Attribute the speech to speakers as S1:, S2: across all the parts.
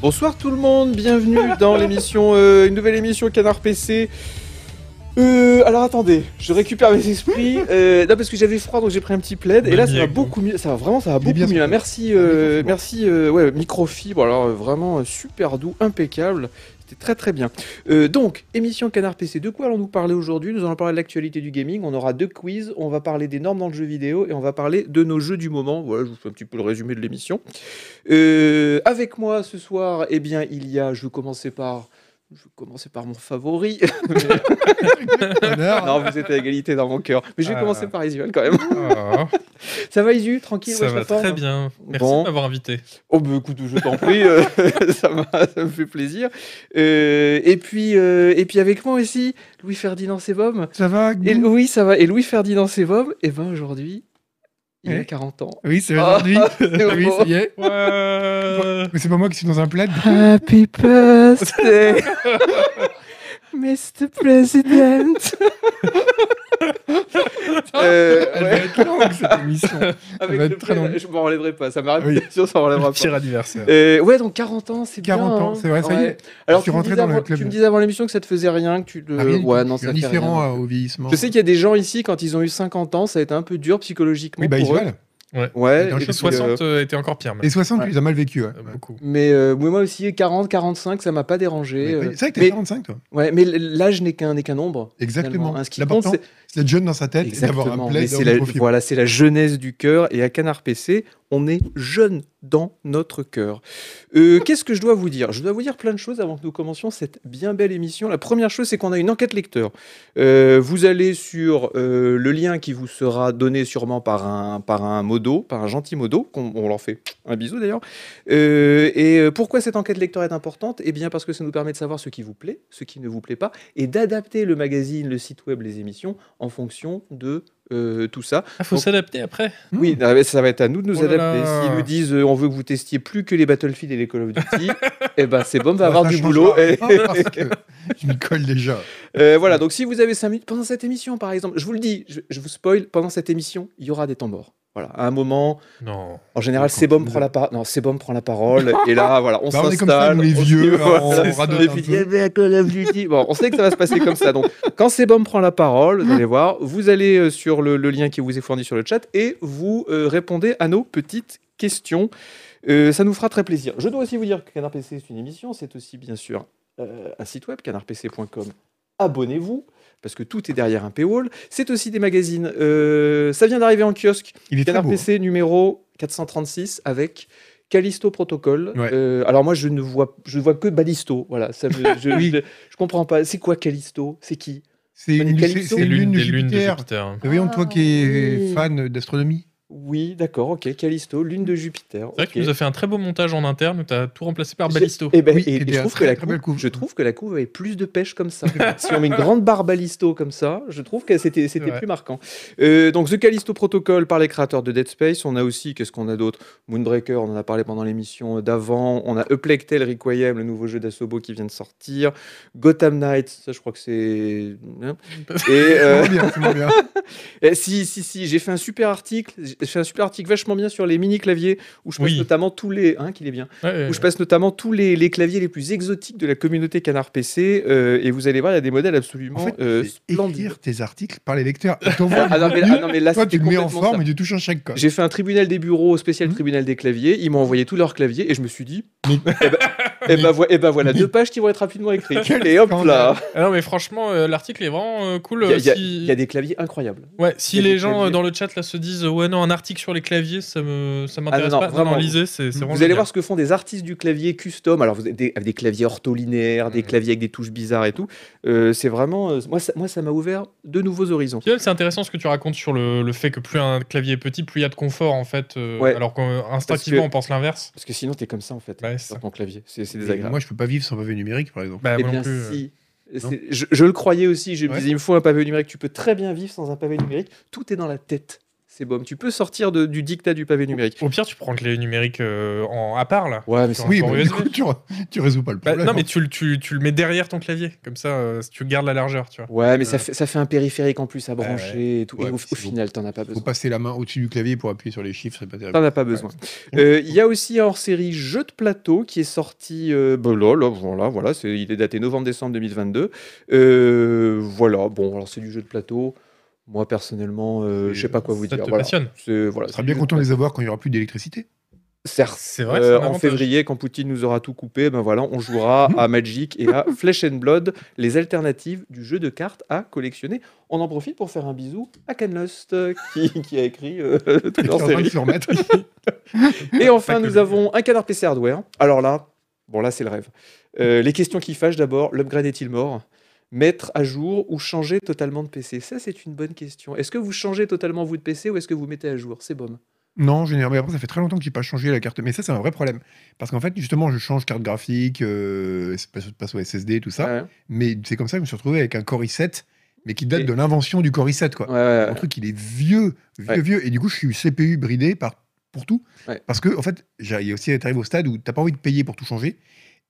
S1: Bonsoir tout le monde, bienvenue dans l'émission, euh, une nouvelle émission Canard PC. Euh, alors attendez, je récupère mes esprits. Euh, non parce que j'avais froid donc j'ai pris un petit plaid et là ça va beaucoup mieux, ça va vraiment ça va
S2: Il est
S1: beaucoup
S2: bien
S1: mieux.
S2: ce
S1: là.
S2: plaid.
S1: Merci, euh, merci, euh, ouais microfibre alors euh, vraiment euh, super doux, impeccable. C'était très très bien. Euh, donc émission Canard PC. De quoi allons-nous parler aujourd'hui Nous allons parler de l'actualité du gaming. On aura deux quiz. On va parler des normes dans le jeu vidéo et on va parler de nos jeux du moment. Voilà, je vous fais un petit peu le résumé de l'émission. Euh, avec moi ce soir, eh bien il y a, je vais commencer par, je vais commencer par mon favori.
S2: Honneur.
S1: Non, vous êtes à égalité dans mon cœur. Mais je vais
S2: Ah.
S1: commencer par Isuel quand même.
S2: Ah.
S1: Ça va Isu Tranquille
S3: Oh, Ça
S1: wesh,
S3: va
S1: la forme
S3: très bien. Merci
S1: Bon.
S3: de m'avoir invité.
S1: Oh bah écoute, je t'en prie, euh, ça, m'a- ça me fait plaisir. Euh, et, puis, euh, et puis avec moi aussi, Louis-Ferdinand Sebom.
S2: Ça va
S1: Et
S2: Guillaume
S1: oui, ça va. Et Louis-Ferdinand Sebom, et ben aujourd'hui, il a
S2: Oui.
S1: 40 ans.
S2: Oui, c'est
S1: Ah,
S2: aujourd'hui.
S1: c'est
S2: oui,
S1: beau.
S2: ça y est.
S3: Ouais.
S2: Mais c'est pas moi qui suis dans un plaid.
S1: Happy birthday Mr. President Euh,
S2: Elle
S1: ouais.
S2: va être longue cette émission.
S1: Avec
S2: va être
S1: le
S2: très
S1: plaid,
S2: long.
S1: Je m'en relèverai pas, ça m'a réputation, ça m'en relèvera pas.
S2: anniversaire.
S1: Euh, ouais, donc 40 ans, c'est bien.
S2: 40 ans,
S1: hein.
S2: c'est vrai, ça y est.
S1: Ouais. Alors, tu,
S2: suis
S1: me
S2: rentré
S1: disais
S2: dans le
S1: avant-
S2: club. Ah
S1: tu me disais avant l'émission que ça te faisait rien, que tu le. Euh, ouais, non, ça fait
S2: indifférent
S1: rien.
S2: euh, au vieillissement.
S1: Je sais qu'il y a des gens ici, quand ils ont eu 50 ans, ça a été un peu dur psychologiquement.
S2: Oui, bah, ils
S1: pour eux.
S2: veulent.
S1: Ouais,
S2: Et dans
S1: et
S2: les
S1: puis,
S3: Les
S1: euh,
S3: 60 était encore pire. même.
S2: Et 60,
S1: Ouais.
S2: tu les as mal vécu. ouais.
S3: Euh, Beaucoup.
S1: Mais euh, moi aussi, 40, 45, ça m'a pas dérangé.
S2: Mais-
S1: euh.
S2: mais C'est vrai que t'as
S1: mais,
S2: 45, toi.
S1: ouais, mais l'âge n'est qu'un n'est qu'un nombre.
S2: Exactement.
S1: finalement. Hein, ce qui compte,
S2: L'important,
S1: c'est-
S2: c'est d'être jeune dans sa tête et d'avoir
S1: Exactement.
S2: un
S1: mais
S2: plaid
S1: c'est la,
S2: dans profil.
S1: voilà, c'est la jeunesse du cœur. Et à Canard PC, on est jeune dans notre cœur. Euh, Qu'est-ce que je dois vous dire Je dois vous dire plein de choses avant que nous commencions cette bien belle émission. La première chose, c'est qu'on a une enquête lecteur. Euh, vous allez sur euh, le lien qui vous sera donné sûrement par un, par un modo, par un gentil modo. qu'on- On, leur fait un bisou d'ailleurs. Euh, et euh, pourquoi cette enquête lecteur est importante Eh bien, parce que ça nous permet de savoir ce qui vous plaît, ce qui ne vous plaît pas, et d'adapter le magazine, le site web, les émissions en fonction de euh, tout ça.
S3: Ah, faut
S1: Donc-
S3: s'adapter après.
S2: Hmm.
S1: Oui, non, mais ça va être à nous de nous
S3: Oh là
S1: adapter.
S3: là.
S1: S'ils nous disent euh, on veut que vous testiez plus que les Battlefield et les Call of Duty, eh ben c'est bon, on va
S2: Ah,
S1: avoir
S2: ça
S1: du
S2: changera
S1: boulot.
S2: pas,
S1: Et-
S2: parce que Je me colle déjà.
S1: Euh, voilà, donc si vous avez 5 minutes pendant cette émission, par exemple, je vous le dis, je, je vous spoil, pendant cette émission, il y aura des temps morts. Voilà, à un moment,
S3: Non.
S1: en général,
S2: Quand
S1: Sebom
S2: vous
S1: prend, la par- non, Sebom prend la parole, et là, voilà, on
S2: Bah, on est comme ça,
S1: s'installe.
S2: nous, les
S1: on se-
S2: vieux,
S1: voilà.
S2: on
S3: c'est ça.
S2: radote
S1: Et
S2: un
S1: puis,
S2: peu.
S1: il y avait un Call of Duty. Bon, on sait que ça va se passer comme ça. Donc, quand Sebom prend la parole, vous allez voir, vous allez euh, sur le, le lien qui vous est fourni sur le chat et vous euh, répondez à nos petites questions. Euh, ça nous fera très plaisir. Je dois aussi vous dire que Canard PC est une émission. C'est aussi, bien sûr, euh, un site web, canardpc.com. Abonnez-vous, parce que tout est derrière un paywall. C'est aussi des magazines. Euh, ça vient d'arriver en kiosque.
S2: Il est très
S1: Canard
S2: beau.
S1: PC numéro 436 avec Callisto Protocol.
S2: Ouais.
S1: Euh, alors moi je ne vois je vois que Ballisto. Voilà, ça me- je, je, je comprends pas. C'est quoi Callisto C'est qui
S2: C'est
S1: Des
S2: une c'est-
S1: calypso.
S2: c'est
S3: C'est
S2: une
S3: l'une
S2: lune de
S3: des lunes de
S2: Jupiter.
S3: Jupiter.
S2: Voyons, toi qui
S1: Ah, oui.
S2: es fan d'astronomie.
S1: Oui, d'accord, ok. Callisto, lune de Jupiter.
S3: C'est vrai que tu
S1: ok.
S3: nous as fait un très beau montage en interne où t'as tout remplacé par
S1: J'ai-
S3: Balisto.
S1: Eh ben,
S2: Oui,
S1: et,
S2: qui
S1: et
S2: était
S1: je,
S2: un
S1: trouve
S2: très,
S1: que la
S2: très belle
S1: couve,
S2: couve.
S1: je trouve que la couve avait plus de pêche comme ça. si on met une grande barre balisto comme ça, je trouve que c'était c'était
S3: Ouais.
S1: plus marquant. Euh, donc The Callisto Protocol par les créateurs de Dead Space. On a aussi, qu'est-ce qu'on a d'autre Moonbreaker, on en a parlé pendant l'émission d'avant. On a Uplectel Requiem, le nouveau jeu d'Asobo qui vient de sortir. Gotham Knights, ça je crois que c'est... hein Et... euh,
S2: C'est bien, c'est moins bien.
S1: eh, si, si, si, j'ai fait un super article, j'ai fait un super article vachement bien sur les mini claviers, où je passe
S3: Oui.
S1: notamment tous les, hein, qu'il est bien,
S3: Ouais,
S1: où je passe notamment tous les, les claviers les plus exotiques de la communauté Canard PC. euh, et vous allez voir, il y a des modèles absolument
S2: En fait,
S1: euh,
S2: c'est
S1: splendides.
S2: écrire tes articles par les lecteurs. Et t'en vois
S1: Ah non, mais, ah non, mais là,
S2: Toi,
S1: c'était
S2: tu le mets en
S1: complètement
S2: forme
S1: ça.
S2: et tu touches un chèque. Quoi.
S1: J'ai fait un tribunal des bureaux, spécial
S2: Mhm.
S1: tribunal des claviers. Ils m'ont envoyé tous leurs claviers et je me suis dit, eh ben, voi- eh ben voilà deux pages qui vont être rapidement écrites.
S2: Quel
S1: et hop là,
S3: Ah non, mais franchement, euh, l'article est vraiment euh, cool.
S1: il y, a-
S3: euh,
S1: il y a-
S3: si-
S1: il y a des claviers incroyables.
S3: Ouais,
S1: il y
S3: si
S1: a des
S3: les gens
S1: claviers.
S3: euh, dans le chat là se disent euh, ouais non un article sur les claviers ça me ça m'intéresse
S1: Ah non,
S3: pas non,
S1: vraiment.
S3: non lisez c'est c'est
S2: Vous
S3: vraiment
S1: Vous allez
S3: génial.
S1: voir ce que font des artistes du clavier custom. Alors, vous avez des, avec des claviers ortholinéaires, des
S3: Mhm.
S1: claviers avec des touches bizarres et tout. Euh, c'est vraiment. euh, moi, ça moi, ça m'a ouvert de nouveaux horizons.
S3: Puis même, c'est intéressant ce que tu racontes sur le, le fait que plus un clavier est petit, plus il y a de confort en fait. euh,
S1: Ouais.
S3: Alors qu'instinctivement,
S1: que-
S3: on pense l'inverse.
S1: Parce que sinon, t'es comme ça en fait.
S3: Ouais,
S1: sur
S3: c'est-
S1: ton clavier. C'est c'est
S2: Et
S1: désagréable.
S2: Moi, je peux pas vivre sans pavé numérique, par exemple.
S3: Bah,
S1: Eh
S3: moi
S1: bien,
S3: non plus. euh.
S1: si.
S2: non.
S1: C'est- Je, je le croyais aussi, je me
S2: Ouais.
S1: disais, il me faut un pavé numérique. Tu peux très bien vivre sans un pavé numérique. Tout est dans la tête. c'est bon. Tu peux sortir de- du dictat du pavé numérique.
S3: Au pire, tu prends que les numériques euh, en, à part, là.
S1: Ouais, mais
S3: c'est-
S2: Oui,
S3: Pour
S2: bah, du
S3: USB.
S2: coup, tu, tu résous pas le
S3: Bah,
S2: problème. hein.
S3: non, mais tu, le- tu, tu le mets derrière ton clavier. Comme ça, euh, tu gardes la largeur, tu vois.
S1: Ouais, Bah mais
S3: Euh.
S1: ça, fait, ça fait un périphérique en plus à
S3: ouais.
S1: brancher et tout.
S2: Ouais,
S1: et au,
S2: mais
S1: au
S2: c'est bon.
S1: final, t'en as pas besoin.
S2: Faut passer la main au-dessus du clavier pour appuyer sur les chiffres, c'est pas terrible.
S1: T'en as pas besoin. Euh, Il y a aussi hors série Jeu de plateau qui est sorti. euh, ben là, là, voilà, voilà, c'est- il est daté novembre-décembre 2022. Euh, voilà, bon, alors c'est du jeu de plateau. Moi, personnellement, euh,
S2: Et,
S1: je sais pas quoi vous
S3: ça
S1: dire.
S3: te
S1: voilà.
S3: passionne.
S1: C'est- voilà,
S2: On
S1: c'est
S2: sera
S1: du
S2: bien
S1: jeu de
S2: content de les avoir quand il n'y aura plus d'électricité.
S1: Certes.
S3: C'est vrai,
S1: Euh,
S3: c'est un
S1: en
S3: avantage.
S1: février, quand Poutine nous aura tout coupé, ben voilà, on jouera à Magic et à Flesh and Blood, les alternatives du jeu de cartes à collectionner. On en profite pour faire un bisou à Ken Lust, euh, qui, qui a écrit euh, toute
S2: Ils sont
S1: leur
S2: en train de
S1: série.
S2: se remettre.
S1: Et enfin,
S3: Pas que
S1: nous
S3: lui.
S1: avons un canard PC hardware. Alors là, bon là, c'est le rêve. Euh,
S2: Mm.
S1: les questions qui fâchent d'abord, l'upgrade est-il mort Mettre à jour ou changer totalement de PC Ça, c'est une bonne question. Est-ce que vous changez totalement vous de PC ou est-ce que vous mettez à jour C'est bon.
S2: Non, généralement, mais après, ça fait très longtemps que j'ai pas changé la carte. Mais ça, c'est un vrai problème. Parce qu'en fait, justement, je change carte graphique, euh, c'est pas- je passe au SSD, tout ça.
S1: Ouais,
S2: Mais c'est comme ça que je me suis retrouvé avec un Core i7, mais qui date
S1: Et-
S2: de l'invention du Core i7, quoi.
S1: ouais, ouais,
S2: Un
S1: ouais.
S2: truc, il est vieux, vieux,
S1: Ouais.
S2: vieux. Et du coup, je suis CPU bridé par, pour tout.
S1: Ouais.
S2: Parce que, en fait, j'ai- il y a aussi, t'arrives au stade où t'as pas envie de payer pour tout changer.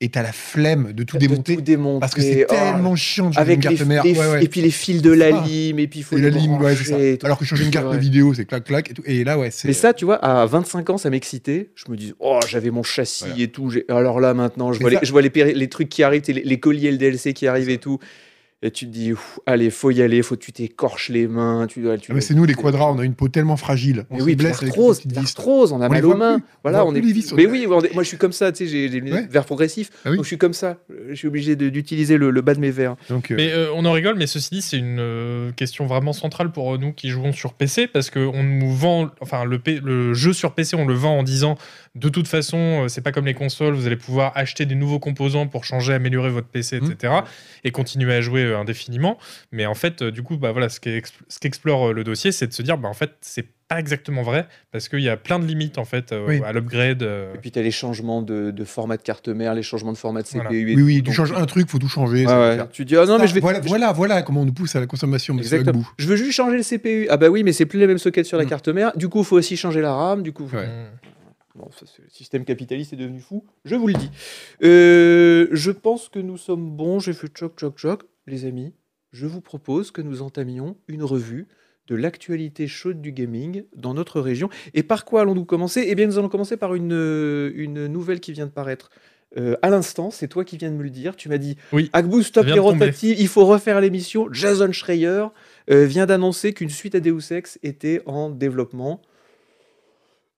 S2: Et t'as la flemme de tout
S1: De
S2: démonter.
S1: tout démonter.
S2: Parce que c'est
S1: Oh,
S2: tellement chiant de changer
S1: avec
S2: une
S1: les,
S2: carte mère.
S1: les-
S2: Ouais, ouais.
S1: et puis les fils de la
S2: Ah.
S1: lime et puis il faut
S2: Et
S1: les
S2: la lime, ouais, c'est ça.
S1: brancher et tout.
S2: Alors que changer une
S1: C'est
S2: carte
S1: vrai.
S2: vidéo, c'est clac, clac. Et, tout. et là, ouais,
S1: mais
S2: c'est.
S1: ça, tu vois, à 25 ans, ça m'excitait. Je me disais, oh, j'avais mon châssis
S2: Voilà.
S1: et tout. j'ai- Alors là, maintenant, je
S2: Mais
S1: vois,
S2: ça-
S1: les, je vois les, péri- les trucs qui arrivent, t'sais, les, les colliers, le DLC qui arrive et tout. Et tu te dis, Ouf, allez, faut y aller, faut que tu t'écorches les mains. Tu, dois- tu
S2: Ah, mais
S1: dois-
S2: c'est nous, les quadras, on a une peau tellement fragile. On
S1: Mais
S2: se
S1: oui, puis
S2: blesse avec
S1: l'arthrose,
S2: une petite vis.
S1: l'arthrose, on a
S2: On les
S1: mal aux
S2: voit
S1: mains.
S2: plus.
S1: Voilà,
S2: voit
S1: on
S2: plus
S1: est.
S2: les vis, on
S1: mais
S2: les-
S1: oui, on est- moi je suis comme ça, tu sais, j'ai j'ai les
S2: Ouais.
S1: verres progressifs,
S2: Ah oui.
S1: donc je suis comme ça. Je suis obligé de- d'utiliser le, le bas de mes verres.
S2: Donc, euh,
S3: Mais euh, on en rigole, mais ceci dit, c'est une euh, question vraiment centrale pour euh, nous qui jouons sur PC, parce qu'on nous vend, enfin, le, P- le jeu sur PC, on le vend en disant, de toute façon, euh, c'est pas comme les consoles, vous allez pouvoir acheter des nouveaux composants pour changer, améliorer votre PC,
S2: Mhm.
S3: etc., et continuer à jouer euh, indéfiniment. Mais en fait, euh, du coup, bah, voilà, ce qu'est exp- ce qu'explore euh, le dossier, c'est de se dire, bah, en fait, c'est pas exactement vrai, parce qu'il y a plein de limites, en fait, euh,
S2: Oui.
S3: à l'upgrade. euh,
S1: Et puis tu as les changements de, de format de carte mère, les changements de format de CPU
S3: Voilà.
S1: et
S2: oui, oui, tu
S1: donc- euh,
S2: changes un truc, faut tout changer. ça
S1: Ouais,
S2: va
S1: ouais.
S2: faire.
S1: Tu dis, ah non, mais
S2: Ça,
S1: je vais.
S2: voilà,
S1: je-
S2: voilà, voilà comment on nous pousse à la consommation. monsieur
S1: Exactement.
S2: Hugbout.
S1: Je veux juste changer le CPU. Ah bah oui, mais c'est plus les mêmes sockets sur la
S2: Mm.
S1: carte mère. Du coup, il faut aussi changer la RAM. Du coup,
S2: Ouais.
S3: on-
S1: Bon, ça, c'est- le système capitaliste est devenu fou. Je vous le dis. Euh, je pense que nous sommes bons. J'ai fait choc, choc, choc, les amis. Je vous propose que nous entamions une revue de l'actualité chaude du gaming dans notre région. Et par quoi allons-nous commencer Eh bien, nous allons commencer par une, euh, une nouvelle qui vient de paraître. euh, à l'instant, c'est toi qui viens de me le dire. Tu m'as dit
S3: Oui,
S1: Agbu, stop
S3: vient
S1: les
S3: de tomber.
S1: rotatives, il faut refaire l'émission. Jason Schreier euh, vient d'annoncer qu'une suite à Deus Ex était en développement.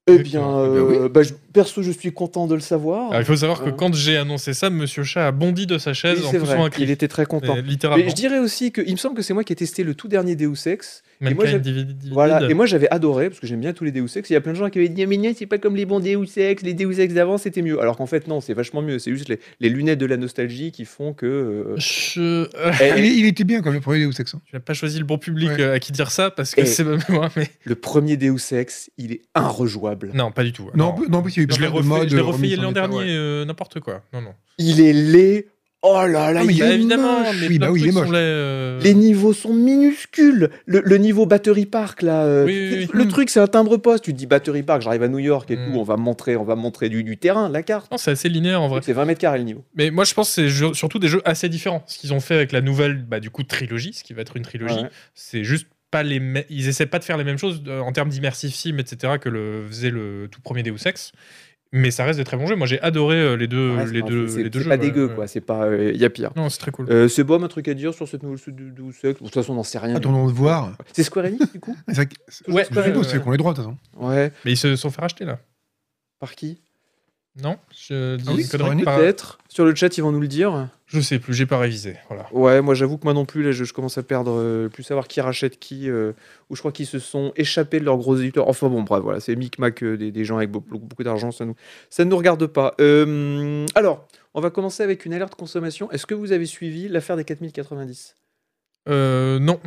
S1: Eh bien,
S3: Exactement.
S2: Eh bien,
S1: euh, bah, je- perso, je suis content de le savoir.
S3: Alors, Ah, il faut savoir que
S1: Euh,
S3: quand j'ai annoncé ça, Monsieur Chat a bondi de sa
S1: oui,
S3: chaise en
S1: c'est
S3: poussant
S1: vrai,
S3: un cri.
S1: il était très content.
S3: Mais
S1: Mais
S3: littéralement.
S1: je dirais aussi que, il me semble que c'est moi qui ai testé le tout dernier Deus Ex.
S3: Mankind
S1: moi, j'ai-
S3: Divided Divided.
S1: Voilà, et moi j'avais adoré, parce que j'aime bien tous les Deus Ex. Il y a plein de gens qui avaient dit, Ah, mais non, c'est pas comme les bons Deus Ex, les Deus Ex d'avant c'était mieux. Alors qu'en fait, non, c'est vachement mieux. C'est juste les, les lunettes de la nostalgie qui font que. euh,
S3: Je- euh,
S1: eh,
S2: Ah, Il, il était bien comme le premier Deus Ex. hein.
S3: tu n'as pas choisi le bon public
S2: Ouais.
S3: euh, à qui dire ça parce que
S1: Et-
S3: c'est même moi, mais
S1: Le premier Deus Ex, il est inrejouable.
S3: non, pas du tout.
S2: Non,
S3: Alors,
S2: non, non, parce qu'il y a eu
S3: je l'ai
S2: pas mal de
S3: refait,
S2: modes,
S3: je l'ai
S2: euh,
S3: refait
S2: remis en
S3: l'an
S2: état,
S3: dernier,
S2: ouais.
S3: euh, n'importe quoi. Non, non.
S1: Il est laid. Oh là là,
S2: Ah, mais
S1: il
S2: il
S1: est
S2: est
S3: Bah, évidemment,
S1: moche.
S3: mais plein
S2: oui, bah
S3: de
S2: oui, il
S3: trucs
S2: est
S3: sont
S2: moche.
S3: là, euh,
S1: Les niveaux sont minuscules. Le, le niveau Battery Park, là. euh,
S3: Oui, oui, oui.
S1: Le truc, c'est un timbre-poste. Tu te dis Battery Park, j'arrive à New York et
S3: Mm.
S1: tout. On va montrer, on va montrer du, du terrain, la carte.
S3: Non, c'est assez linéaire en vrai.
S1: C'est 20 mètres carrés le niveau.
S3: Mais moi, je pense que c'est jeu- surtout des jeux assez différents. Ce qu'ils ont fait avec la nouvelle, bah, du coup, trilogie, ce qui va être une trilogie,
S1: Ouais.
S3: c'est juste pas les mê- ils essaient pas de faire les mêmes choses euh, en termes d'immersive sim etc que le faisait le tout premier Deus Ex mais ça reste des très bons jeux moi j'ai adoré euh, les deux
S1: Ouais,
S3: les
S1: pas-
S3: deux
S1: c'est-
S3: les deux
S1: c'est
S3: jeux
S1: pas
S3: ouais,
S1: dégueu,
S3: ouais.
S1: quoi. C'est pas. Il y a pire.
S3: non c'est très cool
S1: Euh, c'est bon, un truc à dire sur cette nouvelle de Deus Ex. De toute façon, on n'en sait rien.
S2: Attendons de voir.
S1: C'est Square Enix, du coup
S2: C'est vrai que- c'est-
S3: Euh, Ouais,
S2: je suppose,
S3: ouais,
S2: c'est
S3: ouais.
S2: qu'on est droit, de toute façon.
S1: Ouais.
S3: mais ils se sont fait racheter là
S1: Par qui
S3: non je dis
S2: Ah oui,
S3: une connerie
S2: Sony,
S3: Pas-
S1: Peut-être. Sur le chat, ils vont nous le dire.
S3: je sais plus j'ai pas révisé voilà
S1: Ouais, moi j'avoue que moi non plus, là, je, je commence à perdre, euh, plus savoir qui rachète qui, euh, ou je crois qu'ils se sont échappés de leurs gros éditeurs. Enfin bon, bref, voilà, c'est micmac euh, des, des gens avec beau- beaucoup d'argent, ça nous, ça ne nous regarde pas. Euh, alors, on va commencer avec une alerte consommation. Est-ce que vous avez suivi l'affaire des 4090
S3: Euh, non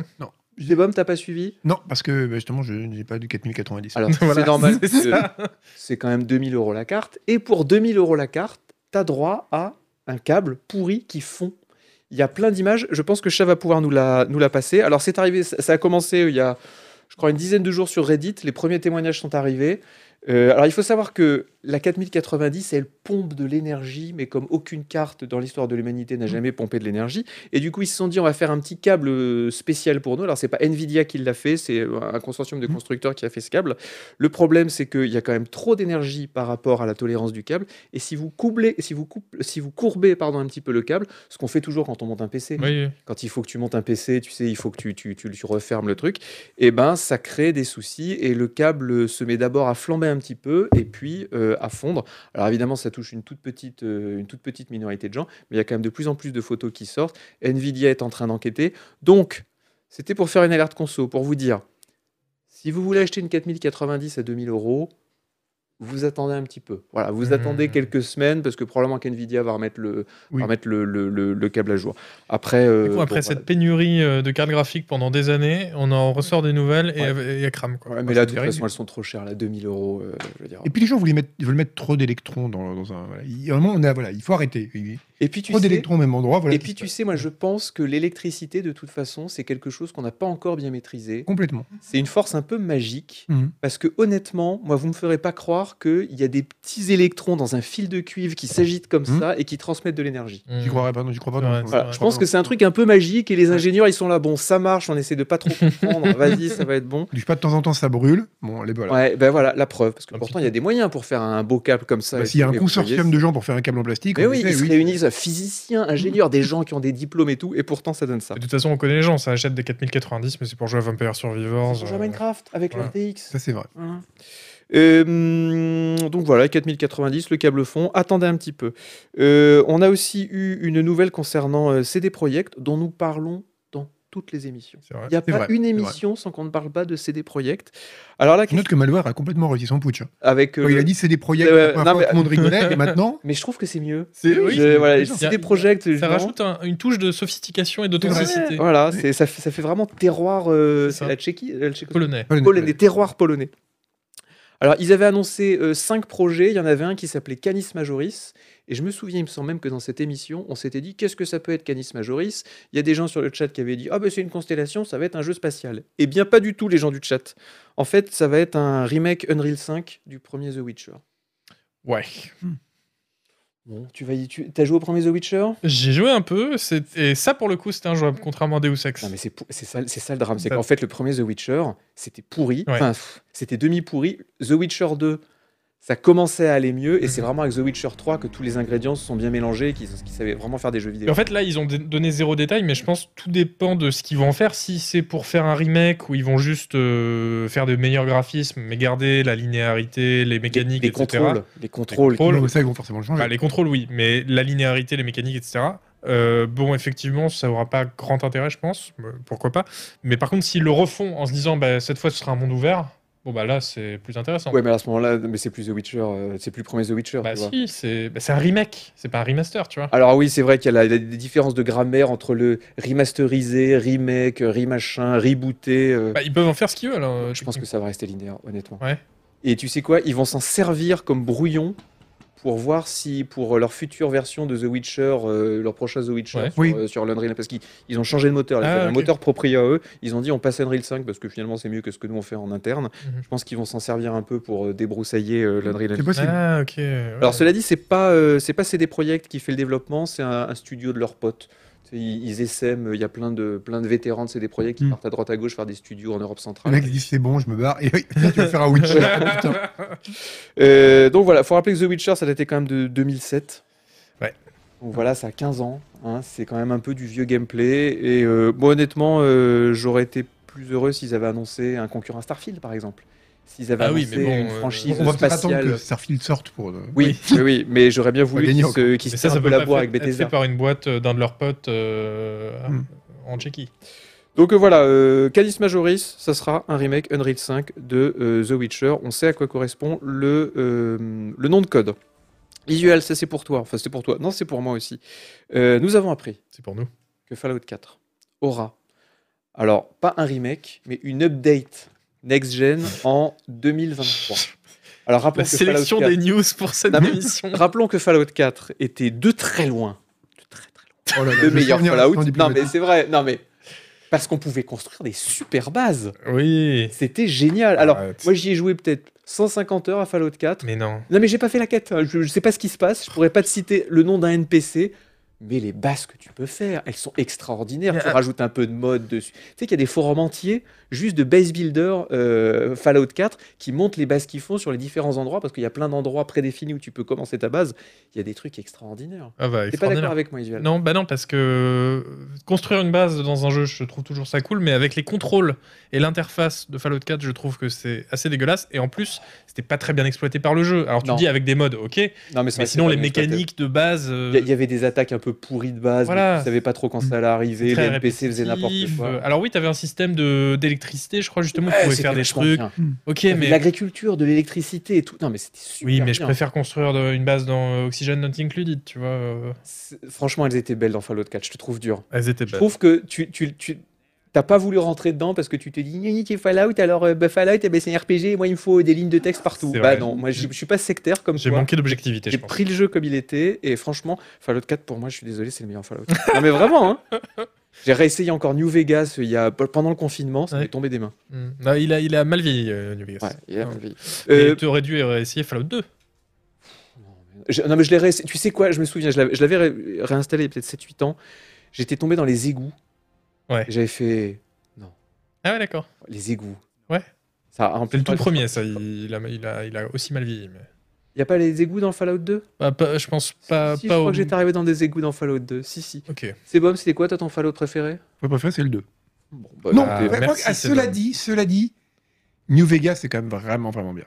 S1: Jérôme, t'as pas suivi
S2: Non, parce que bah, justement, je n'ai pas du 4090.
S1: Alors,
S3: Voilà,
S1: c'est normal,
S3: c'est
S1: parce que
S3: ça.
S1: c'est quand même 2000 euros la carte. Et pour 2000 euros la carte, t'as droit à un câble pourri qui fond. Il y a plein d'images. Je pense que Chat va pouvoir nous la, nous la passer. Alors, c'est arrivé, ça, ça a commencé il y a je crois, une dizaine de jours sur Reddit. Les premiers témoignages sont arrivés. Euh, alors, il faut savoir que la 4090, elle pompe de l'énergie, mais comme aucune carte dans l'histoire de l'humanité n'a jamais pompé de l'énergie. Et du coup, ils se sont dit, on va faire un petit câble euh, spécial pour nous. Alors, c'est pas Nvidia qui l'a fait, c'est euh, un consortium de constructeurs qui a fait ce câble. Le problème, c'est qu'il y a quand même trop d'énergie par rapport à la tolérance du câble. Et si vous, couplez, si vous, coupe- si vous courbez pardon, un petit peu le câble, ce qu'on fait toujours quand on monte un PC,
S3: Oui, oui.
S1: quand il faut que tu montes un PC, tu sais, il faut que tu, tu, tu, tu refermes le truc, et ben ça crée des soucis et le câble se met d'abord à flamber un petit peu et puis euh, à fondre. Alors évidemment, ça touche une toute, petite, euh, une toute petite minorité de gens, mais il y a quand même de plus en plus de photos qui sortent. Nvidia est en train d'enquêter. Donc, c'était pour faire une alerte conso, pour vous dire, si vous voulez acheter une 4090 à 2000 euros, vous attendez un petit peu. Voilà, vous
S3: Hmm.
S1: attendez quelques semaines parce que probablement qu'Nvidia va remettre le,
S2: Oui.
S1: va remettre le, le- le- le câble à jour. Après,
S3: Du
S1: euh,
S3: coup, après
S1: bon,
S3: cette
S1: voilà.
S3: pénurie euh, de cartes graphiques pendant des années, on en ressort des nouvelles et,
S1: Ouais.
S3: elle- et elle crame. Quoi.
S1: Ouais,
S2: Ouais,
S1: mais là,
S2: c'est
S1: de toute
S2: terrible.
S1: façon, elles sont trop chères, là, 2000 euros. euh, je veux dire.
S2: Et puis les gens voulaient mettre, ils veulent mettre trop d'électrons dans, dans un. Voilà. Il, vraiment, on a, voilà, il faut arrêter. Il-
S1: Et puis, tu
S2: trop
S1: sais,
S2: d'électrons au même endroit. Voilà
S1: et
S2: ce
S1: puis
S2: qui se
S1: tu
S2: passe.
S1: sais, moi, je pense que l'électricité, de toute façon, c'est quelque chose qu'on n'a pas encore bien maîtrisé.
S2: Complètement.
S1: C'est une force un peu magique.
S2: Mhm.
S1: Parce que honnêtement, moi, vous me ferez pas croire qu'il y a des petits électrons dans un fil de cuivre qui s'agitent comme
S2: Mhm.
S1: ça et qui transmettent de l'énergie.
S3: Hmm.
S2: J'y croirais pas, non, j'y crois pas.
S3: Ouais,
S2: non,
S3: c'est
S2: non,
S1: Voilà,
S3: vrai.
S2: crois
S1: je pense
S2: pas,
S1: que c'est un truc un peu magique et les ingénieurs, ils sont là, bon, ça marche, on essaie de pas trop comprendre, vas-y, ça va être bon.
S2: non. Du pas de temps en temps, ça brûle. Bon, les voilà.
S1: Ouais, ben voilà, la preuve. Parce que
S3: Un
S1: pourtant, il
S3: petit
S1: y a des moyens pour faire un beau câble comme ça.
S2: Bah,
S1: et
S2: S'il y a
S1: tout,
S2: un
S1: et vous voyez,
S2: consortium de gens pour faire un câble en plastique,
S1: Mais
S2: on
S1: oui,
S2: essaie,
S1: ils se
S2: oui.
S1: réunissent physiciens, ingénieurs, des gens qui ont des diplômes et tout, et pourtant ça donne ça.
S3: De toute façon, on connaît les gens, ça achète des 4090, mais c'est pour jouer à Vampire Survivors.
S1: Bonjour
S3: euh,
S1: Minecraft avec
S3: voilà.
S1: l'RTX.
S2: Ça, c'est vrai.
S1: Euh, donc voilà, 4090, le câble fond. Attendez un petit peu. Euh, on a aussi eu une nouvelle concernant euh, CD Projekt, dont nous parlons dans toutes les émissions.
S3: c'est vrai.
S1: Il n'y a
S2: C'est
S1: pas
S2: vrai,
S1: une
S2: c'est vrai.
S1: émission sans qu'on ne parle pas de CD Projekt. Alors là,
S2: Je note que Malware a complètement réussi son putsch. hein.
S1: avec. euh,
S2: Quand il a dit c'est des projets,
S1: Ouais, ouais,
S2: la première
S1: non,
S2: fois,
S1: mais-
S2: tout le monde rigolait, et maintenant,
S1: Mais je trouve que c'est mieux.
S2: c'est. oui,
S1: Je-
S2: c'est-
S1: voilà,
S2: c'est-
S3: c'est-
S1: CD Projekt.
S3: Ça
S1: non.
S3: rajoute un- une touche de sophistication et d'authenticité.
S1: Voilà, c'est- ça, fait- ça fait vraiment terroir. euh, c'est
S3: C'est ça.
S1: la Tchéquie, la Tchécoslovaquie.
S3: Polonais.
S2: Polonais.
S1: polonais, terroir polonais. Alors, ils avaient annoncé euh, cinq projets. Il y en avait un qui s'appelait Canis Majoris. Et je me souviens, il me semble même que dans cette émission, on s'était dit qu'est-ce que ça peut être Canis Majoris Il y a des gens sur le chat qui avaient dit ah, ben c'est une constellation, ça va être un jeu spatial. Eh bien, pas du tout, les gens du chat. En fait, ça va être un remake Unreal 5 du premier The Witcher.
S3: Ouais.
S1: Bon, tu vas y. Tu as joué au premier The Witcher
S3: J'ai joué un peu, c'est- et ça pour le coup, c'était un jouable, contrairement à Deus Ex.
S1: Non, mais c'est pou- c'est ça, c'est ça le drame. C'est
S3: Ça-
S1: qu'en fait, le premier The Witcher, c'était pourri.
S3: Bah, Ouais.
S1: Enfin, pff, c'était demi-pourri. The Witcher 2, ça commençait à aller mieux. Et c'est
S3: Mhm.
S1: vraiment avec The Witcher 3 que tous les ingrédients se sont bien mélangés et qu'ils qu'ils savaient vraiment faire des jeux
S3: Et
S1: vidéo.
S3: en fait, là, ils ont dé- donné zéro détail, mais je pense que tout dépend de ce qu'ils vont en faire. Si c'est pour faire un remake où ils vont juste euh, faire de meilleurs graphismes, mais garder la linéarité, les
S1: les,
S3: mécaniques,
S1: les
S3: etc.
S1: contrôles. Les contrôles.
S3: contrôles.
S2: Non, mais ça, ils vont forcément le changer.
S3: Bah, les contrôles, oui, mais la linéarité, les mécaniques, etc. euh, bon, effectivement, ça aura pas grand intérêt, je pense. mais Pourquoi pas Mais par contre, s'ils le refont en se disant, bah, cette fois, ce sera un monde ouvert, bon, bah là, c'est plus intéressant.
S1: Ouais, mais à ce moment-là, mais c'est plus The Witcher. euh, c'est plus le premier The Witcher.
S3: bah
S1: tu vois.
S3: si, c'est bah, c'est un remake, c'est pas un remaster, tu vois.
S1: Alors oui, c'est vrai qu'il y a la- la- des différences de grammaire entre le remasterisé, remake, euh, remachin, rebooté. euh,
S3: Bah, ils peuvent en faire ce qu'ils veulent. hein,
S1: Je pense que ça va rester linéaire, honnêtement.
S3: Ouais.
S1: Et tu sais quoi Ils vont s'en servir comme brouillon pour voir si, pour leur future version de The Witcher, euh, leur prochain The Witcher
S3: Ouais.
S1: sur,
S2: Oui.
S1: euh, sur l'Unreal, parce qu'ils ils ont changé de moteur, ils
S3: Ah,
S1: avaient un
S3: ok.
S1: moteur propre à eux. Ils ont dit on passe à Unreal 5 parce que finalement c'est mieux que ce que nous on fait en interne.
S3: Mhm.
S1: Je pense qu'ils vont s'en servir un peu pour euh, débroussailler euh, l'Unreal.
S2: C'est
S1: Engine.
S2: possible.
S3: Ah, ok. ouais.
S1: Alors cela dit, c'est pas euh, c'est pas CD Projekt qui fait le développement, c'est un, un studio de leurs potes. Tu sais, Ils, ils essaiment, il y a plein de plein de vétérans de CD Projekt qui
S2: Mhm.
S1: partent à droite à gauche faire des studios en Europe
S2: Le
S1: centrale.
S2: mec il dit c'est bon, je me barre. Et oui, tu vas faire un Witcher. Putain.
S1: Euh, donc voilà, faut rappeler que The Witcher, ça datait quand même de 2007.
S3: Ouais.
S1: Donc voilà, ça a 15 ans. hein, c'est quand même un peu du vieux gameplay. Et euh, bon, honnêtement, euh, j'aurais été plus heureux s'ils avaient annoncé un concurrent à Starfield, par exemple. S'ils avaient
S3: Ah oui,
S1: annoncé
S3: mais bon,
S1: une
S3: euh,
S1: franchise
S2: On va peut-être attendre
S1: spatiale.
S2: que Starfield sorte pour. euh,
S1: Oui, oui, oui, mais j'aurais bien voulu
S2: Faut gagner
S1: qu'ils se, qu'ils
S3: Mais
S1: se
S3: ça,
S1: tirent
S3: ça
S1: un peu
S3: peut
S1: la
S3: pas
S1: boire
S3: fait-
S1: avec
S3: être fait
S1: Bethesda.
S3: par une boîte euh, d'un de leurs potes euh,
S2: Hmm.
S3: en Tchéquie.
S1: Donc euh, voilà, euh, Canis Majoris, ça sera un remake Unreal 5 de euh, The Witcher. On sait à quoi correspond le, euh, le nom de code. Visual, ça c'est pour toi. Enfin, c'est pour toi. Non, c'est pour moi aussi. Euh, nous avons appris
S3: C'est pour nous.
S1: que Fallout 4 aura, alors pas un remake, mais une update next-gen en 2023. Alors rappelons,
S3: La
S1: que Fallout, Ah
S3: sélection
S1: 4,
S3: des news pour cette
S1: Non, mais-
S3: émission.
S1: rappelons que Fallout 4 était de très loin
S2: Oh là
S1: le
S2: là, je vais
S1: meilleur
S2: revenir à
S1: Fallout.
S2: l'instant
S1: Non,
S2: diplomatique.
S1: mais c'est vrai. Non, mais Parce qu'on pouvait construire des super bases.
S3: Oui.
S1: C'était génial.
S3: Ah,
S1: Alors,
S2: Arrête.
S1: moi, j'y ai joué peut-être 150 heures à Fallout 4.
S3: Mais non.
S1: Non, mais j'ai pas fait la quête. hein. Je, je sais pas ce qui se passe. Je pourrais pas te citer le nom d'un NPC. Mais les bases que tu peux faire, elles sont extraordinaires.
S3: Mais,
S1: Tu
S3: euh,
S1: rajoutes un peu de mode dessus. Tu sais qu'il y a des forums entiers, juste de base builder euh, Fallout 4, qui montent les bases qu'ils font sur les différents endroits, parce qu'il y a plein d'endroits prédéfinis où tu peux commencer ta base. Il y a des trucs extraordinaires.
S3: Ah
S1: T'es
S3: bah,
S1: pas
S3: extraordinaire.
S1: d'accord avec moi, Isuel
S3: Non, bah non, parce que euh, construire une base dans un jeu, je trouve toujours ça cool, mais avec les contrôles et l'interface de Fallout 4, je trouve que c'est assez dégueulasse. Et en plus, c'était pas très bien exploité par le jeu. Alors tu
S1: Non.
S3: dis avec des modes, ok,
S1: Non, mais c'est
S3: mais
S1: vrai que
S3: sinon
S1: c'est
S3: les
S1: pas bien exploité.
S3: mécaniques de base. euh,
S1: Il y a- il y, avait des attaques un peu pourries de base,
S3: Voilà.
S1: mais tu savais pas trop quand ça allait arriver, les
S3: très euh,
S1: NPC faisaient n'importe
S3: répétitifs.
S1: quoi.
S3: Alors oui, t'avais un système de d'électricité, je crois justement, où tu
S1: Ouais,
S3: pouvais
S1: c'était
S3: faire des
S1: vachement
S3: trucs.
S1: bien.
S3: Ok,
S1: Il y avait de
S3: mais
S1: L'agriculture, de l'électricité et tout. Non, mais c'était super.
S3: oui, mais je
S1: bien.
S3: préfère construire de- une base dans euh, Oxygen Not Included, tu vois. euh,
S1: C'est- Franchement, elles étaient belles dans Fallout 4, je te trouve dur.
S3: Elles étaient
S1: Je
S3: belles.
S1: trouve que tu. tu, tu T'as pas voulu rentrer dedans parce que tu te dis, ni qui est Fallout, alors euh, bah, Fallout, eh ben, c'est un RPG, moi il me faut des lignes de texte partout.
S3: C'est
S1: Bah
S3: vrai.
S1: non, moi je je suis pas sectaire comme
S3: J'ai
S1: toi.
S3: manqué d'objectivité, je
S1: J'ai
S3: pense.
S1: pris le jeu comme il était et franchement, Fallout 4 pour moi, je suis désolé, c'est le meilleur Fallout. non mais vraiment, hein J'ai réessayé encore New Vegas euh, il y a, pendant le confinement, ça
S3: Ouais.
S1: m'est tombé des mains.
S3: Mm. Non, il, a, il a mal vieilli, euh, New Vegas.
S1: Ouais, il a
S3: Ouais.
S1: envie.
S3: Et
S1: Euh,
S3: tu aurais dû euh, essayer Fallout 2.
S1: je- non mais je l'ai réessayé. Tu sais quoi Je me souviens, je l'avais- je l'avais ré- réinstallé il y a peut-être 7-8 ans. J'étais tombé dans les égouts.
S3: Ouais.
S1: Et J'avais fait.
S3: Ah ouais, d'accord.
S1: Les égouts.
S3: Ouais.
S1: Ça, en
S3: C'est le
S1: plus,
S3: tout premier, ça. Il, il a, il, a, il a aussi mal vieilli. Mais...
S1: Y a pas les égouts dans Fallout 2
S3: Bah, pas- je pense pas.
S1: Si,
S3: pas
S1: je crois
S3: au...
S1: que j'étais arrivé dans des égouts dans Fallout 2. Si, si.
S3: Ok.
S1: C'est bon, c'était quoi toi ton Fallout préféré
S2: Moi, préféré, c'est le 2.
S1: Bon, bah,
S2: non,
S1: écoutez,
S2: mais
S3: merci,
S2: quoi que- ah,
S3: c'est
S2: cela
S3: bon.
S2: dit, cela dit, New Vegas, c'est quand même vraiment, vraiment bien.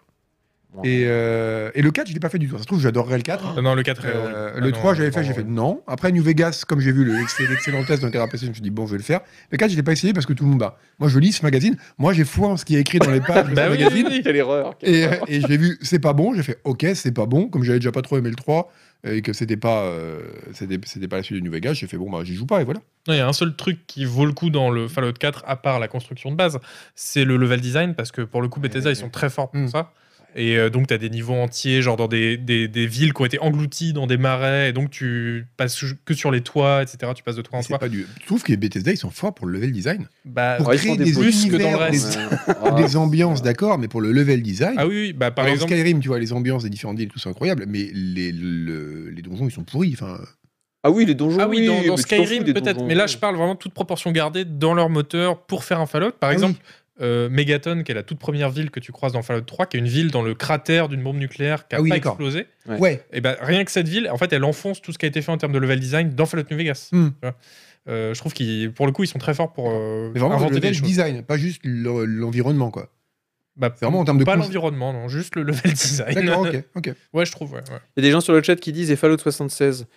S1: bon.
S2: Et, euh, et le 4, je l'ai pas fait du tout. Ça se trouve, j'adorerais le 4.
S3: Ah non, le 4 est horrible.
S2: Euh,
S3: Ah
S2: le
S3: non,
S2: 3, j'avais fait,
S3: vraiment
S2: j'ai fait
S3: horrible.
S2: non. Après New Vegas, comme j'ai vu le- l'excell- l'excellent test dans le canard PC, je me suis dit bon, je vais le faire. Le 4, je l'ai pas essayé parce que tout le monde bat. Moi, je lis ce magazine. Moi, j'ai foi en ce qui est écrit dans les pages de
S3: Bah
S2: ce
S3: oui,
S2: magazine.
S3: oui, oui.
S1: Quelle erreur quelle
S2: Et, euh,
S1: erreur.
S2: et j'ai vu, c'est pas bon. J'ai fait ok, c'est pas bon. Comme j'avais déjà pas trop aimé le 3 et que c'était pas, euh, c'était c'était pas la suite de New Vegas, j'ai fait bon, bah, j'y joue pas et voilà.
S3: Non, Il y a un seul truc qui vaut le coup dans le Fallout 4, à part la construction de base, c'est le level design, parce que pour le coup, Bethesda, ils sont très forts pour
S2: Mm.
S3: ça. Et euh, donc, tu as des niveaux entiers, genre dans des, des, des villes qui ont été englouties dans des marais, et donc tu passes que sur les toits, etc. Tu passes de toit en
S2: C'est
S3: toit.
S2: pas du. Je trouve que Bethesda, ils sont forts pour le level design.
S3: Bah,
S2: Pour
S1: Ouais, ils font
S2: créer
S1: des
S2: des
S3: plus que dans le
S2: univers,
S3: reste.
S2: des-
S1: Ah,
S2: des ambiances, d'accord, mais pour le level design.
S3: ah oui, oui, bah, par
S2: Alors,
S3: exemple.
S2: Skyrim, tu vois, les ambiances des différentes villes, tout c'est incroyable, mais les, le- les donjons, ils sont pourris. Enfin,
S1: Ah oui, les donjons.
S3: Ah oui, dans,
S1: mais
S3: dans
S1: tu t'en fous
S3: Skyrim
S1: des
S3: peut-être,
S1: donjons.
S3: mais là je parle vraiment toute proportion gardée dans leur moteur pour faire un Fallout. Par
S2: Ah
S3: exemple, euh, Megaton, qui est la toute première ville que tu croises dans Fallout 3, qui est une ville dans le cratère d'une bombe nucléaire qui a
S2: Ah oui,
S3: pas
S2: d'accord.
S3: explosé,
S1: Ouais.
S2: ouais,
S3: et ben rien que cette ville, en fait, elle enfonce tout ce qui a été fait en termes de level design dans Fallout New Vegas.
S2: Hmm.
S3: tu vois. Euh, je trouve qu'ils, pour le coup, ils sont très forts pour euh,
S2: mais vraiment, le
S3: inventer des
S2: level
S3: choses.
S2: design, pas juste le- l'environnement, quoi.
S3: Bah,
S2: C'est vraiment en termes de
S3: pas
S2: cons-
S3: l'environnement, non, juste le level design.
S2: D'accord, ok, ok.
S3: ouais, je trouve. ouais, ouais.
S1: Il y a des gens sur le chat qui disent et Fallout 76.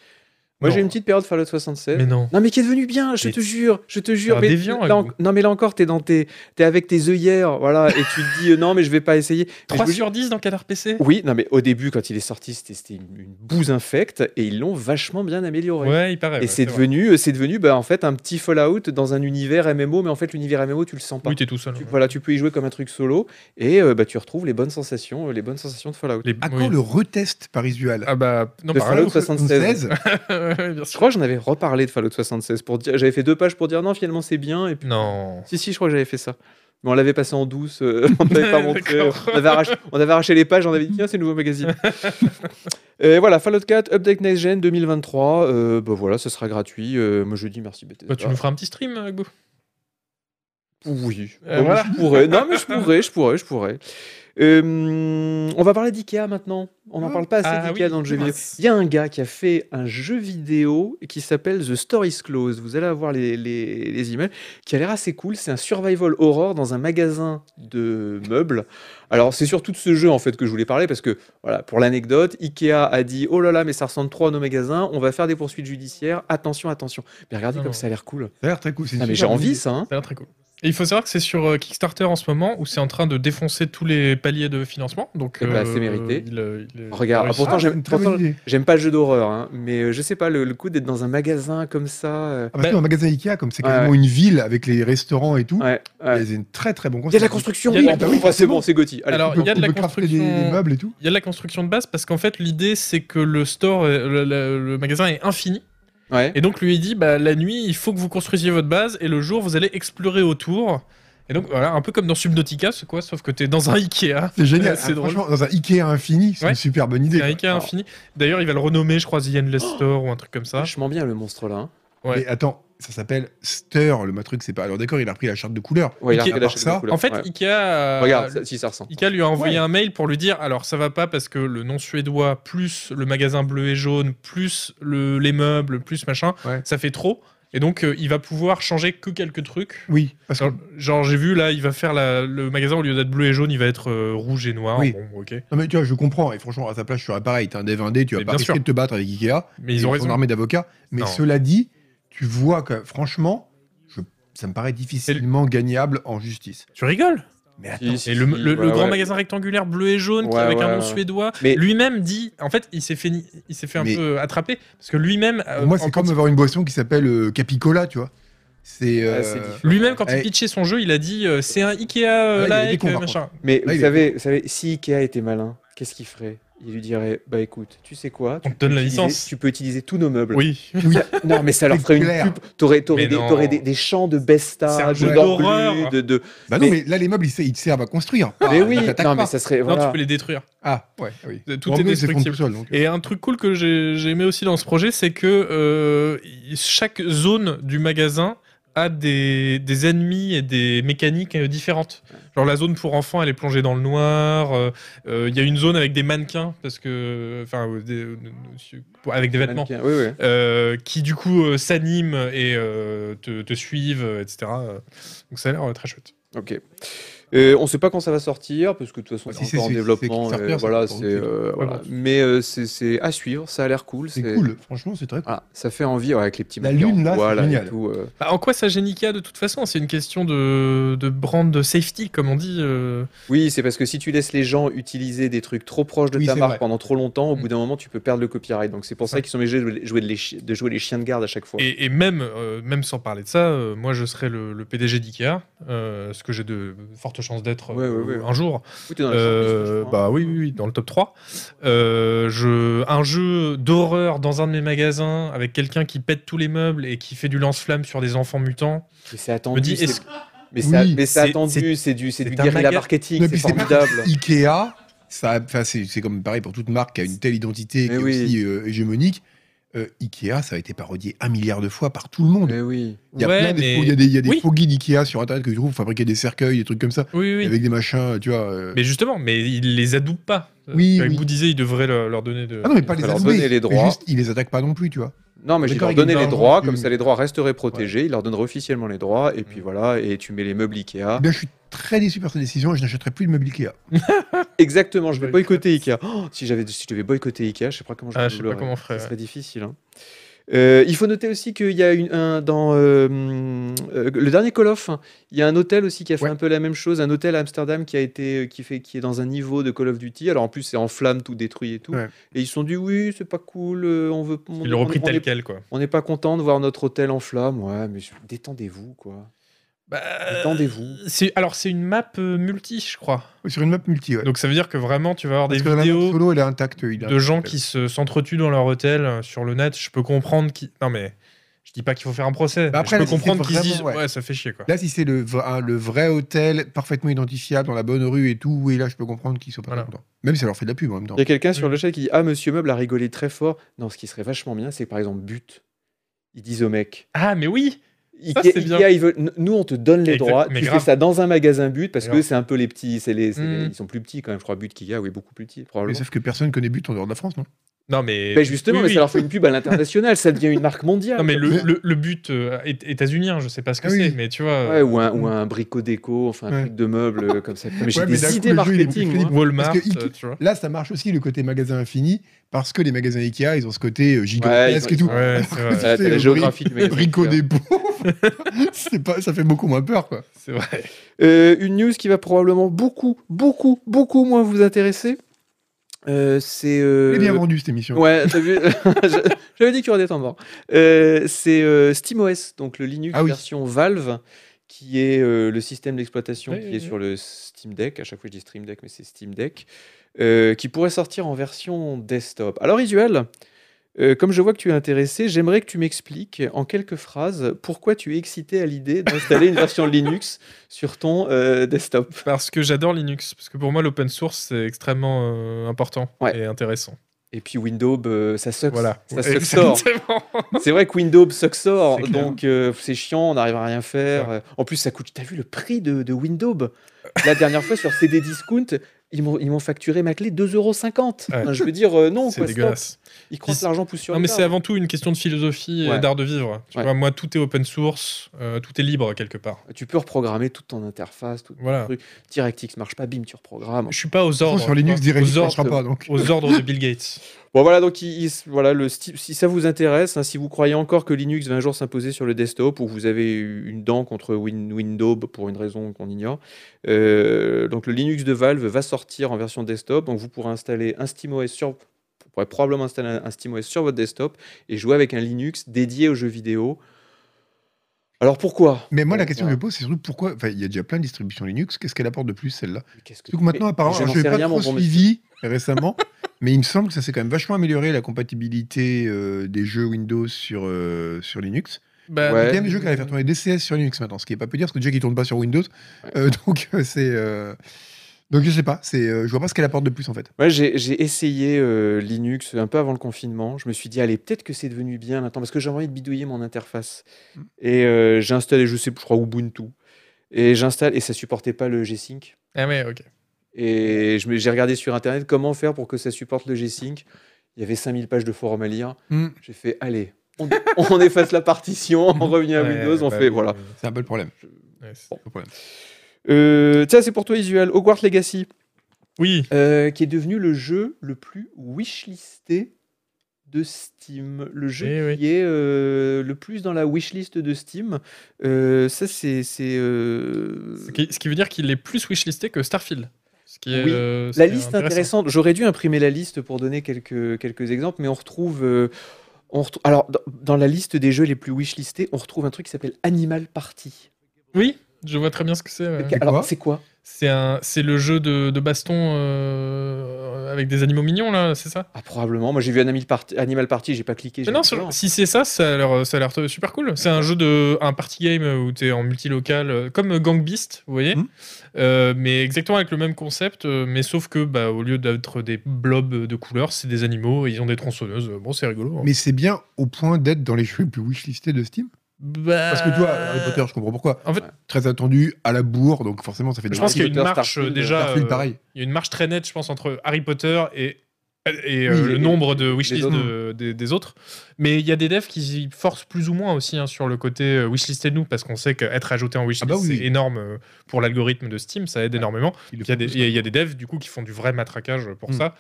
S1: Moi
S3: Non.
S1: j'ai une petite période Fallout 76.
S3: Mais non.
S1: Non mais qui est devenu bien, je
S3: Mais
S1: te jure, je te jure.
S3: un
S1: Mais
S3: déviant,
S1: là, en-
S3: Hugo.
S1: non mais là encore, t'es dans tes, t'es avec tes œillères, voilà, et tu te dis euh, non mais je vais pas essayer. Mais je
S3: 3
S1: vous
S3: sur 10 dans Canard PC
S1: Oui, non, mais au début, quand il est sorti, c'était c'était une, une bouse infecte et ils l'ont vachement bien amélioré.
S3: Ouais, il paraît.
S1: et
S3: ouais,
S1: c'est
S3: vrai.
S1: devenu, euh, c'est devenu bah, en fait un petit Fallout dans un univers MMO, mais en fait l'univers MMO, tu le sens pas.
S3: Oui, t'es tout seul.
S1: Tu-
S3: ouais.
S1: voilà, tu peux y jouer comme un truc solo et euh, bah, tu retrouves les bonnes sensations, euh, les bonnes sensations de Fallout.
S3: Les-
S2: À quand
S3: oui.
S2: le retest Paris Dual
S3: Ah bah, non,
S1: De
S3: par
S1: Fallout
S3: là,
S1: 76.
S3: bien
S1: Je
S3: sûr.
S1: crois que j'en avais reparlé de Fallout 76 pour dire, j'avais fait deux pages pour dire non, finalement c'est bien et puis
S3: Non.
S1: Si, si, je crois que j'avais fait ça. Mais on l'avait passé en douce, euh, on n'avait pas montré.
S3: D'accord.
S1: On avait, arraché, on avait arraché les pages, on avait dit tiens, c'est le nouveau magazine. et voilà, Fallout 4, Update Next Gen 2023. euh, bah voilà, ce sera gratuit. Euh, moi, je dis merci Bethesda.
S3: Bah, tu nous feras un petit stream, Hugo
S1: Ah, Oui.
S3: Euh,
S1: Oh,
S3: voilà.
S1: Je pourrais. Non, mais je pourrais, je pourrais, je pourrais. Euh, on va parler d'IKEA maintenant. On n'en
S2: Ah.
S1: parle pas assez
S3: Ah
S1: d'IKEA
S3: oui,
S1: dans le jeu vidéo.
S3: mince.
S1: Il y a un gars qui a fait un jeu vidéo qui s'appelle The Stories Close. Vous allez avoir les, les, les emails, qui a l'air assez cool. C'est un survival horror dans un magasin de meubles. Alors, c'est surtout de ce jeu en fait que je voulais parler parce que, voilà, pour l'anecdote, Ikea a dit Oh là là, mais ça ressemble trop à nos magasins, on va faire des poursuites judiciaires, attention, attention. Mais regardez
S3: Non,
S1: comme
S3: non.
S1: ça a l'air cool.
S2: Ça a l'air très cool. c'est
S1: Ah, mais
S2: super
S1: j'ai
S2: bon.
S1: envie ça, hein.
S3: Ça a l'air très cool. Et il faut savoir que c'est sur euh, Kickstarter en ce moment où c'est en train de défoncer tous les paliers de financement. Donc,
S1: Eh bah, c'est mérité.
S3: il, euh, il est-
S1: Regarde,
S3: il réussit.
S1: ah, Pourtant,
S2: c'est
S1: j'aime-
S2: une très bonne
S1: pourtant-
S2: idée.
S1: J'aime pas le jeu d'horreur, hein, mais euh, je sais pas, le, le coup d'être dans un magasin comme ça. euh,
S2: Ah, parce
S3: Bah-
S2: que un magasin Ikea, comme c'est
S1: Ouais,
S2: quasiment une ville avec les restaurants et tout,
S1: Ouais, ouais.
S2: c'est une très très
S1: Il y
S2: bon
S1: a
S2: concept.
S1: de la construction,
S3: Il y a
S1: oui,
S3: de la
S1: ah bah oui,
S2: construction.
S1: c'est bon, c'est Gotti. Allez.
S3: Alors,
S2: On peut-
S3: il y a de
S2: on
S3: la
S2: peut crafter des-
S3: construction.
S2: des meubles et tout.
S3: Il y a de la construction de base parce qu'en fait, l'idée, c'est que le store, euh, le, le- le magasin est infini.
S1: Ouais.
S3: Et donc lui il dit bah la nuit il faut que vous construisiez votre base et le jour vous allez explorer autour. Et donc voilà un peu comme dans Subnautica c'est quoi sauf que t'es dans un Ikea.
S2: C'est génial.
S3: C'est
S2: Ah,
S3: drôle.
S2: Franchement, dans un Ikea infini, c'est
S3: Ouais.
S2: une super bonne idée.
S3: C'est un Ikea
S2: Alors,
S3: infini. D'ailleurs il va le renommer je crois The Endless Store ou un truc comme ça.
S1: Vachement bien le monstre là. hein.
S3: Ouais.
S2: mais attends, ça s'appelle Stir, le truc, c'est pas. Alors d'accord, il a repris la charte de couleur.
S1: Ouais, il a
S3: Ikea-
S1: repris la
S2: Alors
S1: chaîne
S2: ça,
S1: de couleur.
S3: En fait
S1: Ouais.
S3: Ikea. euh,
S1: regarde ça- si ça ressemble.
S3: Ika lui a envoyé un mail pour lui dire alors ça va pas parce que le nom suédois plus le magasin bleu et jaune plus le, les meubles plus machin
S2: Ouais.
S3: ça fait trop et donc euh, il va pouvoir changer que quelques trucs
S2: Oui, parce que
S3: genre, genre, j'ai vu là il va faire la- le magasin au lieu d'être bleu et jaune il va être euh, rouge et noir
S2: Oui.
S3: Bon, ok
S2: non mais tu vois, je comprends. Et franchement, à sa place, je serais pareil. T'es un dev indé, tu vas
S3: Mais
S2: pas
S3: bien
S2: risquer
S3: sûr.
S2: de te battre avec Ikea.
S3: mais ils ont raison
S2: Son armée d'avocats. Mais
S3: Non.
S2: cela dit, tu vois que franchement, je- ça me paraît difficilement gagnable en justice.
S3: tu rigoles
S2: Mais
S1: Si,
S2: attends,
S1: si,
S3: et le,
S1: si,
S3: le- le
S1: ouais,
S3: grand
S1: ouais.
S3: magasin rectangulaire bleu et jaune qui-
S1: Ouais,
S3: avec
S1: ouais,
S3: un nom
S1: ouais.
S3: suédois
S1: Mais-
S3: lui-même dit en fait il s'est fait ni- il s'est fait un
S2: Mais-
S3: peu attraper parce que lui-même euh,
S2: pour moi,
S3: en
S2: c'est comme
S3: quand-
S2: avoir une boisson qui s'appelle euh, Capicola, tu vois. C'est.
S1: Ouais,
S2: euh,
S1: Ah, c'est différent.
S3: lui-même quand il
S2: Ouais.
S3: pitchait son jeu il a dit euh, c'est un Ikea
S2: Ouais, il avait
S3: là
S2: des cons, par
S3: machin
S1: Mais
S2: Là,
S1: vous
S2: Ah, il est
S1: savez, vous savez, si Ikea était malin, qu'est-ce qu'il ferait Il lui dirait Bah écoute, tu sais quoi
S3: On
S1: tu
S3: te donne
S1: peux
S3: la
S1: utiliser-
S3: licence.
S1: Tu peux utiliser tous nos meubles.
S3: Oui.
S2: oui,
S1: Non, mais ça leur
S2: C'est
S1: ferait
S2: clair.
S1: une pub. T'aurais t'aurais
S3: Mais
S1: des,
S3: non.
S1: t'aurais des, des chants de
S3: C'est un
S1: Besta,
S3: jeu
S1: de
S3: d'horreur.
S1: d'orblus, de, de.
S2: Bah non,
S1: Mais-
S2: mais là, les meubles, ils, se- ils te servent à construire. Ah,
S1: mais oui,
S2: ils t'attaquent
S1: non, mais
S2: pas.
S1: ça serait.
S3: Non,
S1: Voilà.
S3: tu peux les détruire.
S2: Ah, ouais, ah oui.
S3: Tout
S2: Bon,
S3: est
S2: nous, ils s'effondrent
S3: destructible.
S2: tout seul, donc.
S3: Et un truc cool que j'ai j'ai aimé aussi dans ce projet, c'est que euh, y- chaque zone du magasin a des, des ennemis et des mécaniques euh, différentes. Genre la zone pour enfants, elle est plongée dans le noir. euh, euh, Il y a une zone avec des mannequins, parce que. Enfin, euh, des- euh, euh, avec des vêtements.
S1: Mannequin, Oui, oui.
S3: euh, qui du coup euh, s'animent et euh, te, te suivent, euh, etc. Donc ça a l'air euh, très chouette.
S1: Ok. Euh, on ne sait pas quand ça va sortir, parce que de toute façon,
S2: Si,
S1: c'est
S2: c'est-
S1: encore en
S2: c'est- c'est
S1: développement.
S2: qu'il sortira,
S1: euh,
S2: ça,
S1: voilà,
S2: pour
S1: c'est,
S2: le coup.
S1: euh, voilà.
S3: bon.
S1: Mais euh, c'est- c'est à suivre, ça a l'air cool.
S2: C'est cool, franchement, c'est très cool.
S1: voilà, Ah, ça fait envie ouais, avec les petits
S2: La
S1: mannequins,
S2: lune, là, c'est
S1: voilà, et
S2: génial.
S1: tout, euh.
S3: Bah, en quoi ça gêne Ikea de toute façon C'est une question de, de brand de safety, comme on dit. euh,
S1: Oui, c'est parce que si tu laisses les gens utiliser des trucs trop proches de
S2: Oui,
S1: ta
S2: c'est
S1: marque
S2: vrai.
S1: pendant trop longtemps, au bout
S3: Mm.
S1: d'un moment, tu peux perdre le copyright. Donc c'est pour ça
S3: Ouais.
S1: qu'ils sont obligés de jouer- jouer de les, chi- de jouer les chiens de garde à chaque fois.
S3: Et, et même, euh, même sans parler de ça, euh, moi je serais le, le PDG d'IKEA, euh, ce que j'ai de fortes chances d'être
S1: Ouais,
S3: euh,
S1: ouais, ouais.
S3: un jour.
S1: Oui, t'es dans la shortlist, je
S3: Euh,
S1: crois, hein.
S3: bah oui, oui, oui, dans le top 3. Euh, je, un jeu d'horreur dans un de mes magasins avec quelqu'un qui pète tous les meubles et qui fait du lance-flamme sur des enfants mutants.
S1: Mais c'est
S3: Je me
S1: attendu.
S3: dis,
S1: c'est-
S3: est-ce-
S1: Mais c'est
S2: Oui,
S1: mais c'est
S3: c'est-
S1: attendu, c'est du, c'est du
S3: c'est un
S1: guérilla
S3: magasin.
S1: marketing,
S2: Mais
S1: c'est
S2: puis c'est pas-
S1: formidable.
S2: Ikea, ça, enfin, c'est c'est comme pareil pour toute marque qui a une telle identité qui
S1: Mais
S2: est
S1: oui.
S2: aussi euh, hégémonique. Euh, Ikea, ça a été parodié un milliard de fois par tout le monde.
S1: Mais oui.
S2: Il y a
S3: Ouais,
S2: plein des,
S3: mais-
S2: faux- il y a des, il y a des
S3: Oui.
S2: faux guides Ikea sur internet que tu trouves fabriquer des cercueils, des trucs comme ça,
S3: Oui, oui, oui.
S2: avec des machins, tu vois. euh.
S3: Mais justement, mais il les adoube pas.
S2: Oui,
S3: Comme
S2: oui.
S3: vous disiez, il devrait le- leur donner de.
S2: Ah non, mais pas les
S1: leur
S2: adouber,
S1: donner les
S2: mais
S1: droits.
S2: Juste, ils les attaquent pas non plus, tu vois.
S1: Non, mais je
S2: D'accord,
S1: leur
S2: ils gagnent
S1: donnais
S2: de
S1: les
S2: l'argent,
S1: droits,
S2: tu-
S1: comme ça les droits resteraient protégés, ils leur donneraient officiellement les droits, et puis
S3: Mm.
S1: voilà, et tu mets les meubles Ikea.
S3: Ah.
S2: Eh bien, je suis très déçu par cette décision et je n'achèterai plus de meubles Ikea.
S1: Exactement, je vais
S3: Boycott.
S1: boycotter Ikea. Oh, si, j'avais, si je devais boycotter Ikea, je sais pas comment je
S3: Ah,
S1: le
S3: je sais pas
S1: doublerais.
S3: comment on ferait,
S1: Ça
S3: ouais.
S1: serait difficile. hein. Euh, il faut noter aussi qu'il y a une, un- dans euh, hum, euh, le dernier Call of, hein, il y a un hôtel aussi qui a fait
S2: Ouais.
S1: un peu la même chose, un hôtel à Amsterdam qui a été euh, qui fait qui est dans un niveau de Call of Duty. Alors en plus c'est en flammes, tout détruit et tout.
S2: Ouais.
S1: Et ils se sont dit oui c'est pas cool, euh, on veut on
S3: Ils l'ont repris
S1: on- on
S3: tel
S1: est-
S3: quel, quoi.
S1: on n'est pas content de voir notre hôtel en flammes. Ouais mais je- détendez-vous quoi.
S3: Bah,
S1: Détendez-vous.
S3: c'est- Alors, c'est une map euh, multi, je crois.
S2: Sur une map multi, ouais.
S3: Donc, ça veut dire que vraiment, tu vas avoir
S2: Parce
S3: des
S2: que la map
S3: vidéos
S2: solo, elle est intacte. il est
S3: de gens
S2: intacte.
S3: qui se- s'entretuent dans leur hôtel euh, sur le net. Je peux comprendre qui. Non, mais je dis pas qu'il faut faire un procès.
S2: Bah
S3: mais
S2: après,
S3: je peux
S2: là, si c'est
S3: comprendre qu'ils se
S2: vraiment,
S3: disent ouais.
S2: ouais.
S3: ça fait chier, quoi.
S2: Là, si c'est le, v- un- le vrai hôtel, parfaitement identifiable, dans la bonne rue et tout, oui, là, je peux comprendre qu'ils soient pas
S3: Voilà.
S2: contents. Même si ça leur fait de la pub en même temps.
S1: Il y a quelqu'un
S3: Mm.
S1: sur le chat qui dit Ah, monsieur Meuble a rigolé très fort. Non, ce qui serait vachement bien, c'est que, par exemple, but. Ils disent au mec
S3: Ah, mais oui
S1: Ikea,
S3: Ça, c'est bien.
S1: Ikea, ils veulent- n- nous, on te donne les
S3: Exact-
S1: droits.
S3: mais
S1: Tu fais
S3: grave.
S1: ça dans un magasin but parce que
S3: Grave.
S1: c'est un peu les petits. c'est les, c'est les-
S3: Mm.
S1: ils sont plus petits quand même, je crois. But Kia, oui, beaucoup plus petit,
S2: Mais
S1: probablement.
S2: sauf que personne connaît But en dehors de la France, non
S3: Non, mais.
S1: Ben, justement,
S3: Oui,
S1: mais
S3: oui.
S1: ça leur fait une pub à l'international. ça devient une marque mondiale.
S3: Non, mais le,
S2: Mais-
S3: le- le but euh, est états-unien, je sais pas ce que
S2: Ah oui.
S3: c'est, mais tu vois.
S1: Ouais,
S3: euh,
S1: ou, un,
S3: mm.
S1: ou un bricot déco, enfin un
S2: Ouais.
S1: truc de meuble euh, comme ça. Putain, Mais j'ai
S2: Ouais, mais d'un
S1: des
S2: coup,
S1: idées
S2: le jeu, il est plus
S1: marketing. moi.
S2: flippant.
S3: Walmart,
S2: Parce que Ikea-
S3: euh, tu vois.
S2: Là, ça marche aussi le côté magasin infini, parce que les magasins Ikea, ils ont ce côté euh,
S1: Ouais,
S2: gigantesque
S1: ils
S2: et tout.
S1: sont-
S3: Ouais, c'est vrai.
S1: T'as t'as la
S2: C'est
S1: géographie du magasin
S2: Bricot
S1: Ikea.
S2: des c'est pas, ça fait beaucoup moins peur, quoi.
S3: C'est vrai.
S1: Euh, une news qui va probablement beaucoup, beaucoup, beaucoup moins vous intéresser. Euh, c'est. euh,
S2: Elle est Eh bien vendue, cette émission.
S1: Ouais, t'as vu je- J'avais dit qu'il y aurait des temps morts. Euh, c'est euh, SteamOS, donc le Linux
S2: Ah oui.
S1: version Valve, qui est euh, le système d'exploitation
S3: Ouais,
S1: qui
S3: ouais,
S1: est sur le Steam Deck. À chaque fois, je dis Steam Deck, mais c'est Steam Deck, euh, qui pourrait sortir en version desktop. Alors, Isuel, Euh, comme je vois que tu es intéressé, j'aimerais que tu m'expliques en quelques phrases pourquoi tu es excité à l'idée d'installer une version Linux sur ton euh, desktop.
S3: Parce que j'adore Linux, parce que pour moi l'open source c'est extrêmement euh, important
S1: Ouais.
S3: et intéressant.
S1: Et puis Windows, euh, ça sucks.
S3: Voilà.
S1: Ça
S3: Ouais,
S1: suck sort.
S3: exactement.
S1: C'est vrai que Windows suck sort,
S3: C'est clair.
S1: donc euh, c'est chiant, on n'arrive à rien faire. Euh, En plus, ça coûte. T'as vu le prix de, de Windows La dernière fois sur CD Discount, ils m'ont ils m'ont facturé ma clé 2,50€.
S3: Ouais.
S1: Enfin, je veux dire, euh, non,
S3: C'est
S1: quoi, stop.
S3: dégueulasse.
S1: Ils croient
S3: Ils-
S1: l'argent pousse sur
S3: Non,
S1: le
S3: mais
S1: tas.
S3: c'est avant tout une question de philosophie et
S1: Ouais.
S3: d'art de vivre. Tu
S1: Ouais.
S3: vois, moi, tout est open source, euh, tout est libre quelque part.
S1: Tu peux reprogrammer toute ton interface, tout...
S3: Voilà.
S1: DirectX marche pas, bim, tu reprogrammes.
S3: Je suis pas aux ordres.
S2: Sur Linux,
S3: tu vois,
S2: direct,
S3: aux
S2: ça
S3: ordres,
S2: marchera pas. Donc.
S3: aux ordres de Bill Gates.
S1: Bon voilà, donc il- il- voilà, le, sti- si ça vous intéresse, hein, si vous croyez encore que Linux va un jour s'imposer sur le desktop ou vous avez eu une dent contre Win- Windows pour une raison qu'on ignore, euh, donc le Linux de Valve va sortir en version desktop, donc vous pourrez installer un SteamOS sur... Vous pourrez probablement installer un un SteamOS sur votre desktop et jouer avec un Linux dédié aux jeux vidéo. Alors pourquoi
S2: Mais moi, la
S1: Bon,
S2: question que
S1: voilà.
S2: je pose, c'est surtout pourquoi. Enfin, il y a déjà plein de distributions Linux. Qu'est-ce qu'elle apporte de plus, celle-là
S1: Qu'est-ce que
S2: Surtout que maintenant,
S1: Mais-
S2: apparemment,
S1: mais
S2: je
S1: j'en
S2: n'ai
S1: sais
S2: pas
S1: rien,
S2: trop
S1: mon bon monsieur.
S2: suivi récemment, mais il me semble que ça s'est quand même vachement amélioré la compatibilité euh, des jeux Windows sur, euh, sur Linux.
S3: Bah,
S1: Ouais.
S2: Il y a même des jeux qui arrivent à faire tourner DCS sur Linux maintenant, ce qui est pas peu dire, parce que déjà qu'ils tournent pas sur Windows.
S1: Ouais.
S2: Euh, donc, euh, c'est. euh, Donc, je sais pas. c'est euh, je vois pas ce qu'elle apporte de plus, en fait.
S1: Ouais, j'ai j'ai essayé euh, Linux un peu avant le confinement. Je me suis dit, allez, peut-être que c'est devenu bien maintenant, parce que j'avais envie de bidouiller mon interface.
S2: Mm.
S1: Et euh, j'ai installé, je sais, plus, je crois, Ubuntu. Et j'installe, et ça supportait pas le G-Sync.
S3: Ah ouais, ok.
S1: Et je me- j'ai regardé sur Internet comment faire pour que ça supporte le G-Sync. Il y avait 5000 pages de forum à lire.
S3: Hmm.
S1: J'ai fait, allez, on, on efface la partition, on revient à
S3: Ouais,
S1: Windows, on
S3: bah
S1: fait,
S3: oui,
S1: voilà.
S3: oui,
S2: C'est un peu le problème.
S3: oui. Ouais, c'est-
S2: Le problème.
S1: Euh, tiens, c'est pour toi, Isual, Hogwarts Legacy,
S3: Oui,
S1: euh, qui est devenu le jeu le plus wishlisté de Steam. Le jeu
S3: Eh oui.
S1: qui est euh, le plus dans la wishlist de Steam. Euh, ça, c'est. c'est, euh,
S3: Ce qui, ce qui veut dire qu'il est plus wishlisté que Starfield. Ce qui est,
S1: Oui.
S3: euh, ce
S1: La
S3: qui est
S1: liste
S3: intéressant.
S1: intéressante. J'aurais dû imprimer la liste pour donner quelques, quelques exemples, mais on retrouve. euh, on retrou- Alors, dans, dans la liste des jeux les plus wishlistés, on retrouve un truc qui s'appelle Animal Party.
S3: Oui, je vois très bien ce que c'est. ouais.
S1: Ok, Alors,
S2: quoi
S1: c'est quoi
S3: C'est un- c'est le jeu de, de baston euh, avec des animaux mignons, là, c'est ça
S1: Ah, probablement. Moi, j'ai vu Animal Party, Animal Party j'ai pas cliqué. j'ai
S3: Mais non,
S1: dit,
S3: ce- si c'est ça, ça a l'air ça a l'air t- super cool. C'est un jeu de un party game où tu es en multilocal, euh, comme Gang Beast, vous voyez,
S2: Mhm.
S3: Euh, mais exactement avec le même concept, euh, mais sauf que bah, au lieu d'être des blobs de couleurs, c'est des animaux, et ils ont des tronçonneuses. Bon, c'est rigolo. hein.
S2: Mais c'est bien au point d'être dans les jeux les plus wishlistés de Steam.
S3: Bah,
S2: Parce que toi, Harry Potter, je comprends pourquoi.
S3: En fait-
S2: très attendu, à la bourre, donc forcément, ça fait
S3: je
S2: des
S3: pense qu'il y a une
S1: Potter,
S3: marche euh,
S1: Starfield,
S3: déjà.
S2: Starfield,
S3: euh,
S2: pareil.
S3: Il y a une marche très nette, je pense, entre Harry Potter et, et euh,
S1: Oui,
S3: le
S1: et-
S3: nombre de
S1: les
S3: wishlists
S1: autres.
S3: de- des, des autres. Mais il y a des devs qui y forcent plus ou moins aussi hein, sur le côté euh, wishlistez-nous, parce qu'on sait qu'être ajouté en wishlist,
S2: Ah bah oui.
S3: c'est énorme euh, pour l'algorithme de Steam, ça aide énormément.
S2: Il
S3: Il
S2: le
S3: y, a des,
S2: propose,
S3: il y a- il y a des devs, du coup, qui font du vrai matraquage pour
S1: Mm.
S2: Hmm.
S3: ça,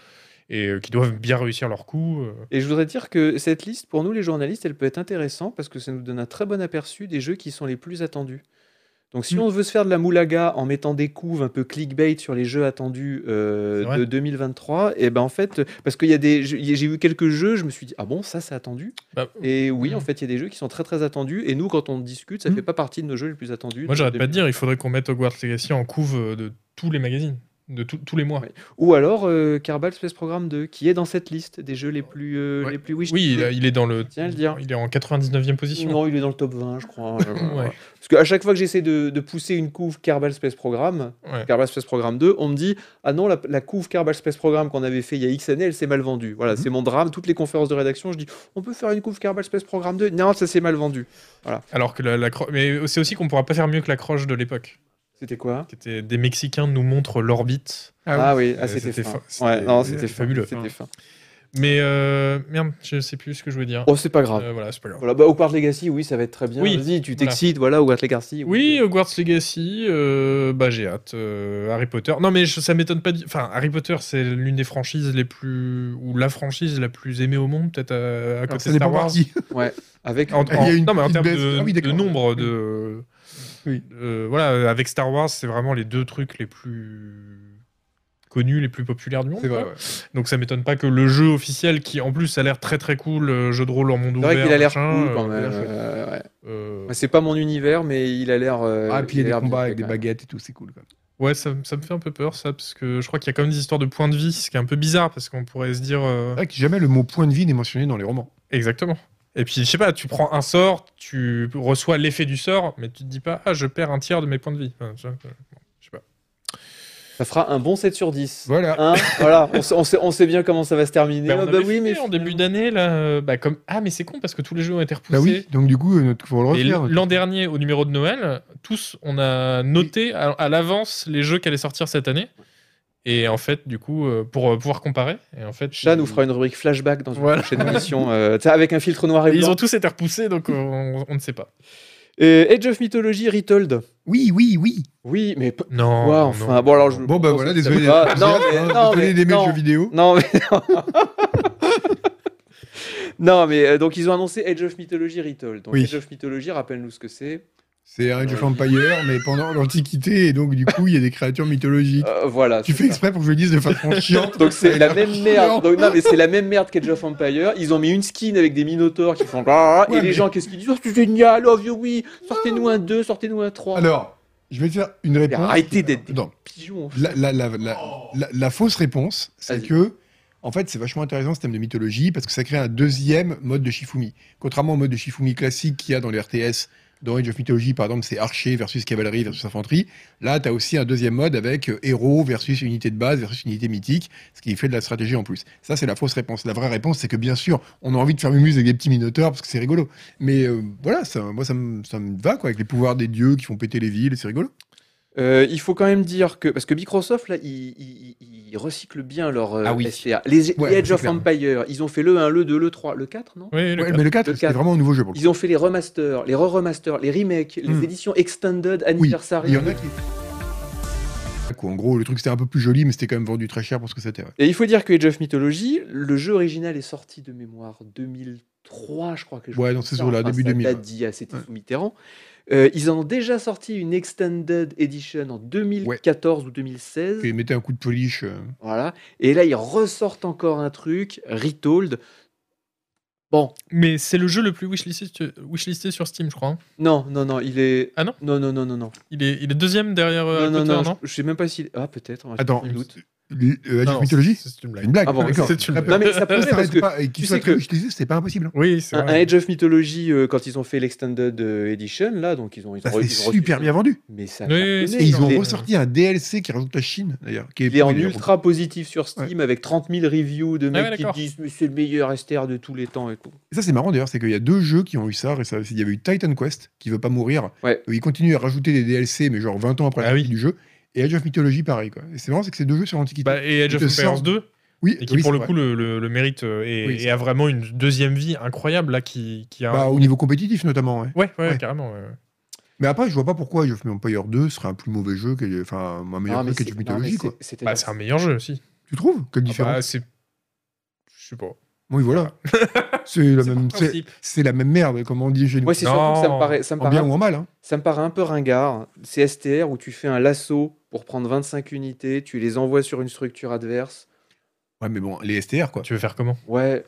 S3: et euh, qui doivent bien réussir leur coup. euh.
S1: Et je voudrais dire que cette liste, pour nous les journalistes, elle peut être intéressante parce que ça nous donne un très bon aperçu des jeux qui sont les plus attendus. Donc si
S3: Mm.
S1: on veut se faire de la moulaga en mettant des couves un peu clickbait sur les jeux attendus euh,
S3: C'est vrai.
S1: de 2023, et ben en fait, parce qu'il y a des, j'ai j'ai vu quelques jeux, je me suis dit ah bon ça c'est attendu.
S3: Bah,
S1: Et oui,
S3: Mm.
S1: en fait il y a des jeux qui sont très très attendus. Et nous quand on discute, ça
S2: Mm.
S1: fait pas partie de nos jeux les plus attendus.
S3: moi, j'arrête pas de
S1: 2023.
S3: dire, il faudrait qu'on mette Hogwarts Legacy en couve euh, de tous les magazines, de tout- tous les mois.
S1: Ouais. Ou alors euh, Kerbal Space Program 2, qui est dans cette liste des jeux les plus euh,
S2: Ouais.
S1: les plus wishlistés.
S3: Oui, il, il est dans le.
S1: Tiens à le dire.
S3: Il est en 99e position.
S1: Non, il est dans le top 20, je crois. Euh, voilà.
S3: Ouais.
S1: Parce qu'à chaque fois que j'essaie de, de pousser une couve Kerbal Space Program,
S3: Ouais.
S1: Kerbal Space Program 2, on me dit Ah non, la, la couve Kerbal Space Program qu'on avait fait il y a X années, elle s'est mal vendue. Voilà,
S2: Mhm.
S1: c'est mon drame. Toutes les conférences de rédaction, je dis On peut faire une couve Kerbal Space Program 2 Non, ça s'est mal vendu.
S3: Alors que la, la cro- mais c'est aussi qu'on pourra pas faire mieux que la croche de l'époque,
S1: C'était quoi
S3: qui était des Mexicains nous montrent l'orbite.
S1: ah oui, ah,
S3: Euh,
S1: c'était
S3: c'était
S1: fin.
S3: fa-
S1: Ouais,
S3: c'était-
S1: non, c'était
S3: c'était
S1: fin,
S3: fabuleux.
S1: C'était fin.
S3: Mais euh, merde, je sais plus ce que je voulais dire.
S1: Oh, c'est pas grave.
S3: Euh, voilà, c'est pas grave.
S1: Voilà, bah, Hogwarts Legacy, oui, ça va être très bien.
S3: Oui,
S1: Vas-y, tu
S3: voilà.
S1: t'excites, voilà, Hogwarts Legacy.
S3: Oui, Hogwarts Legacy, euh, bah j'ai hâte. euh, Harry Potter. Non mais je- ça m'étonne pas. du- Enfin, Harry Potter, c'est l'une des franchises les plus ou la franchise la plus aimée au monde, peut-être euh, à, à
S2: Alors,
S3: côté
S2: ça
S3: de Star
S2: dépend
S3: Wars.
S2: par qui.
S1: Avec.
S3: En,
S2: Il y a une
S3: non, mais en
S2: petite
S3: termes
S2: baisse.
S3: de,
S2: Ah oui,
S3: de
S2: d'accord.
S3: nombre de.
S2: Oui.
S3: Euh, voilà, avec Star Wars, c'est vraiment les deux trucs les plus connus, les plus populaires du monde.
S2: C'est vrai,
S3: quoi.
S2: ouais.
S3: Donc ça m'étonne pas que le jeu officiel, qui en plus a l'air très très cool, euh, jeu de rôle en monde
S1: C'est
S3: ouvert.
S1: vrai qu'il a l'air
S3: machin,
S1: cool quand
S3: euh,
S1: même.
S2: chouette.
S1: euh, ouais.
S3: euh,
S1: Ouais, C'est pas mon univers, mais il a l'air. euh,
S2: Ah, puis il y a
S1: l'air
S2: des
S1: bien
S2: combats
S1: fait,
S2: avec des
S1: quand même.
S2: baguettes et tout, c'est cool. quoi.
S3: Ouais, ça, me- ça me fait un peu peur, ça, parce que je crois qu'il y a quand même des histoires de points de vie, ce qui est un peu bizarre, parce qu'on pourrait se dire. euh,
S2: C'est vrai que jamais le mot point de vie n'est mentionné dans les romans.
S3: Exactement. Et puis, je sais pas, tu prends un sort, tu reçois l'effet du sort, mais tu te dis pas, ah, je perds un tiers de mes points de vie. Enfin, tu vois, euh, bon, je sais pas.
S1: Ça fera un bon 7 sur 10.
S2: Voilà.
S1: Hein voilà, on sait, on sait- on sait bien comment ça va se terminer.
S2: Ben,
S3: Bah,
S1: Ah
S3: on
S1: bah
S3: avait
S1: oui,
S3: fait
S1: mais
S3: en début d'année, là, euh, bah, comme. Ah, mais c'est con, parce que tous les jeux ont été repoussés.
S2: Bah oui, donc du coup, euh, notre- faut le
S3: Et
S2: refaire.
S3: l- l'an dernier, au numéro de Noël, tous, on a noté à, à l'avance les jeux qui allaient sortir cette année. Et en fait, du coup, euh, pour euh, pouvoir comparer. Et en fait,
S1: Chat
S3: ils-
S1: nous fera une rubrique flashback dans une
S3: Voilà.
S1: prochaine émission, euh, tu sais, avec un filtre noir et
S3: Ils
S1: blanc.
S3: ont tous été repoussés, donc on, on ne sait pas.
S1: Et Age of Mythology Retold.
S2: Oui, oui, oui.
S1: Oui, mais. p-
S3: Non.
S1: Ouais,
S3: non.
S1: enfin, bon, alors je.
S2: Bon, bah voilà, désolé.
S1: Ah,
S2: d'être
S1: non,
S2: enthousiaste,
S1: mais-
S2: hein,
S1: non,
S2: désolé
S1: mais-
S2: d'aimer le
S1: non.
S2: jeu vidéo.
S1: Non, mais. non, mais euh, donc ils ont annoncé Age of Mythology Retold. Donc
S2: Oui.
S1: Age of Mythology, rappelle-nous ce que c'est.
S2: C'est Age of Empire, mais pendant l'Antiquité, et donc du coup, il y a des créatures mythologiques.
S1: Euh, voilà.
S2: Tu
S1: c'est
S2: fais
S1: ça.
S2: exprès pour que je le dise de façon chiante.
S1: Donc c'est la même merde.
S2: Non.
S1: Donc, non mais c'est la même merde qu'Age of Empire. Ils ont mis une skin avec des minotaures qui font Ah, ah,
S2: Ouais,
S1: et les
S2: mais- Ah.
S1: gens qu'est-ce qu'ils disent oh, c'est génial, love you oui, sortez-nous un 2, sortez-nous un 3.
S2: Alors, je vais te faire une
S1: Mais
S2: réponse.
S1: arrêtez d'être des
S2: Non,
S1: pigeons.
S2: la, la- la- la- la- la fausse réponse, c'est
S1: Vas-y.
S2: que, en fait, c'est vachement intéressant ce thème de mythologie parce que ça crée un deuxième mode de Shifumi. Contrairement au mode de Shifumi classique qu'il y a dans les RTS, dans Age of Mythology, par exemple, c'est archer versus cavalerie versus infanterie. Là, tu as aussi un deuxième mode avec euh, héros versus unité de base versus unité mythique, ce qui fait de la stratégie en plus. Ça, c'est la fausse réponse. La vraie réponse, c'est que bien sûr, on a envie de faire mumuse avec des petits minotaures parce que c'est rigolo. Mais euh, voilà, ça, moi, ça me ça me va quoi, avec les pouvoirs des dieux qui font péter les villes, c'est rigolo.
S1: Euh, il faut quand même dire que parce que Microsoft là, ils, ils- ils- ils recyclent bien leur euh,
S2: Ah oui.
S1: SPA. Les,
S2: Ouais,
S1: les Age
S2: c'est
S1: of
S2: clair.
S1: Empire, ils ont fait le 1, le 2, le 3, le 4, non
S3: Oui, le
S2: Ouais,
S3: cas.
S2: mais le 4,
S1: Le
S2: c'est
S1: quatre.
S2: vraiment un nouveau jeu pour le coup.
S1: Ils ont fait les remasters, les re-remasters, les remakes, les
S2: Hmm.
S1: éditions extended,
S2: Oui,
S1: anniversary.
S2: il y en a qui. Quoi, en gros, le truc c'était un peu plus joli, mais c'était quand même vendu très cher pour ce que c'était. ouais.
S1: Et il faut dire que Age of Mythology, le jeu original est sorti de mémoire 2003, je crois que je
S2: Ouais, dans ces eaux-là, début
S1: ça
S2: 2000,
S1: date
S2: ouais.
S1: d'il y a- c'était
S2: Ouais.
S1: sous Mitterrand. Euh, ils en ont déjà sorti une extended edition en 2014 ou 2016.
S2: Puis ils mettaient un coup de polish. euh.
S1: Voilà. Et là, ils ressortent encore un truc, Retold. Bon,
S3: Mais c'est le jeu le plus wishlisté, wishlisté sur Steam, je crois. hein.
S1: non, non, non, il est.
S3: Ah non
S1: Non, non, non, non, non.
S3: Il est, il est deuxième derrière euh,
S1: non, non,
S3: Harry Potter,
S1: non, Bah,
S3: non,
S1: Je, je sais même pas s'il. Ah, peut-être. ouais,
S2: Attends,
S1: j'ai un doute.
S2: l- euh, Age
S3: Non,
S2: of
S3: non,
S2: Mythology
S3: C'est c'est une blague.
S2: Une blague.
S1: Ah bon,
S2: d'accord.
S3: C'est une
S2: Ah,
S3: blague.
S1: Non, mais ça
S2: Ça
S1: posait parce
S2: s'arrête
S1: que.
S2: pas, et qu'il
S1: tu
S2: soit
S1: sais que-
S2: très utilisé, c'était pas impossible. hein.
S3: Oui, c'est
S1: Un, un
S3: vrai.
S1: Age of Mythology, euh, quand ils ont fait l'Extended euh, Edition, là, donc ils ont. Ils ont
S2: Ça
S1: re-
S2: s'est
S1: ils ont reçu-
S2: super bien vendu.
S1: Mais ça.
S3: Oui,
S1: cartonnait,
S3: oui,
S2: Et ils ont
S1: il est-
S2: ressorti un DLC qui rajoute la Chine, d'ailleurs. qui est
S1: Il est en
S2: pourri, d'ailleurs.
S1: ultra positif sur Steam avec 30 000 reviews de mecs
S3: Ah ouais,
S1: qui
S3: d'accord.
S1: disent mais c'est le meilleur STR de tous les temps et tout.
S2: Et Ça, c'est marrant d'ailleurs, c'est qu'il y a deux jeux qui ont eu ça. récemment. Il y avait eu Titan Quest, qui veut pas mourir.
S1: Ouais.
S2: où Ils continuent à rajouter des DLC, mais genre 20 ans après la
S3: Ah oui.
S2: sortie du jeu. Et Age of Mythology, pareil. Quoi. Et c'est marrant, c'est que ces deux jeux sur l'Antiquité.
S3: Bah, et Age of
S2: Ils te
S3: Empires
S2: sortent-
S3: 2,
S2: oui,
S3: et qui
S2: oui,
S3: pour
S2: c'est
S3: le
S2: vrai.
S3: coup le, le- le mérite euh, et,
S2: Oui, c'est
S3: et a vraiment une deuxième vie incroyable là qui, qui a. un-
S2: Bah, au niveau compétitif notamment. ouais.
S3: ouais, ouais,
S2: ouais.
S3: carrément. ouais, ouais.
S2: Mais après, je vois pas pourquoi Age of Empire 2 serait un plus mauvais jeu, que, enfin un meilleur
S1: Non, mais
S2: jeu qu'Age
S1: c'est- non,
S2: of
S1: mais
S2: Mythology. Quoi.
S1: c'est- c'était-
S3: Bah, c'est un meilleur jeu aussi.
S2: Tu trouves
S3: Ah bah,
S2: Quelle différence
S3: c'est. Je sais pas.
S2: Oui, voilà. c'est la
S3: C'est
S2: même,
S3: par
S2: c'est,
S3: principe.
S2: c'est la même merde, comme on dit chez nous.
S1: Moi, c'est surtout que ça me
S3: Non.
S1: paraît, ça me
S2: en
S1: paraît,
S2: bien ou en mal. Hein.
S1: ça me paraît un peu ringard. C'est STR où tu fais un lasso pour prendre 25 unités, tu les envoies sur une structure adverse.
S2: Ouais, mais bon, les STR, quoi.
S3: Tu veux faire comment
S1: Ouais,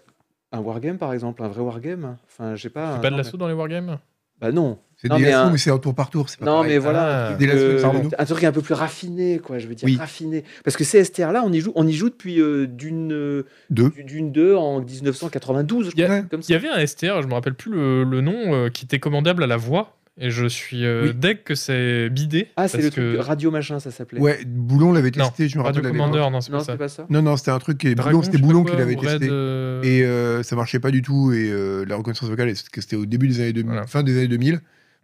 S1: un wargame par exemple, un vrai wargame. Enfin, j'ai pas.
S3: C'est
S1: un-
S3: pas de
S1: Ah, non,
S3: l'assaut dans les wargames
S1: mais- Bah non.
S2: C'est
S1: Non,
S2: des
S1: mais
S2: assauts,
S1: un-
S2: mais c'est un tour par tour. C'est pas
S1: Non,
S2: pareil.
S1: mais voilà.
S3: Ah.
S1: un,
S2: Des
S1: truc,
S2: lassos,
S1: euh,
S2: pardon.
S1: un truc un peu plus raffiné, quoi, je veux dire.
S2: Oui.
S1: Raffiné. Parce que ces STR-là, on y joue, on y joue depuis euh, d'une. euh,
S2: Deux.
S1: d'une 2 en 1992, je
S3: Il y a-
S1: crois, comme
S3: Il y
S1: ça.
S3: avait un STR, je me rappelle plus le, le nom, euh, qui était commandable à la voix. Et je suis euh,
S2: Oui.
S3: dès que c'est bidé.
S1: Ah, c'est le
S3: parce que-
S1: truc radio machin, ça s'appelait.
S2: Ouais, Boulon l'avait
S3: Non,
S2: testé, je me
S3: Radio
S2: rappelle. à l'époque.
S3: Commander, non, c'est
S1: Non,
S3: pas ça.
S1: c'était pas ça.
S2: Non, non, c'était un truc qui.
S3: Dragon,
S2: Boulon,
S3: je
S2: c'était
S3: sais pas
S2: Boulon
S3: quoi,
S2: qui l'avait
S3: ou Red,
S2: testé.
S3: euh,
S2: Et euh, ça marchait pas du tout. Et euh, la reconnaissance vocale, est- que c'était au début des années 2000,
S3: Voilà.
S2: fin des années 2000,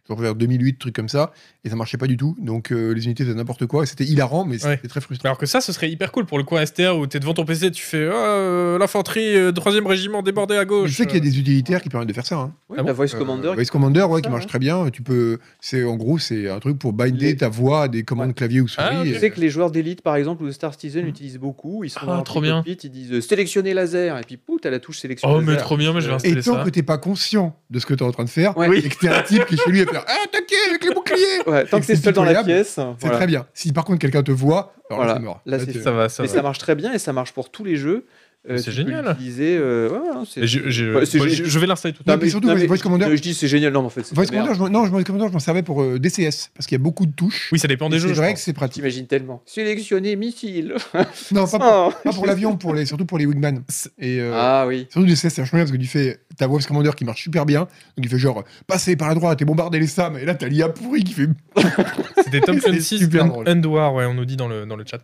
S2: genre vers 2008, truc comme ça. Et ça marchait pas du tout. Donc euh, les unités faisaient n'importe quoi. et C'était hilarant, mais c'était
S3: Ouais.
S2: très frustrant.
S3: Alors que ça, ce serait hyper cool pour le coup, un STR où t'es devant ton PC, tu fais Ah, euh, l'infanterie, euh, 3ème régiment débordé à
S2: Mais
S3: gauche. euh,
S2: Je sais qu'il y a des utilitaires qui permettent de faire ça. hein.
S1: Oui,
S3: Ah
S1: la
S3: bon
S1: Voice
S2: Euh,
S1: Commander.
S2: Voice Commander, ouais, qui
S1: ça,
S2: marche
S1: hein.
S2: très bien. Tu peux, c'est en gros, c'est un truc pour binder
S1: Les-
S2: ta voix à des commandes
S1: Ouais.
S2: clavier ou
S3: Ah,
S2: souris.
S3: ok.
S2: et-
S1: Tu sais que les joueurs d'élite, par exemple, ou de Star Citizen,
S2: Mhm.
S1: l'utilisent beaucoup. Ils sont
S3: Ah,
S1: dans leur
S3: trop
S1: petit
S3: bien.
S1: cockpit, ils disent euh, sélectionner laser, et puis pouf, t'as la touche sélection
S3: Oh,
S1: laser.
S3: mais trop bien, mais je vais
S1: Euh,
S3: installer
S2: Et tant
S3: ça.
S2: que t'es pas conscient de ce que t'es en train de faire,
S1: Ouais.
S2: et que t'es un type qui est chez lui à faire Ah, attaquez avec les boucliers
S1: Ouais, tant
S2: Et
S1: que c'est
S2: c'est
S1: seul dans la
S2: pitoyable,
S1: pièce.
S2: C'est
S1: voilà.
S2: très bien. Si par contre quelqu'un te voit, alors là,
S1: Voilà.
S2: c'est mort.
S1: Là, c'est
S2: t'es-
S3: Ça va, ça
S1: Mais
S3: va.
S1: ça marche très bien et ça marche pour tous les jeux. Euh,
S3: C'est
S1: tu peux
S3: génial.
S1: l'utiliser, euh, ouais, ouais, c'est-
S3: Et j'ai- j'ai-
S1: Ouais, c'est
S3: moi,
S1: génial.
S3: je je vais l'installer tout à
S2: Non,
S3: l'heure.
S2: mais surtout,
S1: non,
S2: Voice-
S1: mais- euh,
S2: Voice Commander,
S1: Je dis c'est génial, non, mais en fait, c'est
S2: Voice
S1: de la merde.
S2: Commander, je m'en- non, Voice Commander, je m'en servais pour euh, DCS, parce qu'il y a beaucoup de touches.
S3: Oui, ça dépend des
S2: Et
S3: jeux.
S2: c'est
S3: je
S2: vrai que
S3: pense.
S2: c'est pratique.
S1: T'imagines tellement. Sélectionner missile.
S2: Non, pas pour,
S1: Oh.
S2: pas pour l'avion, pour les, surtout pour les Wingman. Et, euh,
S1: Ah oui.
S2: Surtout DCS, c'est vachement bien parce que tu fais ta Voice Commander qui marche super bien. Donc il fait genre, passez par la droite et bombardez les SAM. Et là, t'as l'IA pourri qui fait.
S3: C'était Tom
S2: C'est
S3: Clancy's
S2: super
S3: End-
S2: drôle.
S3: End War, ouais, on nous dit dans le, dans le chat.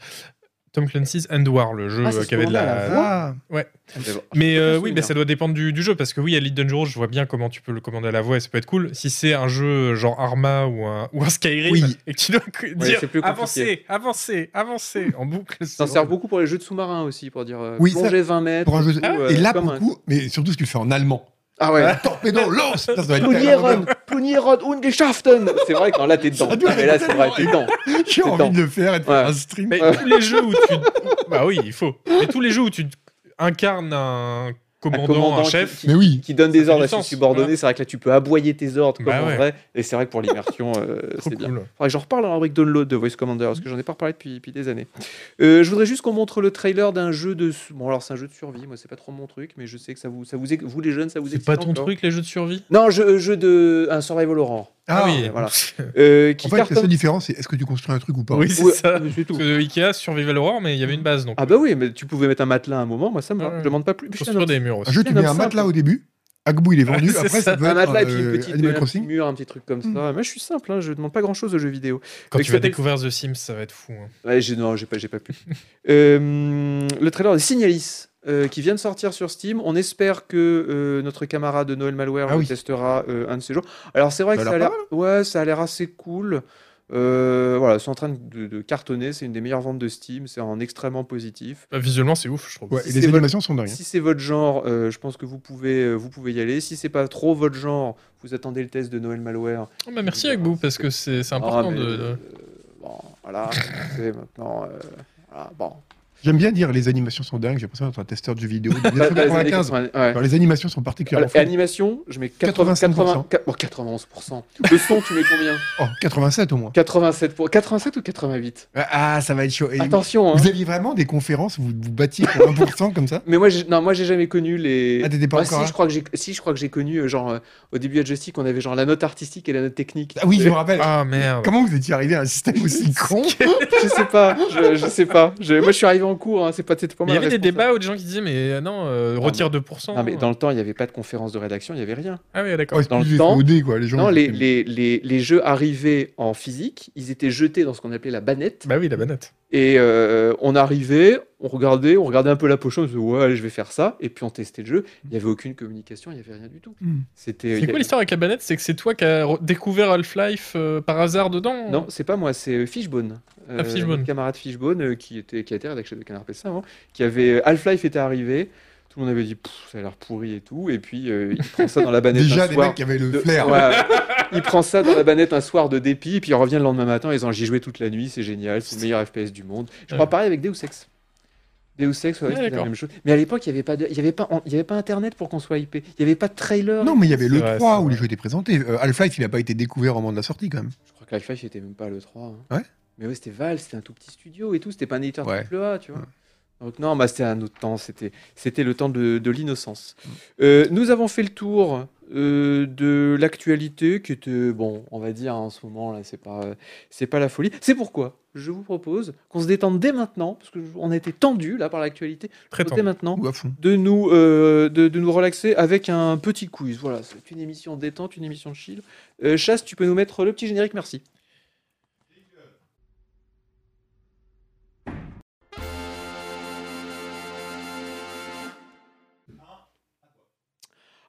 S3: Tom Clancy's End War, le jeu
S1: Ah, c'est
S3: euh,
S1: ce
S3: qui avait de
S1: qu'on a,
S3: la.
S1: là.
S3: Mais euh, oui,
S1: souvenir.
S3: mais ça doit dépendre du, du jeu parce que oui, à Lead Dangerous, je vois bien comment tu peux le commander à la voix et ça peut être cool. Si c'est un jeu euh, genre Arma ou un, ou un Skyrim
S2: Oui.
S3: et que tu dois que- dire
S1: c'est plus compliqué.
S3: avancez, avancez, avancez en boucle.
S1: Ça
S3: c'est
S1: sert
S3: horrible.
S1: beaucoup pour les jeux de sous-marins aussi, pour dire euh,
S2: Oui, ça-
S1: plonger 20 mètres.
S2: Pour un jeu de-
S1: tout, euh,
S2: et là,
S1: comme
S2: pour
S1: un-
S2: le coup, mais surtout ce que tu fais en allemand.
S1: Ah ouais.
S2: Torpedo, lance Ça, ça doit être tellement bien.
S1: Punieren, Punieren und geschaften. C'est vrai quand là t'es dedans.
S2: Ça doit
S1: Mais là c'est vrai, t'es dedans.
S2: J'ai envie
S1: dedans.
S2: de le faire et de faire
S1: Ouais.
S2: un stream.
S3: Mais
S1: Ouais.
S3: tous les jeux où tu. bah oui, il faut. Mais tous les jeux où tu incarnes un commandant, un,
S1: commandant qui-
S3: chef.
S1: qui-
S2: Mais oui,
S1: Qui donne des
S3: fait
S1: ordres
S3: du
S1: à ses
S3: sens,
S1: subordonnés,
S3: voilà.
S1: c'est vrai que là tu peux aboyer tes ordres comme
S3: Bah
S1: en
S3: ouais.
S1: vrai, et c'est vrai que pour l'immersion euh,
S3: Trop
S1: c'est bien.
S3: cool.
S1: Faudrait que j'en reparle dans la rubrique download de Voice Commander, parce que j'en ai pas reparlé depuis, depuis des années. Euh, je voudrais juste qu'on montre le trailer d'un jeu de. su- Bon, alors c'est un jeu de survie, moi c'est pas trop mon truc, mais je sais que ça vous. Ça vous ex- vous les jeunes, ça vous
S3: C'est
S1: excite
S3: pas ton
S1: encore.
S3: truc les jeux de survie
S1: Non, jeu, jeu de. Un survival horror.
S2: Ah,
S1: hein. voilà. Euh, qui
S2: En fait, la
S1: cartonne.
S2: seule différence, c'est est-ce que tu construis un truc ou pas
S3: Oui, c'est
S1: Ouais,
S3: ça.
S1: mais c'est tout.
S3: Parce que Ikea survivait l'aurore, mais il y avait une base donc. euh,
S1: Ah bah oui, mais tu pouvais mettre un matelas à un moment, moi ça me va.
S3: Ouais.
S1: Je demande pas plus. Puis,
S3: Construire des murs
S2: Un
S3: aussi.
S2: jeu, tu
S1: Un
S2: mets
S1: homme
S2: un
S1: simple.
S2: matelas au début. Agbou, il est vendu.
S3: Ouais, c'est
S2: Après, ça
S3: ça.
S2: peut
S1: un
S2: être
S1: matelas et puis une
S2: euh,
S1: petite
S2: Animal
S1: un petit
S2: Crossing.
S1: mur, un petit truc comme ça.
S2: Mm.
S1: Moi je suis simple, hein, je demande pas grand chose aux jeux vidéo.
S3: Quand
S1: Mais
S3: tu vas
S1: ça peut-
S3: découvrir The Sims, ça va être fou. hein.
S1: Ouais, j'ai, non, j'ai pas, j'ai pas pu. Euh, le trailer de Signalis. euh, qui vient de sortir sur Steam. On espère que euh, notre camarade Noël Malware
S2: Ah
S1: le
S2: oui.
S1: testera euh, un de ces jours. Alors c'est vrai
S2: Ça
S1: que
S2: a
S1: ça a
S2: l'air hein.
S1: l'air, ouais, ça a l'air assez cool. Euh, voilà, c'est en train de, de cartonner. C'est une des meilleures ventes de Steam. C'est en extrêmement positif.
S3: Bah, Visuellement, c'est ouf, je trouve.
S2: Ouais,
S1: Si
S2: et
S1: c'est
S2: les
S1: vol-
S2: animations sont dingues.
S1: Si c'est votre genre, euh, je pense que vous pouvez, euh, vous pouvez y aller. Si c'est pas trop votre genre, vous attendez le test de Noël Malware.
S3: Oh, bah, merci Agbou, parce que c'est c'est important
S1: Ah, mais,
S3: de- de...
S1: euh, bon, voilà. c'est maintenant. euh, voilà, bon.
S2: J'aime bien dire les animations sont dingues. J'ai l'impression d'être un testeur de jeux vidéo. de
S1: Dans les années
S2: 1995.
S1: 80, ouais.
S2: Alors, les animations sont
S1: Alors,
S2: particulièrement
S1: et
S2: folles.
S1: animation, je mets 80, 80,
S2: 85%.
S1: bon, 91%. Le son, tu mets combien
S2: Oh, 87 au moins.
S1: 87, pour, 87 ou 88
S2: Ah, ça va être chaud. Et
S1: Attention, hein.
S2: Vous aviez vraiment des conférences où vous vous battiez pour 1% comme ça
S1: Mais moi, j'ai- non, moi, j'ai jamais connu les.
S2: Ah, t'étais pas
S1: Moi,
S2: encore
S1: si,
S2: là
S1: je crois que j'ai, si, je crois que j'ai connu, euh, genre, euh, au début à Joystick, on avait genre la note artistique et la note technique.
S2: Ah oui, je me rappelle.
S3: Ah merde.
S2: Comment vous étiez arrivé à un système aussi con
S1: je sais pas, je, je sais pas. Je- moi, je suis arrivé en cours, hein, c'est pas, c'était pas
S3: Mais
S1: moi.
S3: il y
S1: la
S3: avait des
S1: responsable.
S3: débats où des gens qui disaient mais euh, non, euh, retire 2%.
S1: Non, Ah, mais dans le temps, il n'y avait pas de conférence de rédaction, il n'y avait rien.
S3: Ah oui, d'accord.
S2: Oh, c'est
S1: Dans
S2: plus
S1: le
S2: des
S1: temps-
S2: OD, quoi. Les gens,
S1: Non,
S2: ils
S1: les,
S2: étaient-
S1: les, les, les jeux arrivaient en physique, ils étaient jetés dans ce qu'on appelait la banette.
S3: Bah oui, la banette.
S1: Et euh, on arrivait, on regardait, on regardait un peu la pochon, on se disait ouais, allez, je vais faire ça. Et puis on testait le jeu. Il n'y avait aucune communication, il n'y avait rien du tout.
S2: Hmm.
S1: C'était. il y
S3: C'est
S1: a-
S3: quoi l'histoire avec la banette C'est que c'est toi qui as re- découvert Half-Life euh, par hasard dedans
S1: Non, c'est pas moi, c'est euh, Fishbone. Euh,
S3: Ah, Fishbone.
S1: notre camarade Fishbone euh, qui était qui a été rédacteur de Canard PC avant, qui avait euh, Half-Life était arrivé. Tout le monde avait dit Pff, ça a l'air pourri et tout. Et puis euh, il prend ça dans la banette
S2: Déjà,
S1: un
S2: des
S1: soir.
S2: mecs qui avaient le
S1: de-
S2: flair.
S1: ouais. il prend ça dans la banette un soir de dépit, et puis il revient le lendemain matin, ils ont j'y joué toute la nuit, c'est génial, c'est le meilleur FPS du monde. Je crois
S3: Ouais.
S1: pareil avec Deus Ex. Deus Ex, ouais,
S3: Ah,
S1: c'était la
S3: d'accord.
S1: même chose. Mais à l'époque, il n'y avait, pas de- il y avait, pas en- il y avait pas Internet pour qu'on soit hypé. Il n'y avait pas de trailer.
S2: Non, mais il y avait
S3: C'est
S2: le
S3: vrai,
S2: 3
S3: c'est
S2: où
S3: vrai.
S2: les jeux étaient présentés. Euh, Half-Life, il n'a pas été découvert au moment de la sortie, quand même.
S1: Je crois que Half-Life n'était même pas le 3. hein.
S2: Ouais.
S1: Mais ouais, c'était Valve, c'était un tout petit studio et tout, c'était pas un éditeur
S2: Ouais.
S1: AAA, tu vois.
S2: Ouais.
S1: Donc non, bah, c'était un autre temps, c'était, c'était le temps de, de l'innocence.
S2: Mm.
S1: Euh, nous avons fait le tour euh, de l'actualité qui était, bon, on va dire en ce moment, là, c'est pas, euh, c'est pas la folie. C'est pourquoi je vous propose qu'on se détende dès maintenant, parce qu'on a été tendu là par l'actualité,
S3: Très
S1: dès
S3: tendu.
S1: maintenant,
S2: Ou à fond.
S1: de nous, euh, de, de nous relaxer avec un petit quiz. Voilà, c'est une émission détente, une émission chill. Euh, Chasse, tu peux nous mettre le petit générique, merci.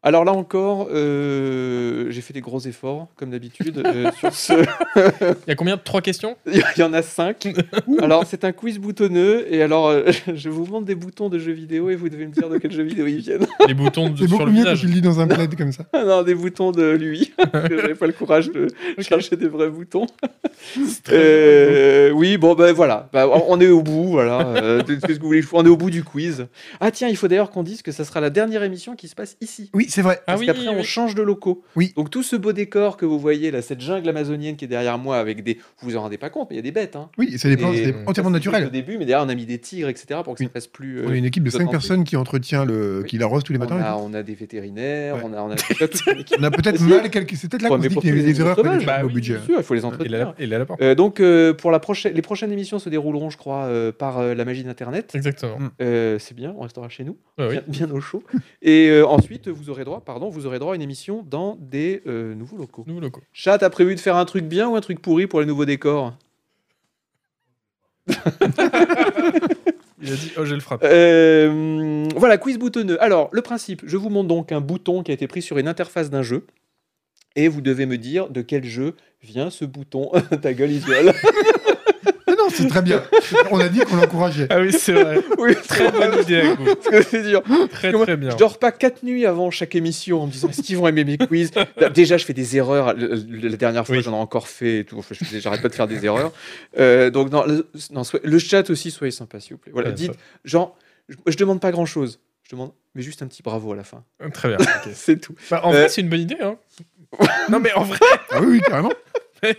S1: Alors là encore, euh, j'ai fait des gros efforts, comme d'habitude. euh, sur ce,
S3: Il y a combien de trois questions
S1: il y en a cinq. Alors c'est un quiz boutonneux, et alors euh, je vous montre des boutons de jeux vidéo et vous devez me dire de quel jeu vidéo ils viennent.
S3: Les boutons de-
S2: C'est
S3: sur
S2: beaucoup
S3: le
S2: mieux quand
S3: visage.
S2: tu le dis dans un plaid comme ça.
S1: non, des boutons de lui. parce que J'avais pas le courage de chercher des vrais boutons. Euh, oui, bon, ben voilà. Bah, on- on est au bout, voilà. Euh, de- de ce que vous voulez, On est au bout du quiz. Ah, tiens, il faut d'ailleurs qu'on dise que ça sera la dernière émission qui se passe ici.
S2: Oui, c'est vrai.
S3: Ah
S1: Parce
S3: oui,
S1: qu'après, on
S3: oui.
S1: change de locaux.
S2: Oui.
S1: Donc tout ce beau décor que vous voyez, là, cette jungle amazonienne qui est derrière moi avec des... Vous vous en rendez pas compte, mais il y a des bêtes. Hein.
S2: Oui, c'est des plantes,
S1: Et-
S2: c'est des- entièrement
S1: Ça, c'est Au
S2: naturel.
S1: début, mais derrière, on a mis des tirs, etc. pour que
S2: Oui.
S1: ça fasse plus... euh,
S2: On est une équipe de
S1: vous
S2: 5
S1: attendez.
S2: personnes qui entretient le,
S1: Oui.
S2: qui l'arrose tous les matins.
S1: on,
S2: et
S1: a,
S2: tout.
S1: on a des vétérinaires,
S2: Ouais.
S1: on a... On a on a toute une équipe.
S2: On a peut-être
S1: Si.
S2: mal calculé. C'est peut-être là
S1: Ouais,
S2: qu'on se
S1: mais
S2: dit
S1: pour
S2: qu'il y a eu
S1: tous les
S2: des erreurs
S1: animaux sauvages.
S2: quand même
S3: Bah
S2: au
S3: oui,
S2: budget.
S1: Bien sûr, il faut les
S3: Et
S1: entretenir.
S3: la, et la lapin.
S1: Euh, donc, euh, pour la prochaine, les prochaines émissions se dérouleront, je crois, euh, par euh, la magie d'Internet.
S3: Exactement.
S1: Euh, c'est bien, on restera chez nous,
S3: Ouais, Ah oui.
S1: bien, bien au chaud. Et euh, ensuite, vous aurez droit, pardon, vous aurez droit à une émission dans des euh, nouveaux locaux.
S3: Nous, locaux.
S1: Chat, t'as prévu de faire un truc bien ou un truc pourri pour les nouveaux décors
S3: Il a dit, oh, je le frappe.
S1: Euh, Voilà, quiz boutonneux. Alors, le principe, je vous montre donc un bouton qui a été pris sur une interface d'un jeu. Et vous devez me dire de quel jeu vient ce bouton. Ta gueule, Isuel.
S2: Non, non, c'est très bien. On a dit qu'on l'encourageait.
S3: Ah oui, c'est vrai.
S1: oui,
S3: Très bonne idée, Agbo.
S1: parce que c'est dur.
S3: Très,
S1: Comment-
S3: très bien.
S1: Je dors pas quatre nuits avant chaque émission en me disant est-ce qu'ils vont aimer mes quiz Déjà, je fais des erreurs. Le- le- La dernière fois,
S3: Oui.
S1: j'en ai encore fait et tout. Enfin, je- J'arrête pas de faire des erreurs. Euh, donc, non, le, non, soyez- le chat aussi, soyez sympa, s'il vous plaît. Voilà,
S3: Bien
S1: dites,
S3: sûr.
S1: genre, je, je demande pas grand chose. Je demande, mais juste un petit bravo à la fin.
S3: Très bien. ok.
S1: C'est tout.
S3: Bah, en
S1: Euh,
S3: vrai, c'est une bonne idée. Hein. non, mais en vrai.
S2: Ah oui, oui, carrément.
S1: J'ai
S2: C'est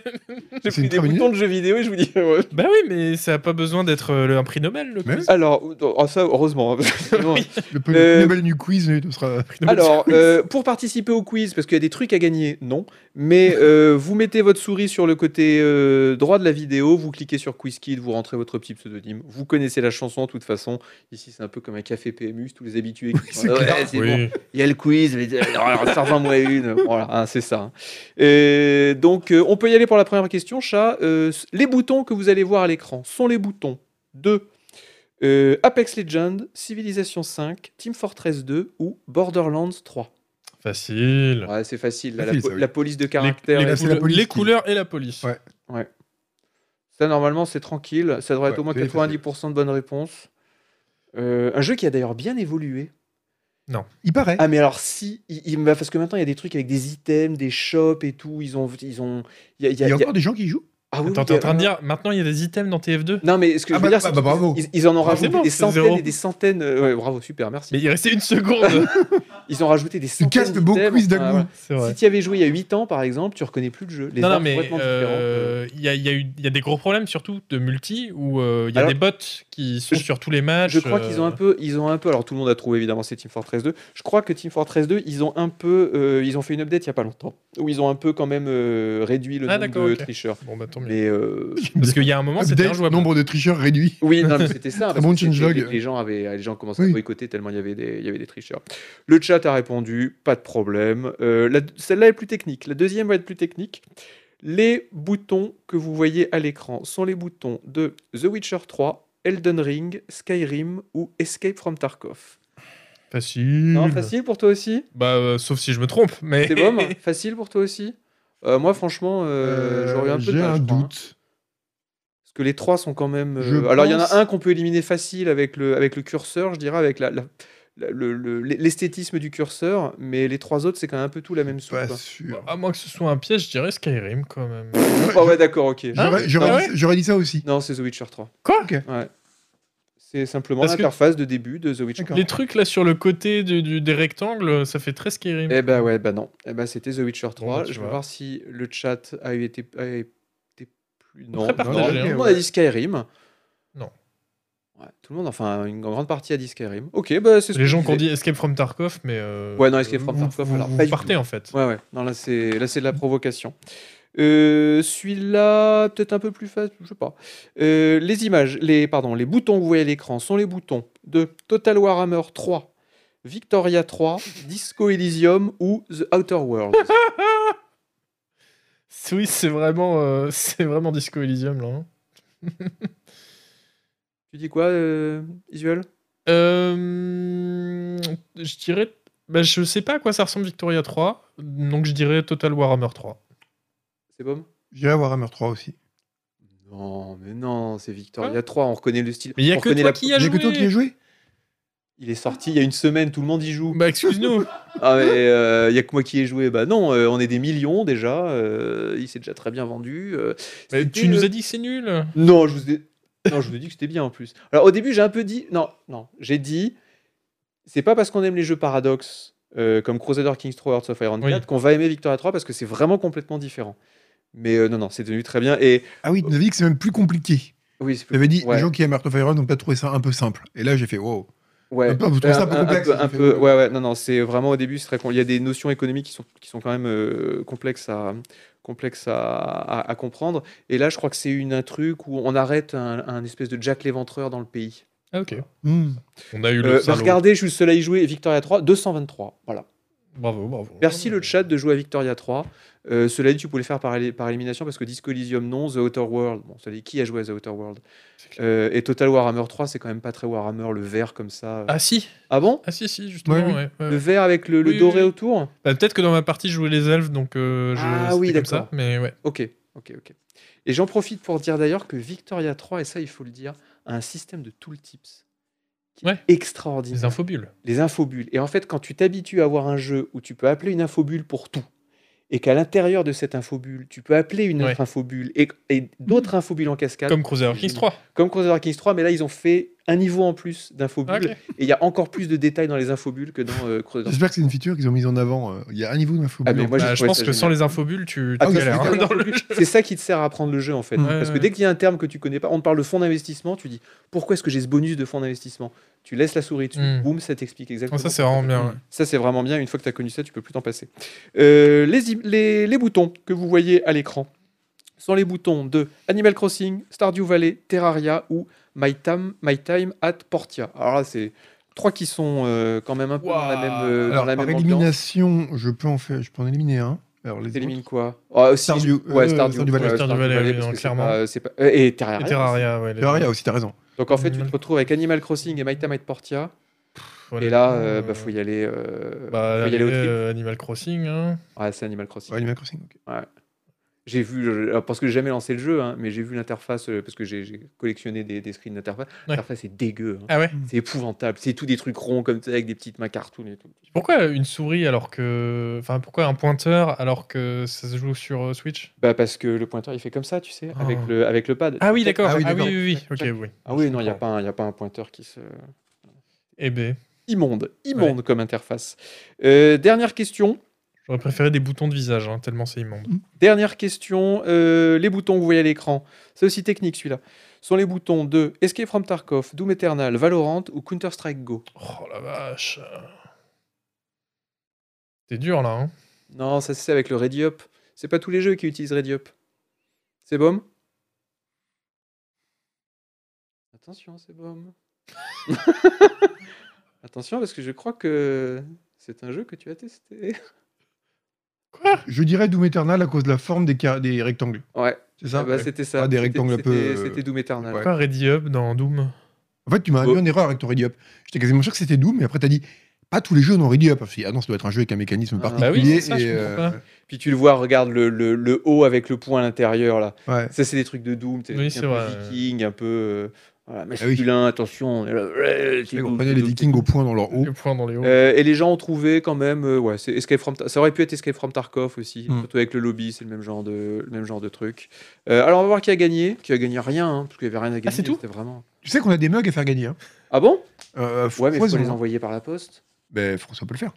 S2: une
S1: pris des
S2: très bonne
S1: boutons de jeux vidéo et je vous dis. ouais.
S3: Bah oui, mais ça a pas besoin d'être euh, le- un prix Nobel, le
S2: Mais
S3: quiz.
S1: Alors, oh, ça, heureusement. Sinon,
S2: Le peu-
S1: Euh,
S2: Nobel New Quiz, il sera.
S3: Prix Nobel,
S1: Alors, euh, pour participer au quiz, parce qu'il y a des trucs à gagner, non. Mais euh, vous mettez votre souris sur le côté euh, droit de la vidéo, vous cliquez sur QuizKid, vous rentrez votre petit pseudonyme. Vous connaissez la chanson, de toute façon. Ici, c'est un peu comme un café PMU, c'est tous les habitués. qui sont
S2: c'est
S1: là,
S2: clair.
S1: Ouais, c'est
S3: Oui. Eh,
S1: bon. Il y a le quiz, mais euh, servez moi une. Voilà, hein, c'est ça. hein. Et donc, euh, on peut y aller pour la première question, chat. Euh, s- les boutons que vous allez voir à l'écran sont les boutons de euh, Apex Legends, Civilization 5, Team Fortress 2 ou Borderlands 3.
S3: Facile.
S1: Ouais, c'est facile. là, la,
S2: Facile,
S1: po-
S2: ça, oui.
S1: la police de
S3: Les,
S1: caractère.
S3: les
S1: et
S2: là,
S1: tout.
S2: c'est la
S3: couleurs-
S2: police
S3: les
S2: qui-
S3: couleurs et la police.
S2: Ouais.
S1: Ça, normalement, c'est tranquille. Ça devrait être
S2: Ouais,
S1: au moins
S2: c'est facile.
S1: 90% de bonnes réponses. Euh, un jeu qui a d'ailleurs bien évolué.
S2: Il paraît.
S1: Ah mais alors si, il- il- parce que maintenant il y a des trucs avec des items, des shops et tout, ils ont, ils ont, il y a, il y a-
S2: Il y a
S1: il y a-
S2: encore des gens qui y jouent.
S1: Ah oui,
S3: Attends,
S1: oui,
S3: t'es en train de
S1: euh,
S3: dire, maintenant il y a des items dans TF2
S1: Non mais ce que je
S2: Ah,
S1: veux
S2: bah,
S1: dire,
S2: bah,
S1: c'est
S2: bah,
S1: qu'ils-
S2: bravo.
S1: Ils, ils en ont
S2: Bravo,
S1: rajouté
S3: bon,
S1: des
S3: Ah, c'est
S1: centaines
S3: zéro.
S1: et des centaines. euh, ouais, bravo, super, merci.
S3: Mais il restait une seconde.
S1: Ils ont rajouté des hein.
S2: Tu
S1: centaines.
S2: casses le beau
S1: d'items,
S2: quiz
S1: enfin,
S2: d'Agmou.
S1: ouais.
S3: c'est vrai.
S1: Si tu y avais joué il y a 8 ans, par exemple, tu reconnais plus le jeu. Les
S3: non, non,
S1: arts sont
S3: mais
S1: complètement différentes, euh.
S3: euh, il y, a, il y a eu- il y a des gros problèmes, surtout de multi, où euh, il y a
S1: Alors,
S3: des bots qui sont
S1: je-
S3: sur tous les matchs.
S1: Je crois
S3: euh,
S1: qu'ils ont un peu, ils ont un peu. Alors tout le monde a trouvé évidemment c'est Team Fortress 2. Je crois que Team Fortress 2, ils ont un peu, euh, ils ont fait une update il y a pas longtemps où ils ont un peu quand même euh, réduit le
S3: Ah,
S1: nombre de
S3: d'accord, ok.
S1: tricheurs.
S3: Bon, bah tant mieux.
S1: Mais euh,
S3: Parce qu'il y a un moment, c'était
S2: Update,
S3: injouable.
S2: nombre de tricheurs réduit.
S1: oui, non, mais c'était ça. parce
S2: bon
S1: que c'était-
S2: changelog.
S1: Les, les gens avaient, les gens commençaient à
S2: Oui.
S1: boycotter tellement il y avait des, il y avait des tricheurs. Le chat a répondu, pas de problème. Euh, la- Celle-là est plus technique. La deuxième va être plus technique. Les boutons que vous voyez à l'écran sont les boutons de The Witcher 3, Elden Ring, Skyrim ou Escape from Tarkov.
S3: Facile.
S1: Non, facile pour toi aussi
S3: Bah, euh, sauf si je me trompe, mais.
S1: C'est bon Facile pour toi aussi Euh, Moi, franchement, euh, j'aurais eu un peu de
S2: J'ai
S1: mal,
S2: un
S1: je crois, hein.
S2: doute.
S1: Parce que les trois sont quand même. euh,
S2: Je
S1: Alors, il y en
S2: pense-
S1: a un qu'on peut éliminer facile avec le, avec le curseur, je dirais, avec la. la- la- le- le- l'esthétisme du curseur, mais les trois autres, c'est quand même un peu tout la même soupe. hein.
S2: Pas sûr.
S3: À moins que ce soit un piège, je dirais Skyrim quand même.
S1: Ah ouais, d'accord, ok.
S2: J'aurais- J'aurais
S3: Ah
S2: dit- j'aurais dit ça aussi.
S1: Non, c'est The Witcher 3.
S3: Quoi
S1: Ouais. C'est simplement
S3: Parce que-
S1: l'interface de début de The Witcher 3.
S3: Les trucs là sur le côté du- du- des rectangles, ça fait très Skyrim.
S1: Eh ben ouais, bah non. Eh ben c'était The Witcher 3.
S3: bah, tu
S1: je vais
S3: vois.
S1: voir si le chat a eu été, a été plus. Non,
S3: Très
S1: non,
S3: partagé,
S1: tout le
S2: hein.
S1: monde a dit Skyrim.
S3: Non.
S1: Ouais, tout le monde, enfin une grande partie a dit Skyrim. Ok, bah c'est ce
S3: Les
S1: que je
S3: gens qui ont
S1: disais.
S3: dit Escape from Tarkov, mais. euh,
S1: Ouais, non, Escape from
S3: vous-
S1: Tarkov,
S3: vous-
S1: alors,
S3: vous
S1: pas du
S3: partez en fait.
S1: Ouais, ouais. Non, là c'est, là, c'est de la provocation. Euh, celui-là, peut-être un peu plus facile, je sais pas. Euh, les images, les, pardon, les boutons que vous voyez à l'écran sont les boutons de Total Warhammer 3, Victoria 3, Disco Elysium ou The Outer Worlds.
S3: Oui, c'est vraiment, euh, c'est vraiment Disco Elysium là. hein.
S1: Tu dis quoi, euh, Isuel
S3: Euh, je dirais. Bah, je sais pas à quoi ça ressemble Victoria 3, donc je dirais Total Warhammer 3.
S1: C'est bon
S2: J'irai voir Hammer 3 aussi.
S1: Non, mais non, c'est Victoria 3, on reconnaît le style.
S3: Mais il y a
S1: on
S3: que
S1: reconnaît
S3: toi
S1: la-
S3: qui y as
S2: J'ai que
S3: joué.
S2: toi qui y as joué.
S1: Il est sorti il y a une semaine, tout le monde y joue.
S3: Bah, excuse-nous.
S1: Ah, mais euh, il y a que moi qui ai joué. Bah non, euh, on est des millions déjà, euh, il s'est déjà très bien vendu. euh,
S3: Mais
S1: c'était,
S3: tu nous
S1: euh,
S3: as dit que c'est nul.
S1: Non, je vous ai... non, je vous ai dit que c'était bien en plus. Alors au début, j'ai un peu dit non, non, j'ai dit c'est pas parce qu'on aime les jeux paradoxes euh, comme Crusader Kings 3 Hearts of Iron
S3: Oui.
S1: 4 qu'on va aimer Victoria 3 parce que c'est vraiment complètement différent. Mais euh, non, non, c'est devenu très bien. Et
S2: Ah oui, tu nous avais dit que c'est même plus compliqué.
S1: oui, c'est
S2: Tu avais dit
S1: ouais.
S2: les gens qui aiment Art of Iron n'ont pas trouvé ça un peu simple. Et là, j'ai fait wow.
S1: Ouais.
S2: Un peu- vous trouvez ça un peu complexe,
S1: peu- Euh, un
S2: ça fait-
S1: peu- ouais, ouais, non, non, c'est vraiment au début, c'est très con- il y a des notions économiques qui sont, qui sont quand même euh, complexes, à, complexes à, à- à comprendre. Et là, je crois que c'est une, un truc où on arrête un, un espèce de Jack l'éventreur dans le pays.
S3: Ah, ok.
S2: Hmm.
S3: On a eu
S1: Euh,
S3: le. salaud.
S1: regardez, je suis le seul à y jouer, Victoria 3, 223. Voilà.
S3: Bravo,
S2: Oh.
S3: bravo.
S1: Merci le chat de jouer à Victoria 3. Euh, cela dit, tu pouvais le faire par, éli- par élimination parce que Disco Elysium non, The Outer World. Bon, cela dit, qui a joué à The Outer World
S3: C'est
S1: Euh, Et Total Warhammer 3, c'est quand même pas très Warhammer, le vert comme ça.
S3: Ah si,
S1: Ah bon
S3: ah si, si, justement.
S2: Ouais, oui.
S3: ouais, ouais.
S1: Le vert avec le, le
S3: Oui,
S1: doré
S3: oui.
S1: autour
S3: Bah, Peut-être que dans ma partie, je jouais les elfes, donc euh, je.
S1: Ah
S3: c'était
S1: oui,
S3: comme
S1: d'accord.
S3: ça, Mais ouais.
S1: Ok, ok, ok. Et j'en profite pour dire d'ailleurs que Victoria 3, et ça il faut le dire, a un système de tooltips qui est
S3: Ouais.
S1: extraordinaire.
S3: Les infobules.
S1: Les infobules. Et en fait, quand tu t'habitues à avoir un jeu où tu peux appeler une infobule pour tout, et qu'à l'intérieur de cette infobule, tu peux appeler une
S3: Ouais.
S1: autre infobule et, et d'autres infobules en cascade, comme,
S3: Comme Crusader Kings 3.
S1: Crusader Kings 3, mais là ils ont fait un niveau en plus
S3: Ah,
S1: d'infobules,
S3: ok.
S1: et il y a encore plus de détails dans les infobules que dans euh, Crusader Kings.
S2: J'espère que c'est une feature qu'ils ont mise en avant. euh, Il y a un niveau d'info.
S1: Ah, mais moi, j'ai
S3: Bah, je
S1: trouvé
S3: pense
S1: ça
S3: que sans
S1: génial.
S3: les infobules, tu,
S2: Ah
S3: tu
S2: oui,
S3: galères hein,
S2: c'est
S3: dans le jeu.
S1: C'est ça qui te sert à apprendre le jeu en fait.
S2: Ouais,
S1: Parce que
S3: Mm. ouais,
S1: dès qu'il y a un terme que tu connais pas, on te parle de fonds d'investissement, tu dis pourquoi est-ce que j'ai ce bonus de fonds d'investissement Tu laisses la souris dessus,
S3: Mm.
S1: boum, ça t'explique
S3: Oh,
S1: exactement.
S3: ça, c'est vraiment bien. ouais.
S1: Ça, c'est vraiment bien. Une fois que tu as connu ça, tu peux plus t'en passer. Euh, les, im- les- les boutons que vous voyez à l'écran sont les boutons de Animal Crossing, Stardew Valley, Terraria ou My Time, My Time at Portia. Alors là, c'est trois qui sont euh, quand même un peu dans la
S3: Ouah.
S1: même, euh, dans
S2: Alors,
S1: la
S2: par
S1: même ambiance.
S2: élimination, je peux en faire, je peux en éliminer un. Alors, les autres-
S1: T'élimines quoi Ah, aussi,
S2: Stardew,
S1: Ouais,
S2: euh,
S1: Stardew.
S2: Stardew Valley.
S1: Ouais,
S3: Stardew Valley, oui,
S1: parce
S3: non,
S1: que c'est
S3: clairement.
S1: pas- c'est pas- euh, et Terraria.
S3: Et Terraria, ouais. les-
S2: Terraria aussi, t'as raison.
S1: Donc en fait, tu
S3: Animal-
S1: te retrouves avec Animal Crossing et My Time at Portia.
S3: Voilà.
S1: Et là, euh, bah, faut y aller. euh,
S3: Bah,
S1: faut y aller au trip.
S3: euh, Animal Crossing. hein.
S1: Ouais, c'est Animal Crossing.
S2: Ouais, Animal Crossing. ok.
S1: J'ai vu, je- alors, parce que j'ai jamais lancé le jeu, hein, mais j'ai vu l'interface, euh, parce que j'ai j'ai collectionné des, des screens d'interface.
S3: Ouais.
S1: L'interface est dégueu. hein.
S3: Ah ouais
S1: C'est épouvantable. C'est tout des trucs ronds comme ça, avec des petites mains cartoon et tout.
S3: Pourquoi une souris alors que. Enfin, pourquoi un pointeur alors que ça se joue sur euh, Switch
S1: Bah, parce que le pointeur, il fait comme ça, tu sais, avec,
S3: Oh.
S1: le, avec le pad.
S3: Ah oui, d'accord.
S2: Ah
S3: Ah
S2: oui,
S3: oui,
S2: d'accord.
S3: oui, oui, Ok, oui.
S1: Ah oui, non, il n'y a,
S3: comprends.
S1: pas un- y a pas un pointeur qui se.
S3: Eh ben,
S1: Immonde, immonde comme interface. Euh, dernière question.
S3: j'aurais préféré des boutons de visage, hein, tellement c'est immonde.
S1: Dernière question, euh, les boutons que vous voyez à l'écran, c'est aussi technique celui-là, sont les boutons de Escape from Tarkov, Doom Eternal, Valorant ou Counter-Strike Go.
S3: Oh la vache. C'est dur là. Hein.
S1: Non, ça c'est avec le Ready Up. C'est pas tous les jeux qui utilisent Ready Up. C'est bom Attention, c'est bom. Attention, parce que je crois que c'est un jeu que tu as testé.
S2: Je dirais Doom Eternal à cause de la forme des, car- des rectangles.
S1: Ouais,
S2: C'est ça
S1: ah bah,
S2: Ouais.
S1: c'était ça.
S2: Ah, des
S1: C'était-
S2: rectangles un peu,
S1: c'était-
S2: euh,
S1: C'était Doom Eternal.
S2: ouais.
S3: Pourquoi Ready Up dans Doom
S2: En fait, tu m'as
S1: Oh.
S2: mis en erreur avec ton Ready Up. J'étais quasiment sûr que c'était Doom, mais après, t'as dit pas tous les jeux n'ont Ready Up. Je me suis dit, ah non, ça doit être un jeu avec un mécanisme
S1: Ah,
S2: particulier.
S1: bah
S3: oui, c'est ça, je
S2: et, euh,
S3: comprends
S1: Puis tu le vois, regarde le, le- le haut avec le point à l'intérieur là.
S2: ouais.
S1: Ça, c'est des trucs de Doom, c'est
S3: Oui,
S1: un
S3: c'est
S1: peu
S3: vrai.
S1: viking, un peu euh, voilà,
S2: Ah oui.
S1: masculin, attention. et là, ouais, c'est
S2: On
S1: Doom,
S2: prenait
S1: c'est
S2: les
S1: Doom,
S2: Vikings au point dans leur haut.
S3: Le point dans les hauts.
S1: c'est- Euh, et les gens ont trouvé quand même, euh, ouais, c'est Escape from, Ta- ça aurait pu être Escape from Tarkov aussi,
S2: Hmm.
S1: surtout avec le lobby, c'est le même genre de, le même genre de truc. Euh, alors on va voir qui a gagné, qui a gagné rien, hein, parce qu'il n'y avait rien à gagner.
S3: Ah, c'est tout
S1: c'était vraiment.
S2: Tu sais qu'on a des mugs à faire gagner. Hein.
S1: Ah bon
S2: Euh,
S1: Ouais, mais faut
S2: Froison.
S1: les envoyer par la poste.
S2: Ben, François peut le faire.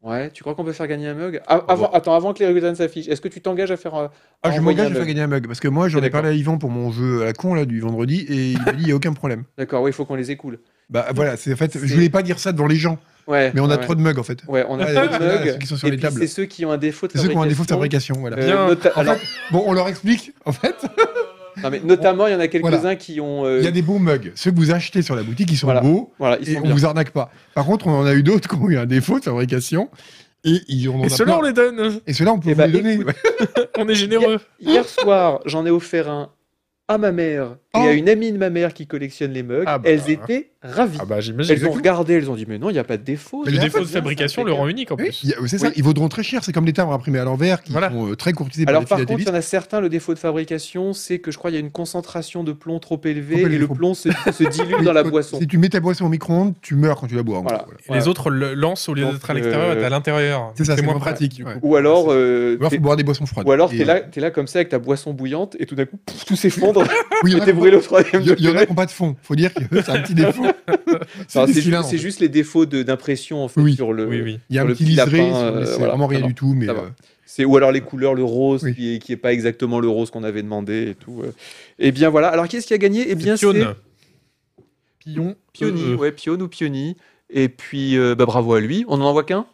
S1: Ouais, tu crois qu'on peut faire gagner un mug Ah,
S2: On va
S1: avant, Attends, avant que les résultats ne s'affichent, est-ce que tu t'engages à faire euh, un-
S2: Ah, je
S1: envoyer
S2: m'engage
S1: un
S2: à faire
S1: mug.
S2: gagner un mug parce que moi, j'en
S1: Ok,
S2: ai parlé à Yvan pour mon jeu à la con là du vendredi et il m'a dit il n'y a aucun problème.
S1: D'accord, oui, il faut qu'on les écoule.
S2: Bah voilà, c'est en fait, je
S1: C'est-
S2: voulais pas dire ça devant les gens,
S1: Ouais.
S2: mais on a
S1: ouais.
S2: trop de mugs en fait.
S1: Ouais, on a
S2: Ouais,
S1: trop
S2: voilà,
S1: de mugs.
S2: ceux qui sont sur
S1: et
S2: les
S1: puis,
S2: tables.
S1: c'est ceux qui ont un défaut de
S2: C'est ceux qui ont un défaut de
S1: fabrication.
S2: fabrication, voilà.
S1: Euh,
S3: Bien.
S1: nota-
S2: En
S1: alors,
S2: fait, bon, on leur explique. En fait,
S1: non, mais notamment, il y en a quelques-uns
S2: Voilà.
S1: qui ont. euh,
S2: il y a des beaux mugs. Ceux que vous achetez sur la boutique, ils sont
S1: Voilà.
S2: beaux
S1: Voilà, ils
S2: et
S1: sont
S2: on
S1: bien.
S2: vous arnaque pas. Par contre, on en a eu d'autres qui ont eu un défaut de fabrication et ils en ont
S3: Et ceux-là, on les donne.
S2: Et ceux-là, on peut
S1: Eh
S2: vous
S1: bah,
S2: les donner.
S1: écoute,
S2: Ouais.
S3: On est généreux.
S1: Hier soir, j'en ai offert un à ma mère et
S2: Oh.
S1: à une amie de ma mère qui collectionne les mugs.
S3: Ah bah.
S1: Elles étaient ravies.
S3: Ah bah, j'imagine.
S1: elles ont regardé, elles ont dit Mais non, il n'y a pas de défaut.
S2: Mais
S3: Le
S2: Là,
S3: défaut
S2: faut
S3: de fabrication le rend unique en
S2: Oui,
S3: plus.
S2: il y a- c'est ça,
S1: Oui.
S2: ils vaudront très cher. C'est comme les timbres imprimés à l'envers qui
S3: Voilà.
S2: sont euh, très courtisés par
S1: Alors,
S2: les
S1: par contre, il y
S2: philatélistes.
S1: en a certains, le défaut de fabrication, c'est que je crois qu'il y a une concentration de plomb trop élevée
S2: Trop
S1: et
S2: élevée,
S1: le
S2: faut-
S1: plomb se, se dilue
S2: Oui,
S1: dans la
S2: quand-
S1: boisson.
S2: Si tu mets ta boisson au micro-ondes, tu meurs quand tu la bois. en
S1: Voilà.
S2: gros, voilà.
S3: Et les autres le lancent au lieu
S1: Donc,
S3: d'être à l'extérieur,
S1: euh,
S3: t'es à l'intérieur.
S2: C'est ça, c'est moins pratique.
S3: du
S2: ouais.
S3: coup.
S1: Ou alors, euh,
S2: Ou alors,
S1: t'es-
S2: faut boire des boissons froides.
S1: ou alors
S2: Et,
S1: t'es là, t'es là comme ça avec ta boisson bouillante et tout d'un coup, pouf, tout s'effondre.
S2: Oui, il y en
S1: Mais
S2: a
S1: t'es
S2: qui ont
S1: trouver le troisième
S2: Il y, il y en
S1: degré.
S2: a qui n'ont pas de fond. faut dire que c'est un petit défaut.
S1: Enfin,
S2: des
S1: C'est ju-
S2: filins, en
S1: c'est
S2: fait.
S1: juste les défauts de- d'impression en fait,
S2: Oui,
S1: sur le.
S3: Oui, oui.
S2: Il y a un
S1: le
S2: petit
S1: petit
S2: liseré,
S1: lapin, euh,
S2: c'est
S1: voilà,
S2: vraiment rien
S1: ça
S2: du tout, mais
S1: ça va.
S2: euh,
S1: C'est ou alors les couleurs, le rose
S2: Oui.
S1: qui, est, qui est pas exactement le rose qu'on avait demandé et tout. euh. Et bien voilà. Alors qu'est-ce qui a gagné Et bien c'est
S3: Pionne. Pion.
S1: Pioni,
S3: euh,
S1: ouais, Pion ou Pioni. Et puis euh, bah, bravo à lui. On en envoie qu'un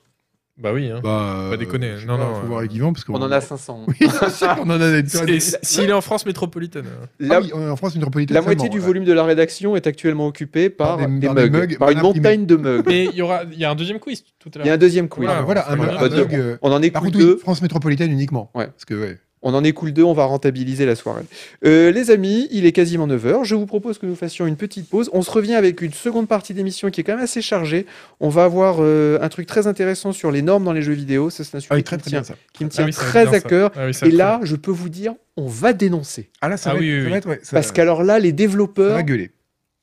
S3: Bah oui. hein.
S2: bah,
S3: Pas déconner,
S2: je sais
S3: non,
S2: pas,
S3: non,
S2: Faut
S3: euh,
S2: voir avec Yvan, parce qu'on
S1: On en a 500.
S2: Oui, je sais qu'on en a des tonnes.
S3: Et s- S'il est en France métropolitaine. euh,
S1: La,
S2: Ah oui, en France métropolitaine.
S1: la moitié du
S2: seulement,
S1: volume de la rédaction est actuellement occupée par,
S2: Par des-
S1: des,
S2: par des
S1: mugs,
S2: mugs
S1: par une
S2: mal imprimés.
S1: montagne de mugs.
S3: Mais il y aura, il y a un deuxième quiz tout
S1: Il
S3: à
S1: y a
S3: l'heure.
S1: un deuxième quiz.
S2: ouais. Ah, Voilà, un,
S3: Voilà.
S2: un
S1: Pas de-
S2: mug, euh,
S1: On en
S2: Par
S1: écoute
S2: contre,
S1: deux.
S2: oui, France métropolitaine uniquement.
S1: Ouais.
S2: Parce que, ouais.
S1: On en écoule deux, on va rentabiliser la soirée. Euh, les amis, il est quasiment 9h. Je vous propose que nous fassions une petite pause. On se revient avec une seconde partie d'émission qui est quand même assez chargée. On va avoir euh, un truc très intéressant sur les normes dans les jeux vidéo. Ça, c'est un
S2: Ah
S1: sujet
S2: oui,
S1: qui
S2: très
S1: me
S2: très
S1: tient,
S2: bien ça.
S1: qui me
S3: Ah
S1: tient
S3: oui, ça va être
S1: très
S3: bien,
S1: à
S3: ça.
S1: cœur.
S3: Ah oui, ça
S1: Et
S3: va être
S1: là, je peux vous dire, on va dénoncer.
S2: Ah là, ça
S3: Ah
S2: va
S3: oui,
S2: être-
S3: oui,
S2: ça
S3: oui.
S2: va être, ouais, ça-
S1: Parce qu'alors là, les
S2: ça
S1: développeurs,
S2: va gueuler.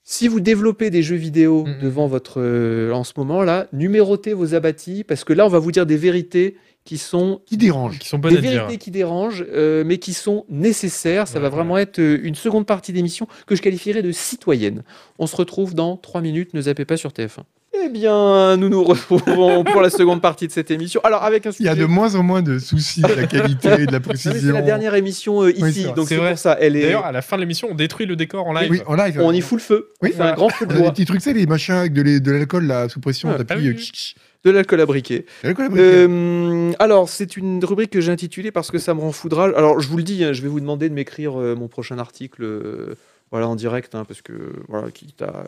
S1: si vous développez des jeux vidéo
S3: Mhm.
S1: devant votre euh, en ce moment là, numérotez vos abattis parce que là on va vous dire des vérités qui sont
S2: Qui dérange
S3: Qui sont bonnes
S1: des
S3: à dire.
S1: vérités qui dérangent euh, mais qui sont nécessaires. Ça
S3: Ouais,
S1: va vraiment être euh, une seconde partie d'émission que je qualifierais de citoyenne. On se retrouve dans 3 minutes, ne zappez pas sur TF1. Eh bien, nous nous retrouvons pour la seconde partie de cette émission. Alors avec un
S2: Il y
S1: sujet
S2: a de moins en moins de soucis de la qualité et de la
S1: Non, mais
S2: précision.
S1: c'est la dernière émission euh, ici,
S2: Oui, c'est vrai.
S1: donc
S3: C'est
S1: c'est
S3: vrai.
S1: pour ça. Elle est,
S3: D'ailleurs, à la fin de l'émission, on détruit le décor en live.
S2: Oui, en live.
S1: on
S2: ouais.
S1: y fout le feu.
S2: Oui,
S1: c'est
S2: voilà.
S1: un grand feu
S2: On
S1: de
S2: a des
S1: bois,
S2: petits trucs, c'est les machins avec de l'é- de l'alcool là, sous pression,
S1: Ah,
S2: t'appuies,
S3: Ah oui,
S2: euh,
S3: oui,
S2: tch,
S3: oui.
S1: de l'alcool à briquet.
S2: l'alcool à briquet.
S1: Euh, alors, c'est une rubrique que j'ai intitulée parce que ça me rend foudrage. Alors, je vous le dis, hein, je vais vous demander de m'écrire euh, mon prochain article euh, voilà, en direct, hein, parce que voilà, quitte à,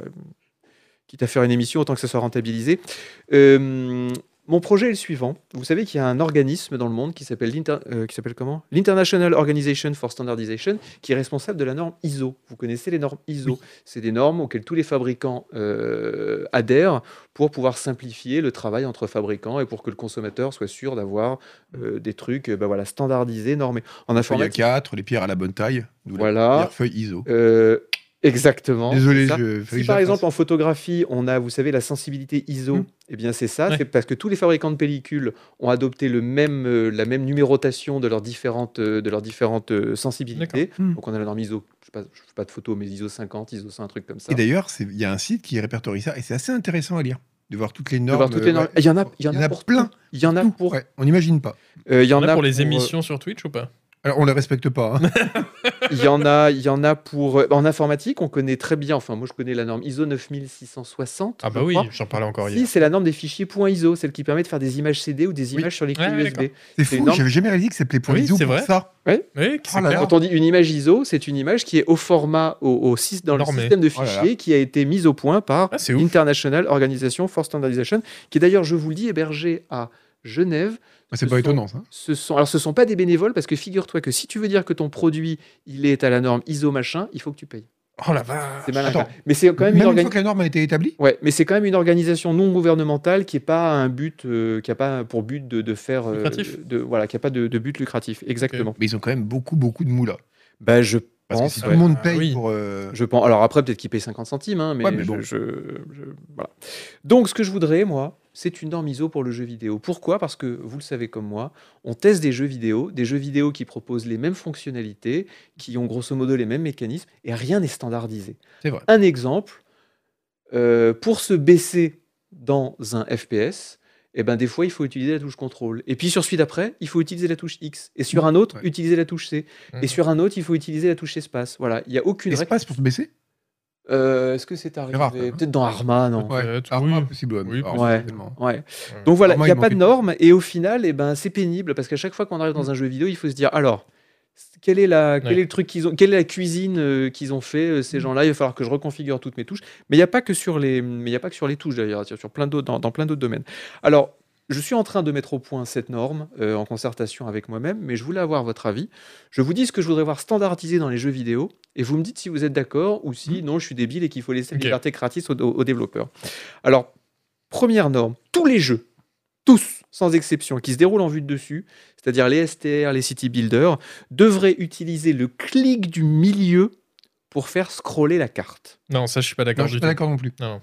S1: quitte à faire une émission, autant que ça soit rentabilisé. Euh, mon projet est le suivant. Vous savez qu'il y a un organisme dans le monde qui s'appelle l'Inter- euh, qui s'appelle comment l'International Organization for Standardization, qui est responsable de la norme ISO. Vous connaissez les normes ISO C'est des normes auxquelles tous les fabricants euh, adhèrent pour pouvoir simplifier le travail entre fabricants et pour que le consommateur soit sûr d'avoir
S2: Mm.
S1: euh, des trucs euh, bah voilà, standardisés, normés. En
S2: Il y a
S1: informatique,
S2: 4, les pierres à la bonne taille. d'où la
S1: Voilà.
S2: première Feuille ISO.
S1: euh, exactement.
S2: Désolé,
S1: c'est ça.
S2: je.
S1: Si
S2: fallait que
S1: par
S2: je la
S1: exemple en photographie, on a, vous savez, la sensibilité ISO,
S2: Mm.
S1: eh bien c'est ça,
S3: Hum. Ouais.
S1: c'est parce que tous les fabricants de pellicules ont adopté le même, euh, la même numérotation de leurs différentes, euh, de leurs différentes euh, sensibilités.
S2: D'accord.
S3: Hum.
S2: Mm.
S1: Donc on a la norme ISO, je ne fais pas de photo, mais ISO 50, ISO 100, un truc comme ça.
S2: Et d'ailleurs, c'est- il y a un site qui répertorie ça et c'est assez intéressant à lire. De voir toutes les
S1: De
S2: normes. euh,
S1: voir toutes les normes.
S2: ouais.
S1: Il y en a, il y en a, pour
S2: plein.
S1: tout. Il y en a
S2: tout.
S1: pour.
S2: Ouais, on n'imagine pas.
S1: euh, il y
S3: On
S1: en a
S3: pour les
S1: euh,
S3: émissions sur Twitch ou pas
S2: Alors, on ne les respecte pas. hein.
S1: Il y en a, il y en a pour. euh, En informatique, on connaît très bien. Enfin, moi, je connais la norme ISO 9660.
S3: Ah
S1: je
S3: bah oui,
S1: crois.
S3: j'en parlais encore
S1: Si,
S3: hier.
S1: c'est la norme des fichiers .ISO, celle qui permet de faire des images CD ou des
S2: Oui.
S1: images sur les clés
S3: Ouais, ouais,
S1: USB.
S3: d'accord.
S2: C'est
S1: C'est
S2: fou,
S1: énorme.
S2: j'avais jamais réalisé que ça s'appelait point
S3: Oui,
S2: ISO
S3: c'est
S2: pour
S3: vrai.
S2: ça.
S3: Oui, c'est
S2: Oh là
S3: clair.
S2: là.
S1: Quand on dit une image ISO, c'est une image qui est au format, au, au sys- dans le
S3: Normé.
S1: système de
S2: Oh là
S1: fichiers qui a été mise au point par
S3: Ah, c'est ouf.
S1: International Organization for Standardization, qui est d'ailleurs, je vous le dis, hébergée à Genève.
S2: Bah, C'est
S1: Ce
S2: pas
S1: sont-
S2: étonnant, ça.
S1: Ce sont, alors, ce sont pas des bénévoles parce que figure-toi que si tu veux dire que ton produit il est à la norme ISO machin, il faut que tu payes.
S3: Oh la vache.
S1: C'est malin.
S2: Attends.
S1: Mais c'est quand même,
S2: Même
S1: une
S2: une
S1: organisation.
S2: fois que la norme a été établie,
S1: Ouais, mais c'est quand même une organisation non gouvernementale qui n'est pas un but, euh, qui a pas pour but de, de faire euh,
S3: Lucratif.
S1: de voilà, qui a pas de, de but lucratif, exactement.
S2: mais ils ont quand même beaucoup, beaucoup de moulas.
S1: Bah je
S2: Parce que
S1: pense,
S2: si
S1: ouais.
S2: tout le monde
S3: Ah
S2: paye
S3: oui.
S2: pour. euh,
S1: je pense. Alors après peut-être qu'ils payent 50 centimes, hein, mais,
S2: Ouais, mais
S1: je-
S2: bon.
S1: je, je- voilà. Donc ce que je voudrais moi, c'est une norme ISO pour le jeu vidéo. Pourquoi Parce que vous le savez comme moi, on teste des jeux vidéo, des jeux vidéo qui proposent les mêmes fonctionnalités, qui ont grosso modo les mêmes mécanismes, et rien n'est standardisé.
S2: C'est vrai.
S1: Un exemple, euh, pour se baisser dans un FPS, eh ben, des fois, il faut utiliser la touche contrôle. Et puis sur celui d'après, il faut utiliser la touche X. Et sur un autre,
S2: Ouais. Mm.
S1: utiliser la touche C.
S3: Mhm.
S1: Et sur un autre, il faut utiliser la touche espace. Voilà, il n'y a aucune règle.
S2: Espace pour se baisser
S1: Euh, Est-ce que c'est arrivé
S2: rare, quand même, hein.
S1: Peut-être dans Arma, non
S3: Peut-être,
S2: Ah,
S3: Euh, oui.
S2: ah, possible, ouais.
S3: Oui,
S2: Alors,
S1: possible.
S2: certainement.
S1: Ouais.
S3: Ouais.
S1: Donc voilà, il
S2: Arma,
S1: n'y a
S2: il
S1: pas de
S2: manquait.
S1: normes et au final, eh ben, c'est pénible parce qu'à chaque fois qu'on arrive dans un jeu vidéo, il faut se dire alors, quelle est la, quel
S3: Ouais.
S1: est le truc qu'ils ont, quelle est la cuisine euh, qu'ils ont fait euh, ces gens-là Il va falloir que je reconfigure toutes mes touches. Mais il n'y a pas que sur les, mais il y a pas que sur les touches d'ailleurs, sur sur plein d'autres, dans, dans plein d'autres domaines. Alors. Je suis en train de mettre au point cette norme euh, en concertation avec moi-même, mais je voulais avoir votre avis. Je vous dis ce que je voudrais voir standardisé dans les jeux vidéo, et vous me dites si vous êtes d'accord ou si non, je suis débile et qu'il faut laisser
S3: Ok.
S1: la liberté gratis aux- aux développeurs. Alors, première norme, tous les jeux, tous, sans exception, qui se déroulent en vue de dessus, c'est-à-dire les STR, les City Builders, devraient utiliser le clic du milieu pour faire scroller la carte.
S3: Non, ça, je suis pas
S2: Non,
S3: d'accord
S2: je suis
S3: du
S2: pas
S3: tout.
S2: d'accord non plus.
S3: Non.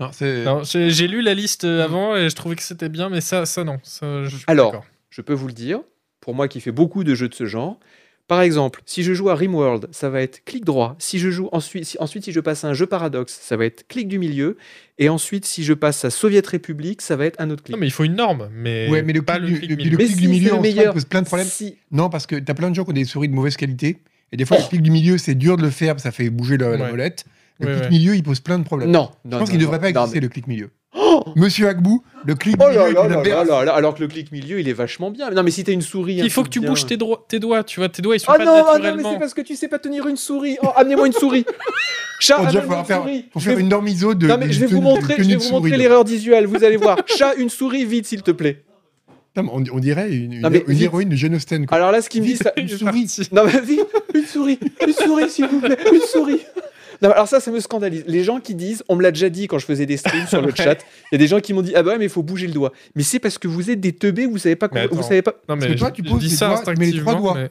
S2: Non, c'est.
S3: Non, j'ai j'ai lu la liste euh, avant et je trouvais que c'était bien, mais ça, ça non. Ça, je suis pas
S1: Alors,
S3: d'accord.
S1: Je peux vous le dire, pour moi qui fais beaucoup de jeux de ce genre, Par exemple, si je joue à Rimworld, ça va être clic droit. Si je joue ensuite, si, ensuite si je passe à un jeu paradoxe, ça va être clic du milieu. Et ensuite, si je passe à Soviet République, ça va être un autre clic.
S3: Non, mais il faut une norme, mais,
S2: Ouais, mais le
S3: pas
S2: clic du,
S3: clic
S2: le-
S3: milieu.
S2: le
S1: Mais
S2: clic
S1: si,
S2: du
S1: c'est
S2: milieu
S1: le
S2: en
S1: meilleur.
S2: soi pose plein de problèmes.
S1: Si-
S2: Non, parce que t'as plein de gens qui ont des souris de mauvaise qualité. Et des fois, le clic du milieu, c'est dur de le faire, ça fait bouger la, la
S3: Ouais.
S2: molette. Le
S3: Ouais,
S2: clic
S3: ouais.
S2: milieu, il pose plein de problèmes.
S1: Non,
S2: Je pense qu'il ne devrait pas exister, le clic milieu.
S1: Oh
S2: Monsieur Agbou, le clic
S1: Oh
S2: milieu,
S1: là
S2: il
S1: là
S2: nous la
S1: là là
S2: berce.
S1: là là, alors que le clic milieu, il est vachement bien. Non, mais si t'as une souris. un
S3: Il faut
S1: truc
S3: que tu
S1: bien-
S3: bouges tes, dro- tes doigts, tu vois, tes doigts ils sont
S1: Oh
S3: pas
S1: non, ah non, mais
S3: naturellement.
S1: c'est parce que tu sais pas tenir une souris. Oh, amenez-moi une souris. Chat,
S2: Oh, déjà, faut
S1: amenez-moi une
S2: leur faire,
S1: souris.
S2: faut
S1: Je
S2: faire
S1: vais-
S2: une norme ISO de.
S1: Non, mais je vais vous montrer, je vais vous montrer l'erreur visuelle. Vous allez voir. Chat, une souris, vite, s'il te plaît.
S2: On, on dirait une, une-
S1: Non, mais Ah.
S2: une
S1: vite.
S2: héroïne de Jane Austen. quoi.
S1: Alors là, ce qui me dit, ça,
S2: Une souris.
S1: Non, mais vite, une souris, une souris, s'il vous plaît, une souris. Non, mais alors ça, ça me scandalise. Les gens qui disent, on me l'a déjà dit quand je faisais des streams sur le
S3: Ouais.
S1: chat, il y a des gens qui m'ont dit, ah bah ouais, mais il faut bouger le doigt. Mais c'est parce que vous êtes des teubés, vous savez pas.
S3: Mais
S1: Vous
S3: attends.
S1: savez pas...
S3: Non, mais
S2: que toi,
S3: je-
S2: tu
S3: je
S2: poses
S3: dis
S2: tes
S3: ça
S2: doigts, tu mets les trois
S3: instinctivement,
S2: doigts.
S3: mais-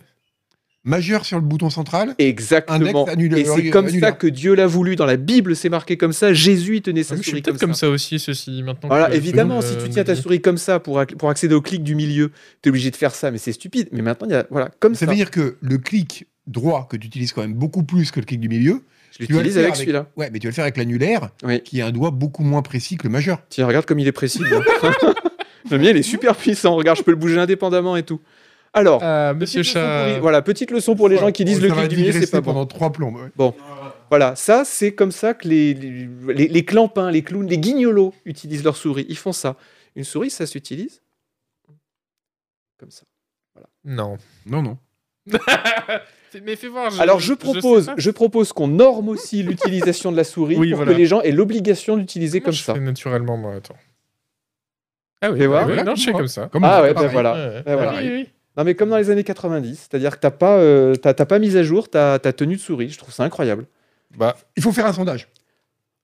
S2: Majeur sur le bouton central.
S1: Exactement.
S2: Index, annule-
S1: Et c'est
S2: annule-
S1: comme ça
S2: annulaire.
S1: que Dieu l'a voulu. Dans la Bible, c'est marqué comme ça. Jésus il tenait sa
S3: Ah, mais Je suis
S1: souris
S3: peut-être
S1: comme,
S3: comme
S1: ça.
S3: ça aussi, ceci dit, maintenant.
S1: Voilà,
S3: que-
S1: évidemment,
S3: que,
S1: si
S3: euh,
S1: tu tiens ta souris comme ça pour, acc- pour accéder au clic du milieu, t'es obligé de faire ça, mais c'est stupide. Mais maintenant, il y a, voilà, comme
S2: Ça
S1: ça,
S2: veut dire que le clic droit que tu utilises quand même beaucoup plus que le clic du milieu.
S1: je
S2: tu vas le
S1: l'utilise
S2: faire
S1: avec
S2: avec-
S1: celui-là.
S2: Ouais, mais tu vas le faire avec l'annulaire,
S1: Oui.
S2: qui a un doigt beaucoup moins précis que le majeur.
S1: Tiens, regarde comme il est précis. le mien. le mien, il est super puissant. Regarde, je peux le bouger indépendamment et tout. Alors,
S2: Euh,
S3: Ah,
S1: petite
S3: monsieur
S1: leçon pour les-
S3: Chat.
S1: voilà, petite leçon pour les gens qui disent
S2: Ça
S1: le
S2: va
S1: clic du milieu, c'est
S2: digresser
S1: pas bon.
S2: pendant trois plombes. ouais.
S1: Voilà, ça, c'est comme ça que les, les, les- les clampins, les clowns, les guignolos utilisent leur souris. Ils font ça. Une souris, ça s'utilise comme ça.
S3: Non.
S2: Non, non.
S3: Ah, Mais fais voir.
S1: Alors, je
S3: sais
S1: propose,
S3: pas.
S1: je, propose qu'on norme aussi l'utilisation de la souris
S3: Oui,
S1: pour
S3: voilà.
S1: que les gens aient l'obligation d'utiliser
S3: Moi,
S1: comme
S3: je
S1: ça.
S3: fais naturellement, moi, attends. Ah oui,
S1: Fais voir.
S3: bah oui,
S2: Voilà,
S3: non, je fais
S2: comme
S3: comme ça.
S2: Comme
S1: Ah
S2: on
S1: ouais,
S2: fait
S1: ben
S2: pareil.
S1: voilà.
S3: Ouais.
S1: Ben voilà.
S3: Ah oui, oui.
S1: Non, mais comme dans les années 90, c'est-à-dire que t'as pas, euh, t'as t'as pas mis à jour ta, ta tenue de souris. Je trouve ça incroyable.
S3: Bah,
S2: Il faut faire un sondage.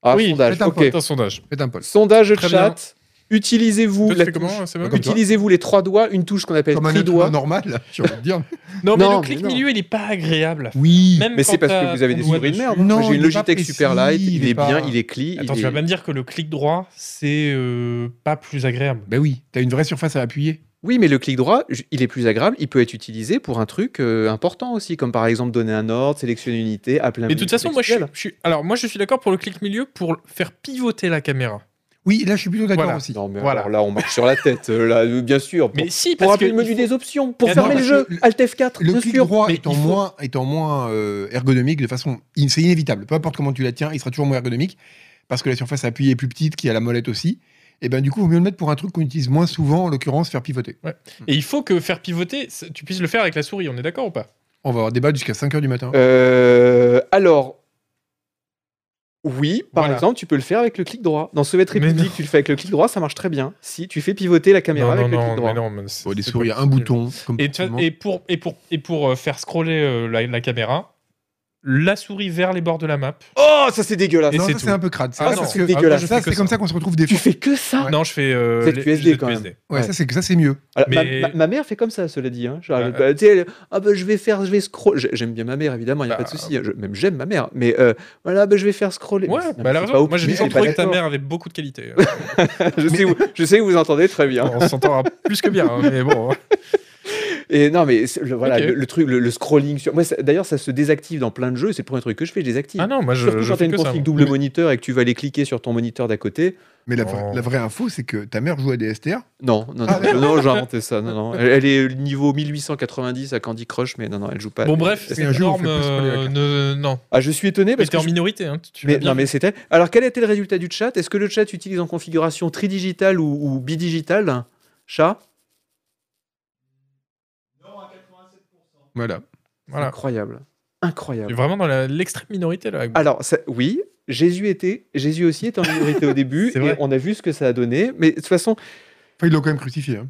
S1: Ah,
S3: Oui,
S1: sondage.
S2: faites un
S1: ok.
S2: pote.
S3: c'est un sondage.
S2: Faites un poll.
S1: Sondage
S3: Très bien.
S1: chat. Utilisez-vous
S3: Toi, tu
S1: la
S3: fais
S1: touche-
S3: comment, Samuel
S2: Comme toi.
S1: Utilisez-vous les trois doigts, une touche qu'on appelle
S2: Comme un
S1: tri
S2: être
S1: doigt.
S2: humain normal, là, j'ai envie de dire.
S3: Non, mais
S1: Non,
S3: le
S1: mais
S3: clic
S1: non.
S3: milieu, il est pas agréable.
S2: Oui.
S3: Même
S1: Mais
S3: quand
S1: c'est parce
S3: t'as
S1: que vous avez
S3: ton
S1: des
S3: doigt
S1: souris de
S3: dessus.
S1: merde.
S2: Non,
S1: Moi, J'ai
S2: il
S1: une
S2: est
S1: Logitech
S2: pas
S1: super
S2: précis,
S1: light, il
S2: il
S1: est,
S2: est
S1: bien,
S2: pas-
S1: il est clean.
S3: Attends,
S1: il
S3: tu vas
S1: est-
S3: pas me dire que le clic droit, c'est euh, pas plus agréable.
S2: Ben oui, t'as une vraie surface à appuyer.
S1: Oui, mais le clic droit, j- il est plus agréable, il peut être utilisé pour un truc euh, important aussi, comme par exemple donner un ordre, sélectionner une unité, appeler un
S3: Mais de toute façon, moi, je suis,
S1: multitextuel.
S3: je suis- alors moi, je suis d'accord pour le clic milieu pour faire pivoter la caméra.
S2: Oui, là, je suis plutôt d'accord
S3: Voilà.
S2: aussi.
S1: Ah, Non, mais
S3: Voilà.
S1: alors là, on marche sur la tête, euh, là, euh, bien sûr. Pour,
S3: Mais si,
S1: pour
S3: parce que
S1: appeler le menu
S3: il
S1: des options, pour
S3: Mais
S1: fermer
S3: non,
S1: le jeu,
S2: parce
S1: Alt F4,
S2: Le
S1: bien
S2: clic
S1: sûr.
S2: droit
S3: mais
S2: étant
S3: il faut-
S2: moins, étant moins euh, ergonomique, de façon, in- c'est inévitable. Peu importe comment tu la tiens, il sera toujours moins ergonomique parce que la surface à appuyer est plus petite, qu'il y a la molette aussi. Et ben du coup, il vaut mieux le mettre pour un truc qu'on utilise moins souvent, en l'occurrence, faire pivoter.
S3: faut- et il faut que faire pivoter, c'est- tu puisses le faire avec la souris, on est d'accord ou pas
S2: On va avoir débat jusqu'à 5h du matin.
S1: Euh, alors, oui, par
S3: Voilà.
S1: exemple, tu peux le faire avec le clic droit. Dans Soviet
S3: Mais
S1: République, tu le fais avec le clic droit, ça marche très bien. Si tu fais pivoter la caméra
S3: Non,
S1: avec
S3: non,
S1: le
S3: non,
S1: clic droit.
S3: mais non, mais c'est-
S2: Bon, des
S3: c'est
S2: souris,
S3: pas
S2: un
S3: possible.
S2: bouton. Comme
S3: Et,
S2: pour
S3: tu
S2: tout le
S3: vois,
S2: monde.
S3: et pour, et pour, et pour euh, faire scroller euh, la, la caméra, la souris vers les bords de la map.
S1: Oh, ça c'est dégueulasse.
S3: et
S2: non,
S3: c'est
S2: ça,
S3: tout.
S2: c'est un peu crade. C'est
S1: Ah
S2: vrai
S1: non,
S2: parce
S1: c'est
S2: que-
S1: dégueulasse.
S2: ça,
S3: Je fais
S2: c'est
S3: que
S2: comme
S3: ça.
S2: ça qu'on se retrouve des
S1: Tu
S2: fois.
S1: fais que ça
S3: Non, je fais euh,
S1: ZQSD,
S3: les-
S1: quand même.
S3: ZQSD.
S2: Ouais, ça, c'est ça, c'est mieux.
S1: Alors, ma-
S3: Mais-
S1: ma, ma mère fait comme ça, cela dit. hein. Genre,
S3: Bah,
S1: bah, tu sais, elle, ah bah, je vais faire, je vais scroll. j'ai- J'aime bien ma mère, évidemment, il n'y a
S3: Bah,
S1: pas de souci. hein. Je- même j'aime ma mère, mais euh, voilà, bah, je vais faire scroller.
S3: Ouais,
S1: Mais c'est-
S3: bah, elle a
S1: c'est
S3: raison.
S1: pas
S3: Moi, j'ai
S1: ok,
S2: mais
S3: toujours
S1: c'est pas
S3: trouvé que ta
S1: d'accord.
S3: mère avait beaucoup de qualité.
S1: je, sais où- je sais que vous entendez très bien.
S3: on s'entend plus que bien, hein, mais bon.
S1: Et non, mais c'est- le, voilà,
S3: Ok.
S1: le, le truc, le, le scrolling sur. Moi, ça- d'ailleurs, ça se désactive dans plein de jeux. C'est le premier truc que je fais, je désactive.
S3: Ah non, moi, je,
S1: Surtout
S3: je
S1: quand t'as
S3: fais
S1: une
S3: que ça, hein.
S1: config
S3: moi.
S1: double moniteur et que tu vas aller cliquer sur ton moniteur d'à côté.
S2: Mais la, vra-
S3: Oh.
S2: la vraie info, c'est que ta mère joue à des STR.
S1: Non, non, non,
S2: Ah,
S1: je- non, j'ai inventé ça. Non, non. Elle, elle est niveau 1890 à Candy Crush, mais non, non, elle joue pas.
S3: Bon, bref,
S2: Bah, C'est
S3: cette
S2: un jeu où on
S3: norme,
S2: fait pas scroller la
S3: euh,
S2: carte.
S3: ne- non.
S1: Ah, je suis étonné
S3: Mais
S1: parce
S3: t'es
S1: que.
S3: en
S1: je-
S3: minorité, hein, tu- tu
S1: Mais,
S3: l'as bien
S1: non, mais
S3: vu.
S1: c'était. Alors, quel était le résultat du chat Est-ce que le chat utilise en configuration tri-digitale ou, ou bidigitale Chat
S2: Voilà.
S3: Voilà.
S1: Incroyable.
S3: T'es
S1: Incroyable.
S3: vraiment dans la- l'extrême minorité, là.
S2: Ah,
S3: Agbo.
S1: Alors, ça- oui, Jésus, était, Jésus aussi était en minorité au début,
S3: C'est
S1: et
S3: vrai.
S1: on a vu ce que ça a donné. Mais de toute façon,
S2: Enfin, ils l'ont quand même crucifié. hein.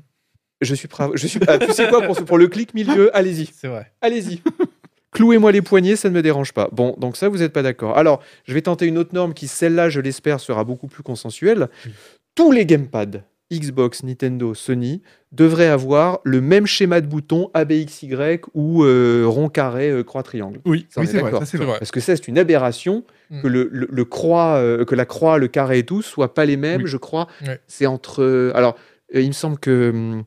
S1: je suis. pra- Je suis ah, tu sais quoi, pour, ce- pour le clic milieu, allez-y.
S3: C'est vrai.
S1: Allez-y. Clouez-moi les poignets, ça ne me dérange pas. Bon, donc ça, vous n'êtes pas d'accord. Alors, je vais tenter une autre norme qui, celle-là, je l'espère, sera beaucoup plus consensuelle.
S3: Oui.
S1: Tous les gamepads, Xbox, Nintendo, Sony, devraient avoir le même schéma de boutons ABXY ou euh, rond carré, euh, croix triangle.
S3: Oui,
S1: Ça, on
S2: Oui,
S1: est
S2: c'est vrai.
S1: d'accord.
S2: Ça, c'est
S3: c'est
S2: vrai.
S3: vrai.
S1: Parce que ça, c'est une aberration
S3: Mm.
S1: que, le, le- le croix, euh, que la croix, le carré et tout soient pas les mêmes,
S3: Oui.
S1: je crois.
S3: Ouais.
S1: euh, C'est entre. Alors, euh, il me semble que hum,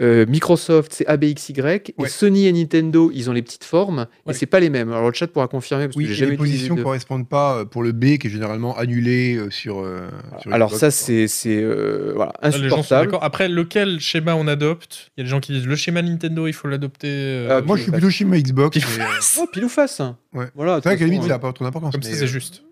S1: Euh, Microsoft, c'est ABXY. Et
S2: Ouais.
S1: Sony et Nintendo, ils ont les petites formes. Et
S3: Ouais.
S1: c'est pas les mêmes. Alors, le chat pourra confirmer parce
S2: Oui,
S1: que
S2: et
S1: j'ai jamais
S2: les
S1: utilisé
S2: positions
S1: les
S2: ne
S1: deux.
S2: correspondent pas euh, pour le B qui est généralement annulé euh, sur. euh, sur
S1: Alors,
S2: Xbox, Ah,
S1: ça,
S2: quoi.
S1: c'est c'est, euh, voilà,
S3: Les gens sont
S1: insupportable.
S3: d'accord. Après, lequel schéma on adopte Il y a des gens qui disent le schéma Nintendo, il faut l'adopter. euh,
S1: Ah,
S2: Moi, je suis plutôt chez ma Xbox.
S3: Pile
S2: mais, euh,
S1: Oh, pile ou face
S2: Ouais.
S1: voilà, de toute
S2: C'est vrai qu'à la limite,
S1: façon, hein.
S2: ça n'a pas trop d'importance.
S3: Comme ça,
S2: mais,
S3: c'est
S2: euh,
S3: juste.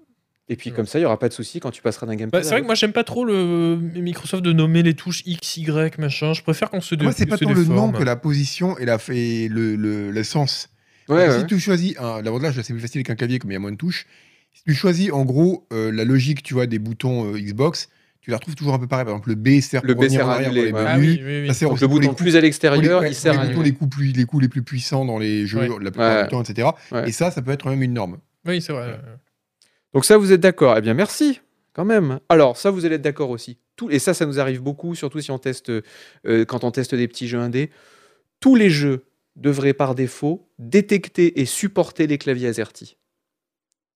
S1: Et puis, comme ça, il n'y aura pas de souci quand tu passeras d'un
S3: Bah,
S1: gamepad.
S3: c'est vrai que moi, j'aime pas trop le Microsoft de nommer les touches X, Y, machin. Je préfère qu'on se dé-
S2: euh, Moi, c'est pas
S3: se
S2: tant le nom
S3: déforme.
S2: que la position et, la, et le, le, le sens.
S1: Ouais,
S2: Parce que
S1: ouais.
S2: Si tu choisis, un- l'avantage, là, c'est plus facile qu'un clavier, comme il y a moins de touches. Si tu choisis, en gros, euh, la logique, tu vois, des boutons euh, Xbox, tu la retrouves toujours un peu pareil. Par exemple, le B sert
S1: Le
S2: pour
S1: B
S2: revenir
S1: sert
S2: en
S1: à
S2: arrière
S1: annuler,
S2: dans les
S1: ouais.
S3: Ah
S2: menus.
S3: oui, oui, oui.
S2: Ça sert
S1: Donc,
S2: aussi
S1: le
S2: pour les
S1: bouton
S2: coups-
S1: plus à
S2: pour les-
S1: l'extérieur,
S2: ouais,
S1: il sert
S2: pour
S1: à
S2: les, boutons
S1: annuler.
S2: les coups, plus- les coups les plus puissants dans les jeux,
S3: Ouais.
S2: la plupart
S1: Ouais.
S2: du temps, etc.
S1: Ouais.
S2: Et ça, ça peut être même une norme.
S3: Oui, c'est vrai.
S1: Donc ça, vous êtes d'accord Eh bien, merci, quand même. Alors, ça, vous allez être d'accord aussi. Tout, et ça, ça nous arrive beaucoup, surtout si on teste, euh, quand on teste des petits jeux indés. Tous les jeux devraient, par défaut, détecter et supporter les claviers AZERTY.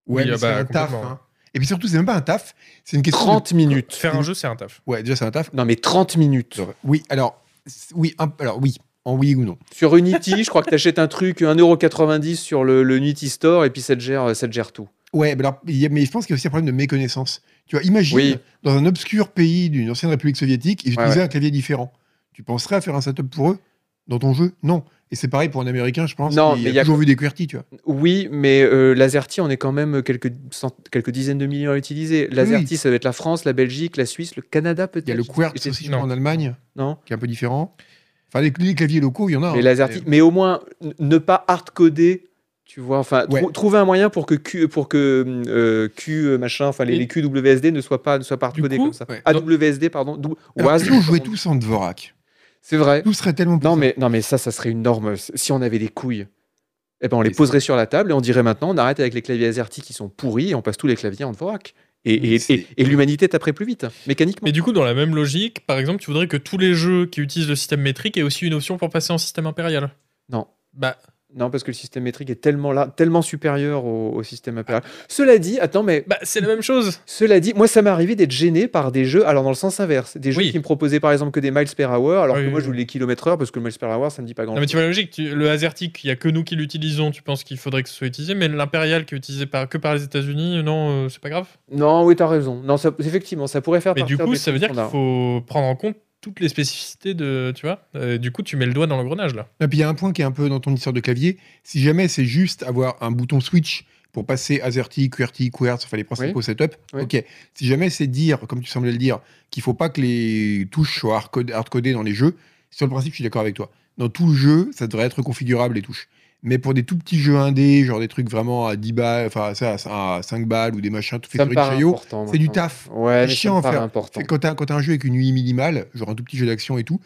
S2: Ouais,
S3: Oui,
S2: mais
S3: ah
S2: c'est
S3: bah,
S2: un taf.
S3: complètement.
S2: hein. Et puis surtout, c'est même pas un taf. C'est une question. de-
S1: 30 minutes.
S3: Faire un jeu, c'est un taf.
S2: Ouais, déjà, c'est un taf.
S1: Non, mais 30 minutes.
S2: Oui, alors, c- oui, un- alors, oui, en oui ou non.
S1: Sur Unity, je crois que tu achètes un truc 1,90€ sur le, le Unity Store et puis ça te gère, ça te gère tout.
S2: Ouais, mais, alors, il y a- mais je pense qu'il y a aussi un problème de méconnaissance. Tu vois, imagine,
S1: Oui.
S2: dans un obscur pays d'une ancienne République soviétique, ils
S1: Ouais,
S2: utilisaient un clavier différent. Tu penserais à faire un setup pour eux dans ton jeu Non. Et c'est pareil pour un Américain, je pense,
S1: Non,
S2: qui
S1: mais il y
S2: a
S1: a-
S2: toujours vu des QWERTY, tu vois.
S1: Oui, mais euh, l'AZERTY, on est quand même quelques, cent- quelques dizaines de millions à l'utiliser. L'AZERTY, ça doit être la France, la Belgique, la Suisse, le Canada peut-être.
S2: Il y a le QWERTZ
S1: J'étais-
S2: aussi, je
S3: non.
S2: crois, en Allemagne,
S1: Non
S2: qui est un peu différent. Enfin, les, les claviers locaux, il y en a.
S1: Mais
S2: hein.
S1: l'AZERTY, mais au moins n- ne pas hardcoder, tu vois, enfin trou-
S2: Ouais.
S1: trouver un moyen pour que Q pour que euh, Q euh, machin, enfin les,
S3: Et-
S1: les QWSD ne soient pas ne soient pas
S3: Du
S1: hardcodés
S3: coup,
S1: comme ça. Ah,
S2: ouais.
S1: AWSD pardon, dou-
S2: Alors,
S1: WASD,
S2: si on jouait
S1: pardon.
S2: tous en Dvorak,
S1: C'est vrai.
S2: tout serait tellement plus
S1: Non mais non mais ça ça serait une norme euh, si on avait des couilles. Eh ben on les
S2: Et c'est-
S1: poserait sur la table et on dirait maintenant on arrête avec les claviers AZERTY qui sont pourris et on passe tous les claviers en Dvorak. Et, et-
S2: Mais c'est-
S1: et- et l'humanité taperait plus vite, mécaniquement.
S3: Mais du coup, dans la même logique, par exemple, tu voudrais que tous les jeux qui utilisent le système métrique aient aussi une option pour passer en système impérial
S1: Non.
S3: Bah,
S1: Non, parce que le système métrique est tellement là, tellement supérieur au, au système impérial. Cela dit, attends, mais
S3: bah c'est la même chose.
S1: Cela dit, moi, ça m'est arrivé d'être gêné par des jeux, alors dans le sens inverse, des jeux
S3: Oui.
S1: qui me proposaient par exemple que des miles per hour, alors
S3: Oui,
S1: que moi
S3: oui,
S1: je voulais
S3: oui.
S1: les kilomètres heure parce que le miles per hour ça me dit pas grand
S3: Non, mais tu vois la logique. tu- le azertique, il y a que nous qui l'utilisons, tu penses qu'il faudrait que ce soit utilisé, mais l'impérial qui est utilisé par, que par les États-Unis, non, euh, c'est pas grave.
S1: Non, oui, t'as raison. Non, ça, effectivement, ça pourrait faire
S3: Mais du
S1: partir
S3: coup,
S1: des
S3: ça veut dire qu'il
S1: standards.
S3: faut prendre en compte toutes les spécificités de. Tu vois Euh, Du coup, tu mets le doigt dans l'engrenage là.
S2: Et Ah, puis il y a un point qui est un peu dans ton histoire de clavier. Si jamais c'est juste avoir un bouton switch pour passer AZERTY, QWERTY, QWERTZ, enfin les principaux setups,
S1: Oui.
S2: ok. Si jamais c'est dire, comme tu semblais le dire, qu'il faut pas que les touches soient hardcode- hardcodées dans les jeux, sur le principe, je suis d'accord avec toi. Dans tout le jeu, ça devrait être configurable les touches. Mais pour des tout petits jeux indés, genre des trucs vraiment à 10 balles, enfin ça, à à 5 balles ou des machins tout faits
S1: Ça
S2: sur
S1: me
S2: une
S1: paraît
S2: chariot,
S1: important.
S2: c'est du
S1: maintenant.
S2: taf.
S1: Ouais, mais
S2: C'est chiant
S1: ça
S2: à
S1: me paraît
S2: faire.
S1: important.
S2: Fait- Quand t'as quand as un jeu avec une UI minimale, genre un tout petit jeu d'action et tout,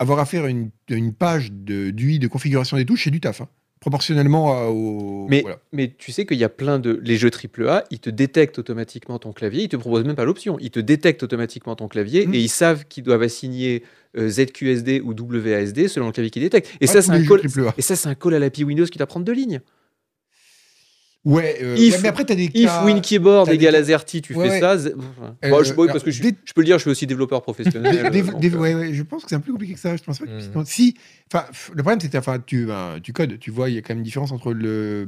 S2: avoir à faire une, une page de- d'UI de, configuration des touches, c'est du taf. hein. Proportionnellement à- au.
S1: Mais,
S2: voilà.
S1: mais tu sais qu'il y a plein de. Les jeux AAA, ils te détectent automatiquement ton clavier, ils te proposent même pas l'option. Ils te détectent automatiquement ton clavier
S2: Mm.
S1: et ils savent qu'ils doivent assigner euh, ZQSD ou WASD selon le clavier qu'ils détectent. Et
S2: Pas
S1: ça,
S2: tous
S1: c'est un
S2: les jeux
S1: call.
S2: AAA.
S1: Et ça, c'est un call à l'API Windows qui doit prendre deux lignes.
S2: Ouais, euh,
S1: If-
S2: ouais, mais après, t'as des
S1: If
S2: cas.
S1: Win Keyboard
S2: t'as des-
S1: égale AZERTY, tu
S2: Ouais,
S1: fais
S2: ouais.
S1: ça. z-
S2: Euh,
S1: Bon, je, oui,
S2: alors,
S1: parce que je,
S2: dé-
S1: je peux le dire, je suis aussi développeur professionnel.
S2: Des-
S1: donc,
S2: des-
S1: euh,
S2: ouais, ouais, je pense que c'est un peu plus compliqué que ça. Je pense pas que
S3: Mm.
S2: sinon- si, enfin, pff, le problème c'est que enfin, tu, ben, tu codes, tu vois, il y a quand même une différence entre le.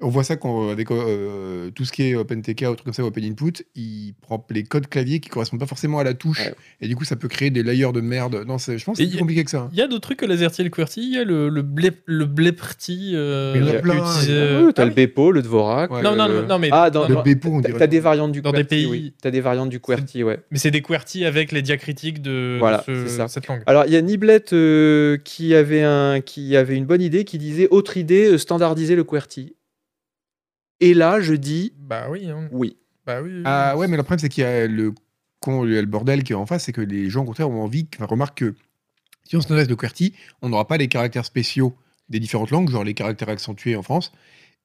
S2: On voit ça quand, avec euh, tout ce qui est OpenTK ou trucs comme ça, ou Open Input, il prend les codes clavier qui correspondent pas forcément à la touche,
S1: Ouais.
S2: et du coup ça peut créer des layers de merde. Non, c'est- je pense que
S3: Et
S2: c'est
S3: y
S2: plus
S3: a-
S2: compliqué que ça. hein.
S3: Il y a d'autres trucs que l'azerty et le QWERTY. Il y a le, le, blep- le blepti. Euh,
S2: Mais il y en a
S3: qui est
S2: plein,
S3: utilisé-
S2: il y en
S1: euh, t'as
S3: Ah
S1: le
S3: oui.
S1: Bepo, le Dvorak.
S2: Ouais.
S3: Non, non, non, non, mais.
S1: Ah, dans-
S2: Le
S1: dans-
S2: Bepo, on
S1: t'as-
S2: dirait.
S1: T'as des variantes du
S3: Dans des
S1: QWERTY.
S3: pays-
S1: oui. T'as des variantes du QWERTY, ouais.
S3: Mais c'est des QWERTY avec les diacritiques de, de
S1: Voilà,
S3: ce-
S1: c'est ça.
S3: cette langue.
S1: Alors, il y a Niblette euh, qui, avait un, qui avait une bonne idée qui disait autre idée, euh, standardiser le QWERTY. Et là, je dis
S3: Bah oui. hein.
S1: oui.
S3: Bah oui. oui,
S2: Ah
S3: oui.
S2: ouais, mais le problème, c'est qu'il y a le, con, le bordel qui est en face, c'est que les gens, au contraire, ont envie, que- enfin, remarque que si on se adresse de QWERTY, on n'aura pas les caractères spéciaux des différentes langues, genre les caractères accentués en France.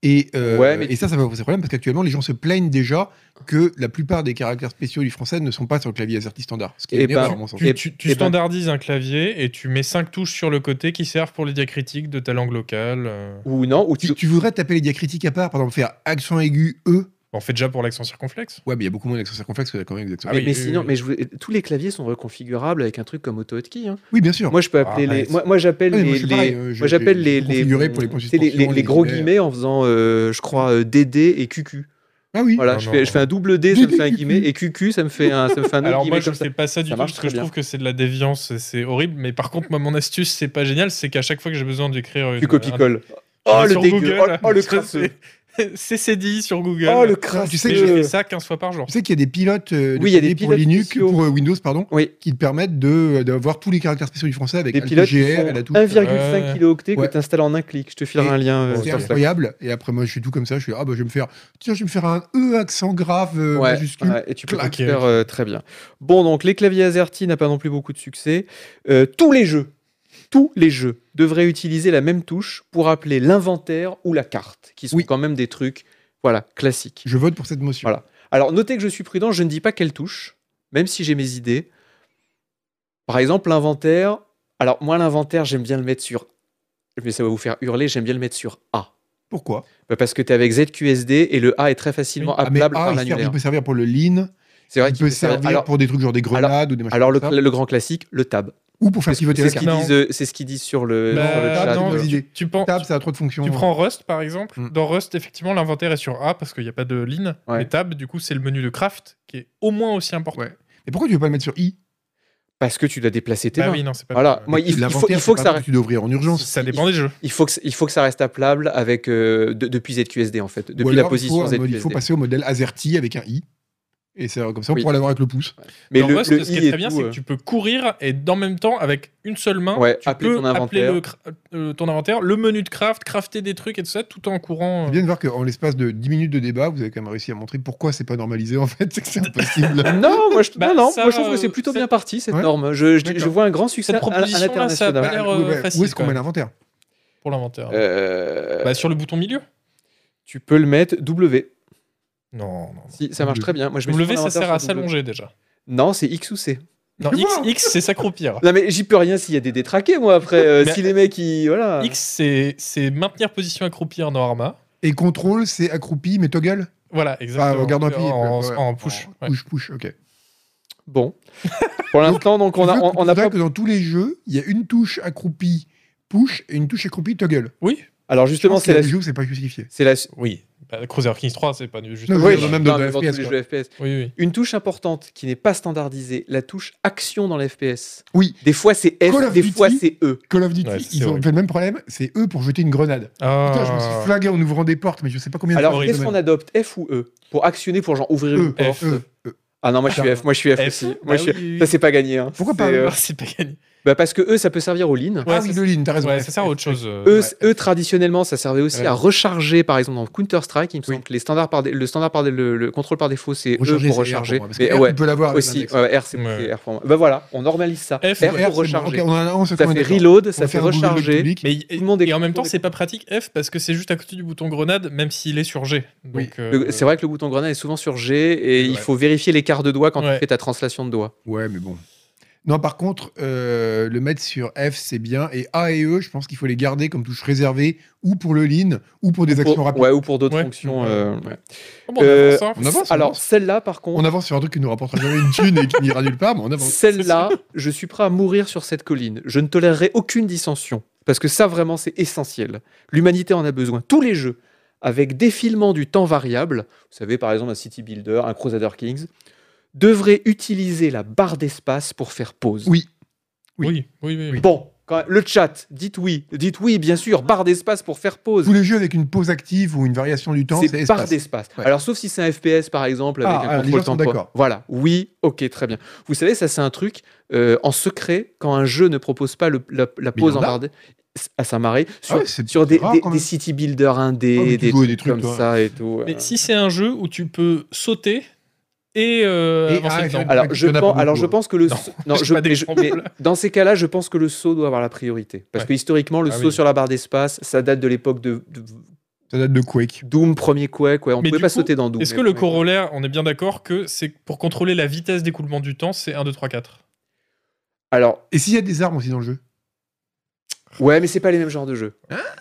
S2: Et, euh,
S1: Ouais, mais
S2: et
S1: tu-
S2: ça, ça va poser problème parce qu'actuellement, les gens se plaignent déjà que la plupart des caractères spéciaux du français ne sont pas sur le clavier AZERTY standard. Ce qui est
S1: Eh
S2: une erreur,
S1: ben,
S2: à mon sens.
S3: Tu,
S1: Et-
S3: tu- tu
S1: et ben-
S3: standardises un clavier et tu mets cinq touches sur le côté qui servent pour les diacritiques de ta langue locale. euh.
S1: Ou non, ou
S2: Si tu voudrais taper les diacritiques à part, par exemple, faire accent aigu E,
S3: On fait déjà pour l'accent circonflexe.
S2: Ouais, mais il y a beaucoup moins d'accent circonflexe que d'accent exact.
S3: Ah
S1: mais,
S3: oui,
S1: mais
S3: oui,
S1: sinon,
S3: oui.
S1: mais je voulais- tous les claviers sont reconfigurables avec un truc comme AutoHotkey. hein.
S2: Oui, bien sûr.
S1: Moi, je peux
S3: Ah,
S1: appeler les.
S3: ouais,
S1: Moi, moi, j'appelle
S2: Ah, mais moi,
S1: les.
S2: c'est
S1: les-
S2: pareil, euh,
S1: Moi,
S2: j'ai-
S1: j'appelle
S2: j'ai-
S1: les,
S2: j'ai
S1: les,
S2: configuré pour les
S1: tu sais, les, les-
S2: consultations,
S1: les gros
S2: guillemets.
S1: guillemets en faisant, euh, je crois, euh, DD et QQ.
S2: Ah oui.
S1: Voilà,
S3: Non,
S1: je,
S3: non,
S1: fais, je
S3: non.
S1: fais un double D, ça me
S2: DD,
S1: fait un guillemet, et QQ, ça me fait un, ça me fait un autre
S3: Alors
S1: guillemet
S3: moi je
S1: comme ça.
S3: fais pas ça du
S1: Ça
S3: tout
S1: marche
S3: parce
S1: très
S3: que je
S1: bien.
S3: trouve que c'est de la déviance, et c'est horrible. Mais par contre moi mon astuce c'est pas génial, c'est qu'à chaque fois que j'ai besoin d'écrire une,
S1: Tu copies-colles.
S3: un-
S1: Oh,
S3: je vais
S1: le
S3: sur
S1: dégueu,
S3: Google,
S1: oh, oh, le
S3: je fais-
S1: crasseux.
S3: euh, CCDI sur Google.
S1: Oh, le
S2: Tu
S1: crasseux.
S2: sais
S3: Mais
S2: que
S3: je
S2: je-
S3: fais ça 15 fois par jour.
S2: Tu sais qu'il y a des pilotes euh, de
S1: Oui, il y a des
S2: CD pour
S1: pilotes
S2: Linux,
S1: spéciaux.
S2: pour euh, Windows, pardon,
S1: Oui.
S2: qui te permettent de- euh, d'avoir tous les caractères spéciaux du français avec
S1: Des
S2: Alt
S1: pilotes qui
S2: GR,
S1: font
S2: elle a tout.
S1: 1,5 kilooctets que
S2: Ouais.
S1: tu installes en un clic. Je te filerai
S2: Et-
S1: un lien. euh,
S2: C'est
S1: sur ça.
S2: incroyable. Et après, moi, je suis tout comme ça. Je suis ah bah je vais me faire tiens, je vais me faire un E accent grave euh,
S1: Ouais,
S2: majuscule.
S1: ouais, et tu peux
S3: Clac.
S1: tout faire euh, très bien. Bon, donc les claviers AZERTY n'a pas non plus beaucoup de succès. Euh, tous les jeux, tous les jeux devraient utiliser la même touche pour appeler l'inventaire ou la carte, qui sont
S2: Oui.
S1: quand même des trucs, voilà, classiques.
S2: Je vote pour cette motion.
S1: Voilà. Alors notez que je suis prudent, je ne dis pas quelle touche, même si j'ai mes idées. Par exemple, l'inventaire. Alors moi, l'inventaire, j'aime bien le mettre sur. Mais ça va vous faire hurler. J'aime bien le mettre sur A.
S2: Pourquoi
S1: Bah, Parce que tu es avec ZQSD et le A est très facilement
S2: Ah, mais
S1: appelable
S2: A,
S1: par
S2: il, sert- il
S1: l'annulaire.
S2: peut servir pour le lean.
S1: C'est vrai
S2: Il
S1: qu'il
S2: peut
S1: peut servir-
S2: servir
S1: Alors,
S2: pour des trucs genre des grenades ou des machins.
S1: alors le,
S2: comme ça,
S1: le grand classique, le tab.
S2: ou pour faire
S1: C'est ce
S2: pivoter
S1: c'est
S2: la
S1: ce
S2: carte.
S1: qu'ils
S3: carte.
S1: disent, euh, c'est ce qu'ils disent sur le,
S3: Bah,
S1: sur le chat.
S3: non,
S1: euh,
S2: vas-y. idées.
S3: Tu penses
S2: Tab, ça a trop de fonctions.
S3: Tu prends Rust par exemple.
S2: Mm.
S3: Dans Rust, effectivement, l'inventaire est sur A parce qu'il n'y a pas de ligne.
S1: Ouais.
S3: Mais tab, du coup, c'est le menu de craft qui est au moins aussi important.
S2: Ouais. Et pourquoi tu veux pas le mettre sur I
S1: Parce que tu dois déplacer tes
S3: Bah
S1: mains.
S3: oui, non, c'est pas
S1: Voilà. Moi, il, il faut, il faut que ça,
S2: Tu dois ouvrir en urgence.
S3: Ça dépend des jeux.
S1: il faut que, il faut que ça reste appelable avec euh, de- depuis ZQSD en fait,
S2: Ou
S1: depuis la
S2: alors, il faut
S1: position
S2: un mode-
S1: ZQSD.
S2: Il faut passer au modèle AZERTY avec un I. Et c'est comme ça, on
S1: Oui.
S2: pourra l'avoir avec le pouce.
S1: Mais
S3: dans
S1: le,
S3: Rust,
S1: le
S3: ce qui
S1: i
S3: est
S1: et
S3: très bien,
S1: tout,
S3: c'est que
S1: euh,
S3: tu peux courir et en même temps, avec une seule main,
S1: Ouais,
S3: tu
S1: appeler
S3: peux
S1: ton inventaire.
S3: appeler le cra- euh, ton inventaire, le menu de craft, crafter des trucs et tout ça, tout en courant.
S2: C'est
S3: euh.
S2: bien de voir qu'en l'espace de 10 minutes de débat, vous avez quand même réussi à montrer pourquoi c'est pas normalisé en fait, c'est que c'est impossible.
S1: Non, moi je,
S3: Bah,
S1: non, non,
S3: ça,
S1: moi, je trouve que c'est
S3: euh,
S1: plutôt
S3: ça-
S1: bien parti cette
S2: Ouais.
S1: norme. Je, je- je
S2: D'accord.
S1: vois un grand succès
S3: Cette
S1: à- à
S3: proposition-là, ça a pas
S1: l'international.
S3: l'air euh,
S2: Ouais, ouais.
S3: facile
S2: Où est-ce
S3: quand
S2: qu'on met
S3: même,
S2: l'inventaire
S3: pour l'inventaire
S1: Euh,
S3: Bah, Sur le bouton milieu
S1: Tu peux le mettre W.
S3: Non, non.
S1: Si, ça marche
S2: W.
S1: très bien. Moi, je mets
S3: W,
S1: souvent
S3: ça
S1: l'inventaire
S3: sert à
S1: sur W.
S3: s'allonger déjà.
S1: Non, c'est X ou C.
S3: Non,
S2: Mais
S3: X,
S2: bon
S3: X c'est s'accroupir.
S1: Non mais j'y peux rien s'il y a des détraqués moi après. euh,
S3: Mais-
S1: si les mecs ils voilà.
S3: X, c'est c'est maintenir position accroupir dans Arma.
S2: Et contrôle, c'est accroupi, mais toggle
S1: Ah,
S3: Voilà,
S2: Enfin,
S3: exactement.
S2: regarde un pied.
S3: En,
S2: ouais.
S3: en push. ouais.
S2: Push, push, ok.
S1: Bon. Pour l'instant donc on a
S2: Tu veux
S1: on,
S2: que-
S1: on a
S2: faudrait
S1: pas.
S2: que dans tous les jeux, il y a une touche accroupie push et une touche accroupie toggle.
S3: Oui.
S1: Alors justement
S2: c'est
S1: c'est la
S2: des jeux où c'est pas justifié.
S1: c'est la.
S3: Oui. Bah, Cruiser Kings 3, c'est pas du juste.
S2: Non,
S1: Oui,
S2: veux dire, même dans
S1: non, mais
S2: le
S1: tous
S2: FPS,
S1: les
S2: quoi.
S1: jeux FPS.
S3: oui, oui.
S1: Une touche importante qui n'est pas standardisée, la touche action dans les FPS.
S2: Oui.
S1: Des fois c'est
S2: Call
S1: F,
S2: of
S1: des
S2: Duty.
S1: fois c'est E.
S2: Call of Duty,
S3: Ouais, c'est
S2: ils ont
S3: horrible.
S2: fait le même problème, c'est eux pour jeter une grenade.
S3: Ah.
S2: Putain, je me suis flagué en ouvrant des portes, mais je sais pas combien
S1: Alors
S2: de
S1: qu'est-ce qu'on adopte F ou E pour actionner pour genre ouvrir une
S2: E,
S1: porte.
S2: E, E.
S1: Ah non moi je suis F, moi je suis F,
S3: F,
S1: aussi. Moi
S3: bah
S1: je suis-
S3: oui, oui.
S1: Ça c'est pas gagné. hein.
S2: Pourquoi
S1: C'est,
S2: pas
S1: euh,
S3: Ah, c'est pas gagné.
S1: bah, parce que E ça peut servir au lean.
S3: Ouais,
S2: ah
S3: ça-
S2: oui, le lean, t'as raison.
S3: Ouais,
S2: F,
S3: ça sert à autre chose. euh,
S1: Eux,
S3: ouais.
S1: eux, traditionnellement, ça servait aussi
S3: Ouais.
S1: à recharger, par exemple, dans Counter-Strike, il me semble
S2: Oui.
S1: que les standards par dé- le, standard par dé- le, le contrôle par défaut, c'est E
S2: Recharger,
S1: pour
S2: c'est R
S1: recharger.
S2: moi, parce que
S1: mais
S2: R,
S1: ouais,
S2: tu peux l'avoir avec
S1: aussi,
S2: l'index.
S1: ouais, R, c'est
S3: Ouais.
S1: c'est R pour moi. Ben voilà, on normalise ça.
S3: F,
S1: R
S2: R, c'est
S1: pour
S2: bon,
S1: recharger.
S2: ok, on en a un, on se
S1: Ça fait
S2: connaît.
S1: reload,
S2: On
S1: ça
S2: fait
S1: fait
S2: un Google
S1: recharger.
S2: public.
S3: Mais il-
S1: Tout le monde est
S3: et en même temps,
S1: content.
S3: c'est pas pratique F parce que c'est juste à côté du bouton grenade, même s'il est sur G. Donc,
S2: Oui.
S3: euh,
S1: Le- C'est vrai que le bouton grenade est souvent sur G et il
S3: Ouais.
S1: faut vérifier l'écart de doigt quand
S3: Ouais.
S1: tu fais ta translation de doigt.
S2: Ouais, mais bon. Non, par contre, euh, le mettre sur F, c'est bien. Et A et E, je pense qu'il faut les garder comme touche réservée, ou pour le lean, ou pour des actions
S1: Pour-
S2: rapides.
S1: ouais, ou pour d'autres
S3: Ouais.
S1: fonctions.
S3: Ouais.
S1: euh, ouais.
S3: oh, bon, on
S1: Euh,
S3: avance, hein.
S2: On avance, on
S1: Alors,
S2: avance.
S1: celle-là, par contre,
S2: On avance sur un truc qui nous rapportera jamais une thune et qui n'ira nulle part, mais on avance.
S1: Celle-là, je suis prêt à mourir sur cette colline. Je ne tolérerai aucune dissension. Parce que ça, vraiment, c'est essentiel. L'humanité en a besoin. Tous les jeux, avec défilement du temps variable, vous savez, par exemple, un City Builder, un Crusader Kings, devraient utiliser la barre d'espace pour faire pause.
S2: Oui.
S3: Oui, oui, oui. oui.
S1: Bon, quand même, le chat, dites oui. Dites oui, bien sûr, barre d'espace pour faire pause.
S2: Tous les jeux avec une pause active ou une variation du temps, c'est
S1: C'est barre
S2: espace.
S1: d'espace.
S2: Ouais.
S1: Alors, sauf si c'est un FPS, par exemple, avec
S2: Ah,
S1: un
S2: ah, les
S1: contrôle
S2: gens sont
S1: temporel.
S2: d'accord.
S1: Voilà, oui, ok, très bien. Vous savez, ça, c'est un truc euh, en secret quand un jeu ne propose pas le- la, la
S2: Mais
S1: pause
S2: il
S1: en
S2: y en a. Ah
S1: barre d'- à sa marée sur,
S2: ouais, c'est-
S1: sur
S2: c'est
S1: des,
S2: rare
S1: des-
S2: quand
S1: des
S2: même.
S1: city builders
S2: Ah,
S1: indés,
S2: mais tu
S1: des,
S2: joues à des
S1: trucs comme
S2: trucs, toi.
S1: ça et tout. euh.
S3: Mais si c'est un jeu où tu peux sauter et, euh,
S2: Et
S3: avancer
S2: ah,
S3: dedans.
S2: effectivement.
S1: Alors,
S2: Ouais,
S1: je
S2: il y en a
S1: pense,
S2: pas
S1: alors
S2: beaucoup,
S1: je
S2: hein.
S1: pense que le
S3: Non,
S1: saut- non,
S3: c'est
S1: je-
S3: pas des
S1: mais je-
S3: grands
S1: mais
S3: problèmes.
S1: dans ces cas-là, je pense que le saut doit avoir la priorité parce
S3: Ouais.
S1: que historiquement, le
S3: Ah
S1: saut
S3: oui.
S1: sur la barre d'espace, ça date de l'époque de, de
S2: Ça date de Quake.
S1: Doom, premier Quake. Ouais, on
S3: Mais
S1: pouvait
S3: du
S1: pas
S3: coup,
S1: sauter dans Doom.
S3: Est-ce
S1: mais
S3: que le
S1: premier Quake.
S3: corollaire, on est bien d'accord que c'est pour contrôler la vitesse d'écoulement du temps, c'est 1, 2, 3, 4
S1: Alors,
S2: Et s'il y a des armes aussi dans le jeu
S1: Ouais, mais c'est pas les mêmes genres de jeux.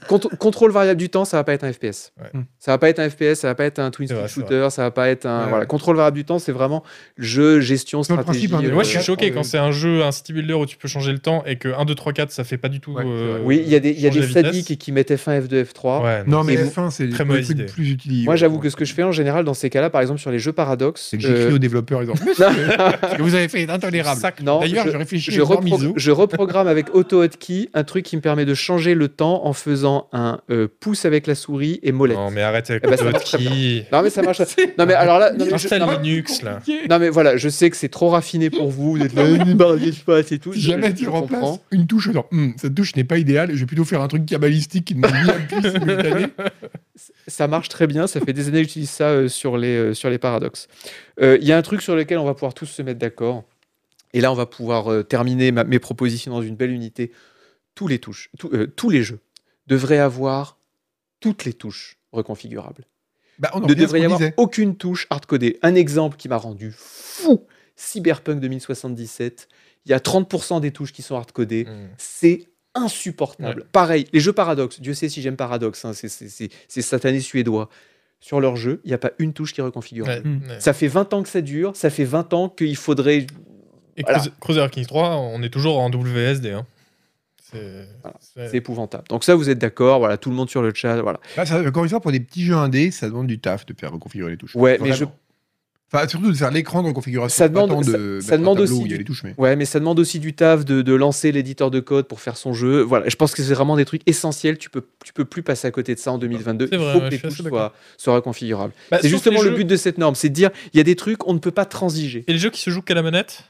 S1: Cont- contrôle variable du temps, ça va pas être un FPS.
S3: Ah. Ouais.
S2: Hmm.
S1: Ça va pas être un FPS, ça va pas être un twin
S3: C'est
S1: stick
S3: vrai, c'est
S1: shooter, ça va pas être un
S2: Ouais.
S1: voilà. Contrôle variable du temps, c'est vraiment jeu, gestion,
S2: Dans le
S1: stratégie.
S2: principe, un des
S1: euh,
S3: Mais moi, je suis
S2: quatre,
S3: choqué
S2: euh,
S3: quand c'est un jeu, un city builder où tu peux changer le temps et que 1, 2, 3, 4, ça fait pas du tout.
S2: Ouais, c'est
S3: euh,
S2: vrai.
S1: Oui, il y a des, il y a des
S3: changer la vitesse.
S1: sadiques qui mettaient fin F2, F3.
S3: Ouais,
S2: Non, mais
S1: C'est bon.
S2: F1, c'est
S3: Très
S2: le
S3: mauvaise
S2: truc le
S3: idée.
S2: plus utilisé.
S1: Moi, j'avoue que ce que je fais en général dans ces cas-là, par exemple sur les jeux paradoxes,
S2: C'est que j'écris
S1: euh,
S2: aux développeurs, ils ont Ce que vous avez fait est intolérable.
S3: Sac-
S1: non,
S2: D'ailleurs,
S1: je-
S2: je, réfléchis
S1: je,
S2: à une
S1: repro- je reprogramme avec AutoHotkey un truc qui me permet de changer le temps en faisant un euh, pouce avec la souris et molette.
S3: Non, mais arrêtez avec
S1: Eh ben, ça
S3: le
S1: marche très
S3: qui.
S1: Non mais ça marche. Non mais alors là, non, mais je-
S3: Installe
S1: non, mais-
S3: Linux, là.
S1: non, mais voilà, je sais que c'est trop raffiné pour vous d'être là, ne barriez pas, c'est tout.
S2: Si
S1: Je-
S2: jamais
S1: je-
S2: tu
S1: je
S2: remplaces
S1: comprends.
S2: une touche, genre, Hmm, cette touche n'est pas idéale, je vais plutôt faire un truc cabalistique qui ne met ni appui simultané.
S1: Ça marche très bien, ça fait des années que j'utilise ça euh, sur, les, euh, sur les paradoxes. Euh, Il y a un truc sur lequel on va pouvoir tous se mettre d'accord. Et là, on va pouvoir euh, terminer ma- mes propositions dans une belle unité. Tous les touches, tous- euh, tous les jeux devraient avoir toutes les touches reconfigurables.
S2: Bah, on en
S1: ne
S2: revient à ce
S1: devrait y
S2: qu'on
S1: avoir
S2: disait.
S1: aucune touche hardcodée. Un exemple qui m'a rendu fou Cyberpunk 2077. Il y a 30% des touches qui sont hardcodées.
S3: Hmm.
S1: C'est insupportable. Pareil, les jeux Paradox. Dieu sait si j'aime Paradox. hein, c'est- c'est c'est- c'est satané suédois. Sur leur jeu, il n'y a pas une touche qui reconfigure.
S3: Ouais,
S2: Mm.
S3: ouais.
S1: Ça fait 20 ans que ça dure. Ça fait 20 ans qu'il faudrait.
S3: Et
S1: Voilà.
S3: Cruiser- Cruiser King 3, on est toujours en WSD. hein. C'est.
S1: Voilà.
S3: c'est-
S1: C'est épouvantable. Donc, ça, vous êtes d'accord. Voilà, tout le monde sur le chat. Voilà.
S2: Là, Bah, ça- encore une fois, pour des petits jeux indés, ça demande du taf de faire reconfigurer les touches.
S1: Ouais, mais je-
S2: Enfin, surtout de faire l'écran de reconfiguration.
S1: Ça
S2: pas
S1: demande-
S2: tant
S1: ça-
S2: de
S1: ça
S2: mettre un
S1: demande
S2: tableau
S1: aussi
S2: où il y
S1: du-
S2: a les touches, mais.
S1: Ouais, mais ça demande aussi du taf de, de lancer l'éditeur de code pour faire son jeu. Voilà, je pense que c'est vraiment des trucs essentiels. Tu peux, tu peux plus passer à côté de ça en 2022.
S3: C'est vrai,
S1: Il faut
S3: ouais,
S1: que
S3: je
S1: les
S3: suis
S1: couches
S3: assez d'accord.
S1: soient, soient reconfigurables.
S3: Bah,
S1: c'est
S3: sauf
S1: justement
S3: les
S1: le
S3: jeux-
S1: but de cette norme, c'est de dire il y a des trucs on ne peut pas transiger.
S3: Et les jeux qui se jouent qu'à la manette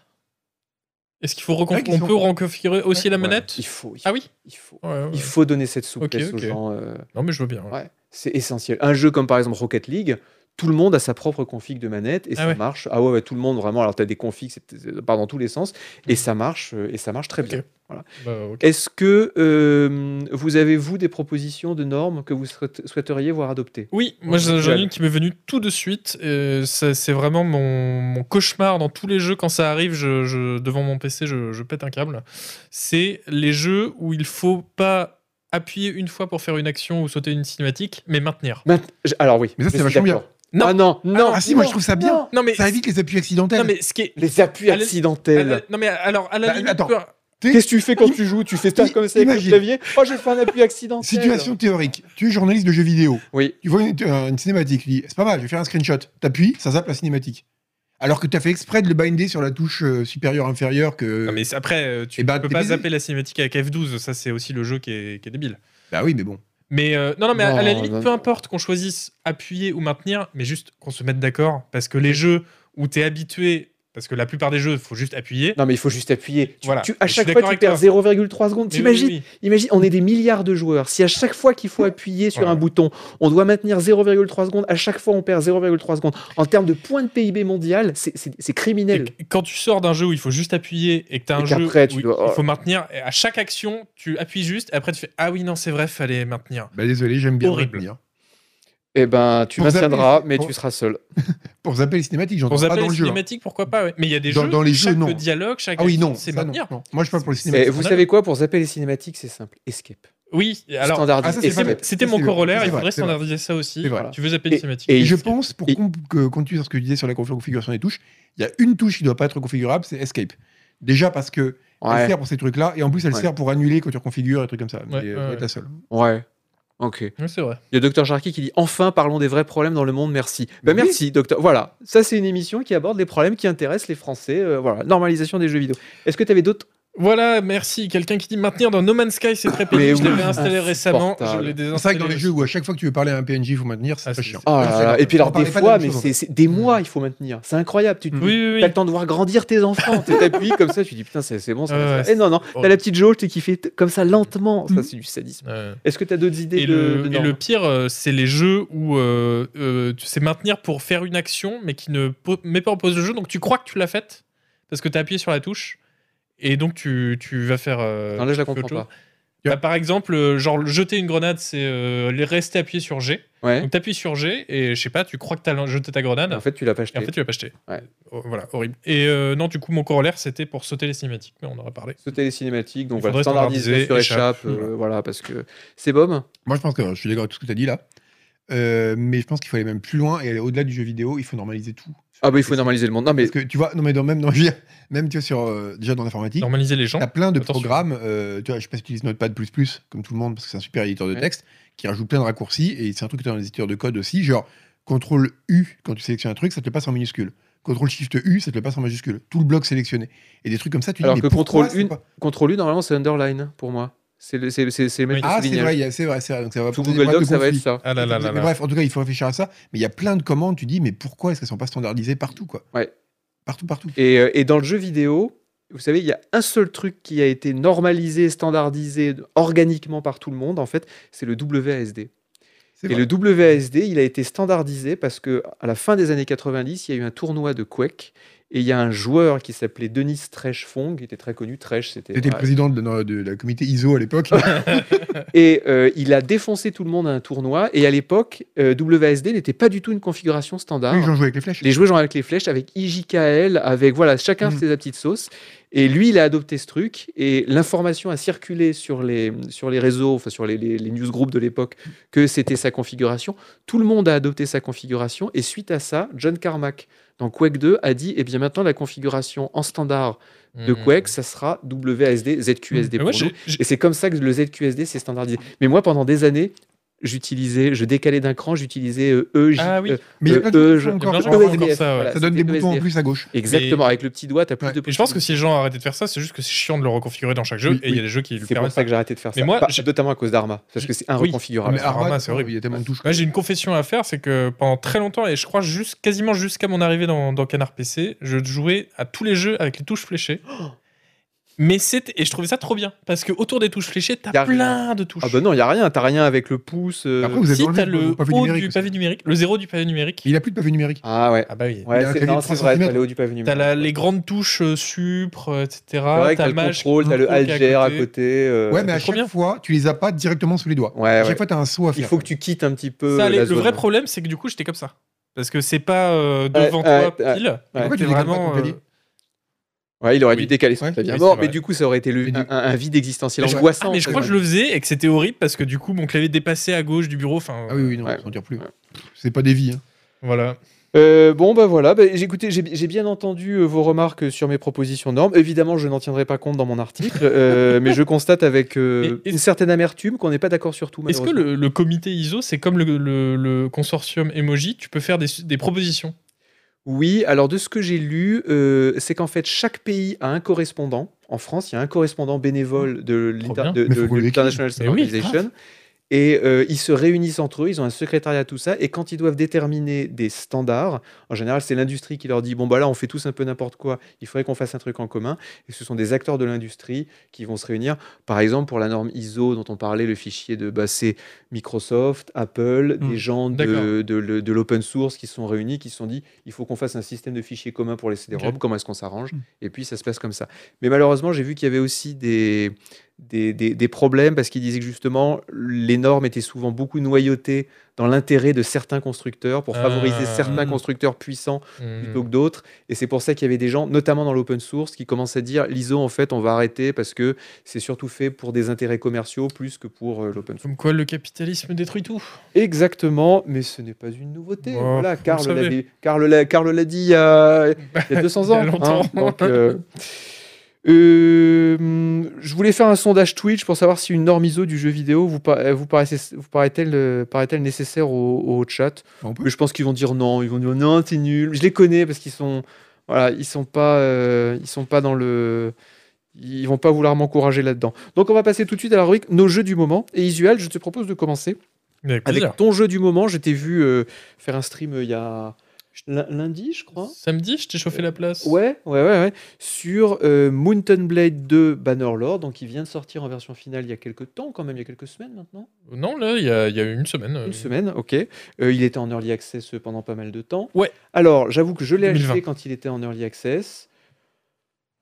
S3: Est-ce qu'il faut recon-
S2: Ouais, qu'ils
S3: on
S2: sont-
S3: peut reconfigurer aussi la
S2: Ouais.
S3: manette
S1: Il faut, il faut,
S3: Ah oui
S1: il faut,
S3: Ouais, ouais.
S1: il faut donner cette souplesse
S3: Ok,
S1: aux
S3: ok.
S1: gens. euh,
S3: Non, mais je veux bien. ouais.
S1: ouais, c'est essentiel. Un jeu comme par exemple Rocket League. Tout le monde a sa propre config de manette et
S3: Ah
S1: ça
S3: ouais.
S1: marche. Ah ouais, ouais, tout le monde vraiment. Alors t'as des configs, c'est- c'est- part dans tous les sens et ça marche euh, et ça marche très
S3: Ok.
S1: bien.
S3: Bah, ok.
S1: Est-ce que euh, vous avez, vous, des propositions de normes que vous souhait- souhaiteriez voir adoptées
S3: Oui, moi
S1: Ouais,
S3: j'en j'en ai
S1: nickel.
S3: une qui m'est venue tout de suite. euh, ça- C'est vraiment mon, mon cauchemar dans tous les jeux. Quand ça arrive, je, je- devant mon PC, je, je pète un câble. C'est les jeux où il faut pas appuyer une fois pour faire une action ou sauter une cinématique, mais maintenir.
S1: Maint- j- Alors oui.
S2: Mais ça,
S1: je
S2: c'est
S1: suis
S2: vachement bien.
S1: d'accord.
S3: Non.
S1: Ah non, non.
S2: Ah si, moi
S1: non,
S2: je trouve ça bien.
S1: non.
S3: Non mais,
S2: Ça évite les appuis accidentels.
S3: non, mais ce qui est...
S1: Les appuis
S3: À la- à la-
S1: accidentels.
S3: non mais alors, à la
S2: Bah,
S3: limite...
S2: attends.
S3: peu-
S1: Qu'est-ce que tu fais quand tu joues Tu fais ça
S2: I-
S1: comme ça avec le
S2: imagine.
S1: clavier Oh, j'ai fait un appui accidentel.
S2: Situation théorique. Tu es journaliste de jeux vidéo.
S1: Oui.
S2: Tu vois une, euh, une cinématique. Tu dis, c'est pas mal, je vais faire un screenshot. T'appuies, ça zappe la cinématique. Alors que t'as fait exprès de le binder sur la touche euh, supérieure, inférieure. que.
S3: Non, mais c'est- après, euh, tu
S2: Eh ben,
S3: peux
S2: t'es
S3: pas
S2: baisé.
S3: zapper la cinématique avec F12, ça c'est aussi le jeu qui est, qui est débile.
S2: Bah oui, mais bon.
S3: Mais euh, non, non, mais à- à la
S1: Non,
S3: limite,
S1: non,
S3: peu
S1: non.
S3: importe qu'on choisisse appuyer ou maintenir, mais juste qu'on se mette d'accord, parce que les jeux où t'es habitué, parce que la plupart des jeux, faut juste appuyer.
S1: Non, mais il faut juste appuyer. Tu-
S3: Voilà.
S1: tu-
S3: Je
S1: à
S3: suis
S1: chaque fois,
S3: d'accord
S1: tu
S3: avec
S1: perds
S3: toi.
S1: 0,3 secondes.
S3: Mais
S1: T'imagines
S3: oui, oui, oui.
S1: Imagine, on est des milliards de joueurs. Si à chaque fois qu'il faut appuyer sur
S3: Ouais.
S1: un bouton, on doit maintenir 0,3 secondes, à chaque fois on perd 0,3 secondes. En termes de points de PIB mondial, c'est- c'est c'est criminel.
S3: Et quand tu sors d'un jeu où il faut juste appuyer et que t'as
S1: Et
S3: un jeu
S1: qu'après, tu
S3: où
S1: dois-
S2: oh.
S3: il faut maintenir, et à chaque action, tu appuies juste, et après tu fais Ah oui, non, c'est vrai, fallait maintenir.
S2: Bah désolé, j'aime bien
S3: Horrible.
S2: retenir.
S1: Eh ben, tu
S2: Pour
S1: maintiendras,
S2: zapper,
S1: mais
S2: pour-
S1: tu seras seul.
S2: Pour zapper les cinématiques,
S3: On
S2: j'entends pas
S3: appelle
S2: dans
S3: les
S2: le jeu. hein.
S3: cinématiques, pourquoi pas ouais. Mais il y a des
S2: Dans-
S3: jeux,
S2: dans les jeux,
S3: chaque
S2: non.
S3: dialogue, chaque
S2: Ah oui, non,
S3: action, c'est
S2: ça, non,
S3: maintenir.
S2: non. Moi, je parle pour les
S1: Et
S2: cinématiques.
S1: vous
S3: scandale.
S1: savez quoi Pour zapper les cinématiques, c'est simple. Escape.
S3: Oui, alors,
S1: Standardise.
S2: ah, ça,
S3: et
S2: c'est pas
S1: Escape.
S2: mal.
S3: c'est- c'était
S2: Ça,
S3: mon
S2: c'est vrai.
S3: corollaire,
S2: C'est
S3: il
S2: vrai,
S3: faudrait
S2: c'est vrai.
S3: standardiser ça aussi.
S2: C'est vrai.
S1: Voilà.
S3: Tu veux zapper les
S1: Et-
S3: cinématiques.
S1: et
S2: Et je
S1: il-
S2: pense, pour
S1: et-
S2: con- que- continuer sur ce que je disais sur la configuration des touches, il y a une touche qui doit pas être configurable, c'est Escape. Déjà parce que elle
S1: Ouais.
S2: sert pour ces trucs-là, et en plus elle
S1: Ouais.
S2: sert pour annuler quand tu reconfigures et trucs comme ça. Mais
S3: Ouais, ouais,
S2: euh, faut
S3: ouais.
S2: être la seule.
S1: Ouais. Ok.
S3: Ouais, c'est vrai.
S1: Il y a Dr. Jarky qui dit Enfin, parlons des vrais problèmes dans le monde, merci. Ben,
S2: Oui.
S1: merci, docteur. Voilà, ça, c'est une émission qui aborde les problèmes qui intéressent les Français. euh, voilà, normalisation des jeux vidéo. Est-ce que tu avais d'autres
S3: Voilà, merci. Quelqu'un qui dit maintenir dans No Man's Sky, c'est très pénible.
S1: Mais
S3: je l'avais
S1: oui,
S3: installé récemment. Je
S1: insupportable.
S3: l'ai
S2: C'est vrai
S3: désinstallé.
S2: que dans les
S3: aussi.
S2: jeux où à chaque fois que tu veux parler à un PNJ, il faut maintenir, c'est
S3: Ah,
S2: très
S3: c'est-
S2: chiant.
S1: Ah là là. Et puis alors
S2: On
S1: des
S2: parlait pas de
S1: fois,
S2: la même
S1: mais
S2: chose,
S1: c'est c'est des mois, il faut maintenir. C'est incroyable. Tu, tu-
S3: Oui, oui, oui.
S1: T'as le temps de voir grandir tes enfants. Tu t'appuies comme ça, tu dis putain, c'est c'est bon. Ça va
S3: Ouais,
S1: se
S3: ouais,
S1: faire. Et non, non, t'as
S3: horrible.
S1: la petite jauge t'es qui fait t- comme ça lentement. Ça,
S2: Mhm.
S1: c'est du sadisme.
S3: Ouais.
S1: Est-ce que t'as d'autres idées
S3: Euh, Et,
S1: de,
S3: le,
S1: de
S3: et
S1: normes
S3: le pire, euh, c'est les jeux où euh, euh, tu sais maintenir pour faire une action, mais qui ne po- met pas en pause le jeu. Donc tu crois que tu l'as faite parce que tu as appuyé sur la touche. Et donc tu, tu vas faire. euh,
S1: Non, là, je la
S3: tu
S1: comprends
S3: fais autre chose.
S1: pas.
S3: Bah, par exemple, euh, genre jeter une grenade, c'est euh, rester appuyé sur G.
S1: Ouais.
S3: Donc t'appuies sur G et je sais pas, tu crois que t'as jeté ta grenade.
S1: En fait, tu l'as pas
S3: Et
S1: acheté.
S3: en fait, tu l'as pas acheté.
S1: Ouais.
S3: Oh, Voilà, horrible. Et euh, non, du coup, mon corollaire, c'était pour sauter les cinématiques, mais on en aurait parlé.
S1: Sauter les cinématiques, donc
S3: Il
S1: voilà,
S3: faudrait
S1: standardiser,
S3: standardiser,
S1: sur échappe,
S3: échappe,
S1: euh, voilà, parce que c'est Bob.
S2: Moi, je pense que je suis d'accord avec tout ce que tu as dit là. Euh, mais je pense qu'il faut aller même plus loin et aller au-delà du jeu vidéo. Il faut normaliser tout.
S1: Ah bah il faut normaliser le monde. Non mais
S2: Parce que tu vois, non, mais dans, même, dans, même tu vois, sur, euh, déjà dans l'informatique,
S3: Normaliser les gens.
S2: T'as plein de
S3: Attention.
S2: programmes. euh, tu vois, je sais pas si tu utilises Notepad, comme tout le monde, parce que c'est un super éditeur de
S1: Ouais.
S2: texte, qui rajoute plein de raccourcis. Et c'est un truc que tu as dans les éditeurs de code aussi. Genre, CTRL U, quand tu sélectionnes un truc, ça te le passe en minuscule. CTRL Shift U, ça te le passe en majuscule. Tout le bloc sélectionné. Et des trucs comme ça, tu
S1: Alors
S2: dis.
S1: que
S2: mais pourquoi
S1: CTRL
S2: c'est
S1: une-
S2: pas-
S1: contrôle U normalement c'est underline pour moi. C'est le, c'est, c'est, c'est le
S3: Oui.
S1: mettre le
S2: Ah, c'est
S1: soulignage.
S2: vrai, il y a- c'est vrai, c'est vrai. Donc ça va
S1: Sous
S2: poser des
S1: Google
S2: problèmes
S1: Docs
S2: de
S1: ça va être
S2: conflit.
S1: ça.
S3: Ah là là là
S2: Mais
S3: là.
S2: bref, en tout cas, il faut réfléchir à ça. Mais il y a plein de commandes, tu dis, mais pourquoi est-ce qu'elles sont pas standardisées partout, quoi
S1: Ouais.
S2: Partout, partout.
S1: Et, euh, et dans le jeu vidéo, vous savez, il y a un seul truc qui a été normalisé, standardisé organiquement par tout le monde, en fait, c'est le WASD.
S2: C'est
S1: Et le
S2: vrai.
S1: WASD, il a été standardisé parce que à la fin des années 90, il y a eu un tournoi de Quake et il y a un joueur qui s'appelait Denis Tresh Fong, qui était très connu. Tresh, c'était.
S2: T'étais le
S1: Ouais.
S2: président de, de- de la comité ISO à l'époque.
S1: Et euh, il a défoncé tout le monde à un tournoi. Et à l'époque, euh, WASD n'était pas du tout une configuration standard.
S2: Les gens jouaient avec les flèches.
S1: Les joueurs jouent avec les flèches, avec IJKL, avec voilà, chacun
S2: Mhm.
S1: fait sa petite sauce. Et lui, il a adopté ce truc. Et l'information a circulé sur les, sur les réseaux, enfin sur les, les, les newsgroups de l'époque, que c'était sa configuration. Tout le monde a adopté sa configuration. Et suite à ça, John Carmack, dans Quake 2, a dit Eh bien maintenant, la configuration en standard de
S3: Mhm.
S1: Quake, ça sera WASD, ZQSD.
S3: Hmm. Mais
S1: pour
S3: moi,
S1: nous.
S3: j'ai- j'ai-
S1: Et c'est comme ça que le ZQSD s'est standardisé. Mais moi, pendant des années, j'utilisais, je décalais d'un cran, j'utilisais euh, EJ.
S3: Ah oui.
S1: euh,
S2: Mais il y a
S1: euh,
S2: plein de
S1: euh,
S2: trucs
S1: je-
S2: encore,
S3: il y a plein de gens
S2: qui
S3: qui
S2: sont
S3: font
S2: encore comme
S1: ESDF,
S3: ça, ouais.
S1: voilà, E
S2: Ça donne des
S1: c'était
S2: boutons en
S1: ESDF.
S2: plus à gauche.
S1: Exactement, avec le petit doigt, t'as plus
S2: Ouais.
S1: de
S3: Et je pense que si les gens arrêtaient de faire ça, c'est juste que c'est chiant de le reconfigurer dans chaque jeu
S2: Oui,
S3: et il y
S2: oui.
S3: a des jeux qui le
S1: C'est pour
S3: permettent.
S1: ça que j'ai arrêté de faire
S3: Mais
S1: ça.
S3: moi,
S1: Pas-
S3: j'ai-
S1: notamment à cause d'Arma, parce que Ah c'est
S3: Oui.
S1: inreconfigurable.
S2: mais Arma,
S3: Arma, c'est horrible.
S2: Il y a tellement de touches.
S3: Moi, j'ai une confession à faire, c'est que pendant très longtemps, et je crois juste, quasiment jusqu'à mon arrivée dans, dans Canard PC, je jouais à tous les jeux avec les touches fléchées. Mais c'était et je trouvais ça trop bien parce que autour des touches fléchées, t'as
S1: Y a
S3: plein de touches.
S1: Ah bah non, il y a rien, t'as rien avec le pouce. euh.
S2: Après, vous avez
S3: si
S2: enlevé
S3: t'as
S2: le
S3: le
S2: pavé
S3: haut
S2: numérique
S3: du
S2: aussi.
S3: pavé numérique, le zéro du pavé numérique.
S2: Il a plus de pavé numérique.
S1: Ah ouais.
S3: Ah bah oui.
S1: Ouais,
S2: Il a un
S1: c'est
S2: clavier
S1: non,
S2: de
S1: c'est
S2: 3
S1: vrai,
S2: centimètres.
S1: t'as le haut du pavillon.
S3: T'as la- les grandes touches euh, supre, euh, etc.
S1: C'est vrai que
S3: t'as
S1: t'as le
S3: Maj-
S1: contrôle, t'as le
S3: contrôle qui est
S1: Alger à côté. euh,
S2: Ouais, mais à
S3: trop
S2: chaque
S3: bien.
S2: fois, tu les as pas directement sous les doigts.
S1: Ouais,
S2: à chaque
S1: ouais.
S2: fois, t'as un saut à faire.
S1: Il faut que tu quittes un petit peu.
S3: Ça,
S1: euh,
S3: les-
S1: la
S3: le vrai
S1: zone.
S3: problème, c'est que du coup, j'étais comme ça. Parce que c'est pas euh,
S1: Ouais,
S3: devant
S1: ouais,
S3: toi
S1: ouais.
S3: pile.
S2: Pourquoi
S3: T'es
S2: tu décales pas
S3: vraiment.
S2: ton clavier
S3: euh,
S1: Ouais, il aurait dû
S3: Oui.
S1: décaler son
S2: Ouais.
S1: clavier à
S3: Oui,
S1: mort,
S3: c'est
S1: mais
S3: vrai.
S1: du coup, ça aurait été le-
S2: Mais du-
S1: un, un- un vide existentiel
S2: Mais je-
S1: angoissant.
S3: Ah, mais je
S1: ça,
S3: crois que je le faisais et que c'était horrible parce que du coup, mon clavier dépassait à gauche du bureau. Enfin,
S2: Ah oui, oui, non,
S1: Ouais.
S2: on s'en tire plus.
S1: Ouais.
S2: C'est pas des vies. hein.
S3: voilà.
S1: Euh, bon, bah voilà, bah, j'ai- écoutez, j'ai j'ai bien entendu euh, vos remarques sur mes propositions de normes. Évidemment, je n'en tiendrai pas compte dans mon article, euh, mais je constate avec euh,
S3: Mais est-ce-
S1: une certaine amertume qu'on n'est pas d'accord sur tout.
S3: Est-ce que
S1: malheureusement.
S3: le, le comité ISO, c'est comme le, le- le consortium Emoji, tu peux faire des, des propositions
S1: Oui, alors de ce que j'ai lu, euh, c'est qu'en fait, chaque pays a un correspondant. En France, il y a un correspondant bénévole de
S3: Mmh. Trop
S1: l'Inter-
S3: bien.
S1: de-
S2: Mais faut
S1: de
S2: qu'on l'équipe.
S1: l'International
S3: Mais oui,
S1: Standardization. Et euh, ils se réunissent entre eux, ils ont un secrétariat, tout ça. Et quand ils doivent déterminer des standards, en général, c'est l'industrie qui leur dit Bon, bah là, on fait tous un peu n'importe quoi, il faudrait qu'on fasse un truc en commun. Et ce sont des acteurs de l'industrie qui vont se réunir. Par exemple, pour la norme ISO dont on parlait, le fichier de bah, c'est Microsoft, Apple,
S2: Hmm,
S1: des gens de,
S3: Mmh. d'accord.
S1: de, le- de l'open source qui se sont réunis, qui se sont dit il faut qu'on fasse un système de fichiers commun pour les CD-ROM, comment est-ce qu'on s'arrange
S2: Hmm.
S1: Et puis ça se passe comme ça. Mais malheureusement, j'ai vu qu'il y avait aussi des, des, des- des problèmes parce qu'ils disaient que justement, les normes étaient souvent beaucoup noyautées dans l'intérêt de certains constructeurs pour favoriser
S3: Ah.
S1: certains
S2: Hmm.
S1: constructeurs puissants
S3: Hmm.
S1: plutôt que d'autres. Et c'est pour ça qu'il y avait des gens, notamment dans l'open source, qui commençaient à dire l'ISO, en fait, on va arrêter parce que c'est surtout fait pour des intérêts commerciaux plus que pour euh, l'open source.
S3: Comme quoi, le capitalisme détruit tout.
S1: Exactement, mais ce n'est pas une nouveauté.
S3: Oh,
S1: voilà,
S3: vous
S1: Karl
S3: le savez.
S1: l'avait- Karl l'a Karl l'a dit il y a, il y a 200
S3: Il y a
S1: ans. hein.
S3: longtemps.
S1: Donc, euh, euh, je voulais faire un sondage Twitch pour savoir si une norme ISO du jeu vidéo vous, para- vous paraissait- vous paraît-elle euh, paraît-elle nécessaire au, au chat.
S2: On peut.
S1: Mais je pense qu'ils vont dire non. Ils vont dire non, c'est nul. Je les connais parce qu'ils sont, voilà, ils sont pas, euh, ils sont pas dans le. Ils vont pas vouloir m'encourager là-dedans. Donc on va passer tout de suite à la rubrique nos jeux du moment. Et Isuel, je te propose de commencer.
S3: Mais avec
S1: Avec
S3: plaisir.
S1: ton jeu du moment, je t'ai vu euh, faire un stream euh, il y a l- lundi, je crois.
S3: Samedi, je t'ai chauffé la place.
S1: Euh, Ouais, ouais, ouais, ouais. Sur euh, Mountain Blade 2 Bannerlord, donc il vient de sortir en version finale il y a quelques temps, quand même, il y a quelques semaines maintenant.
S3: Non, là, il y a, il y a eu une semaine. euh,
S1: Une semaine, ok. Euh, il était en early access pendant pas mal de temps.
S3: Ouais.
S1: Alors, j'avoue que je l'ai
S3: 2020.
S1: acheté quand il était en early access.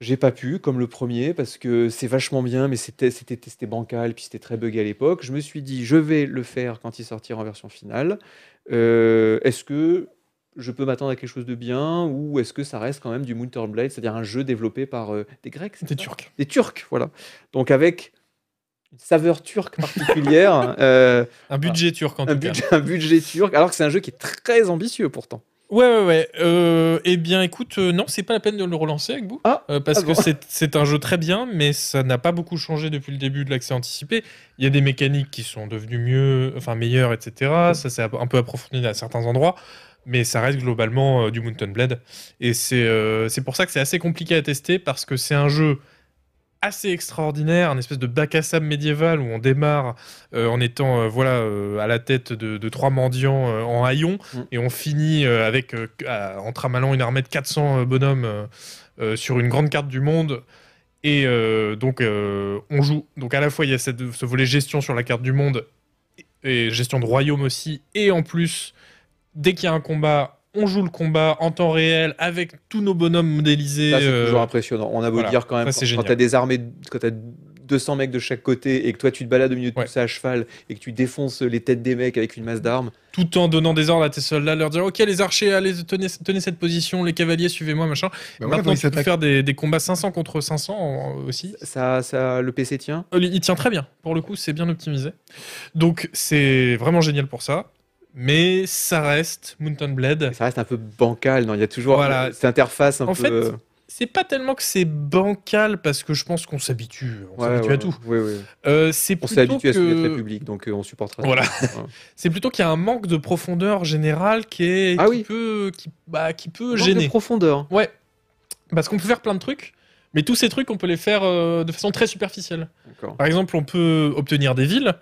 S1: J'ai pas pu, comme le premier, parce que c'est vachement bien, mais c'était c'était testé bancal, puis c'était très bug à l'époque. Je me suis dit, je vais le faire quand il sortira en version finale. Euh, est-ce que je peux m'attendre à quelque chose de bien, ou est-ce que ça reste quand même du Moon Blade, c'est-à-dire un jeu développé par euh, des Grecs c'est
S3: T'es
S1: ça
S3: turc.
S1: Des Turcs, voilà. Donc avec une saveur turque particulière, euh,
S3: Un budget turc en
S1: un,
S3: tout cas.
S1: budget, un budget turc, alors que c'est un jeu qui est très ambitieux pourtant.
S3: Ouais, ouais, ouais. Euh, eh bien, écoute, euh, non, c'est pas la peine de le relancer avec vous. Euh,
S1: Ah,
S3: parce
S1: ah
S3: que
S1: bon.
S3: c'est- c'est un jeu très bien, mais ça n'a pas beaucoup changé depuis le début de l'accès anticipé. Il y a des mécaniques qui sont devenues mieux, enfin meilleures,
S1: Mm.
S3: etc. Ça s'est un peu approfondi à certains endroits, mais ça reste globalement euh, du Mountain Blade. Et c'est euh, c'est pour ça que c'est assez compliqué à tester parce que c'est un jeu assez extraordinaire, un espèce de bac à sable médiéval où on démarre euh, en étant euh, voilà euh, à la tête de, de trois mendiants euh, en haillons
S1: Mm.
S3: et on finit euh, avec euh, qu- à- en tramalant une armée de 400 euh, bonhommes euh, euh, sur une grande carte du monde et euh, donc euh, on joue donc à la fois il y a cette- ce volet gestion sur la carte du monde et gestion de royaume aussi et en plus dès qu'il y a un combat on joue le combat en temps réel avec tous nos bonhommes modélisés
S1: Ça, c'est
S3: euh,
S1: toujours impressionnant. On a beau
S3: voilà.
S1: dire quand même,
S3: Ça, c'est
S1: quand
S3: génial.
S1: t'as des armées, quand t'as 200 mecs de chaque côté et que toi tu te balades au milieu de
S3: Ouais.
S1: tout ça à cheval et que tu défonces les têtes des mecs avec une masse d'armes,
S3: tout en donnant des ordres à tes soldats, leur dire ok les archers allez tenez, tenez cette position, les cavaliers suivez-moi machin.
S2: Bah voilà, quand
S3: Maintenant
S2: il
S3: tu peux
S2: s'attaque.
S3: faire des, des combats 500 contre 500 euh, aussi.
S1: ça, ça, le PC tient.
S3: Euh, Il tient très bien pour le coup, c'est bien optimisé. Donc c'est vraiment génial pour ça, mais ça reste Mountain Blade.
S1: Ça reste un peu bancal, non Il y a toujours
S3: Voilà.
S1: euh, cette interface un
S3: En
S1: peu.
S3: fait,
S1: euh,
S3: C'est pas tellement que c'est bancal parce que je pense qu'on s'habitue, on
S1: ouais,
S3: s'habitue
S1: ouais,
S3: à tout.
S1: ouais, ouais.
S3: Euh, c'est
S1: On s'est
S3: plutôt
S1: habitué à
S3: que-
S1: se mettre public, donc euh, on supportera. ça.
S3: Voilà.
S1: Ouais.
S3: C'est plutôt qu'il y a un manque de profondeur générale qui est
S1: Ah
S3: qui
S1: oui.
S3: peut qui, bah, qui peut
S1: Manque
S3: gêner.
S1: de profondeur.
S3: Ouais. Parce qu'on peut faire plein de trucs, mais tous ces trucs, on peut les faire euh, de façon très superficielle.
S1: D'accord.
S3: Par exemple, on peut obtenir des villes,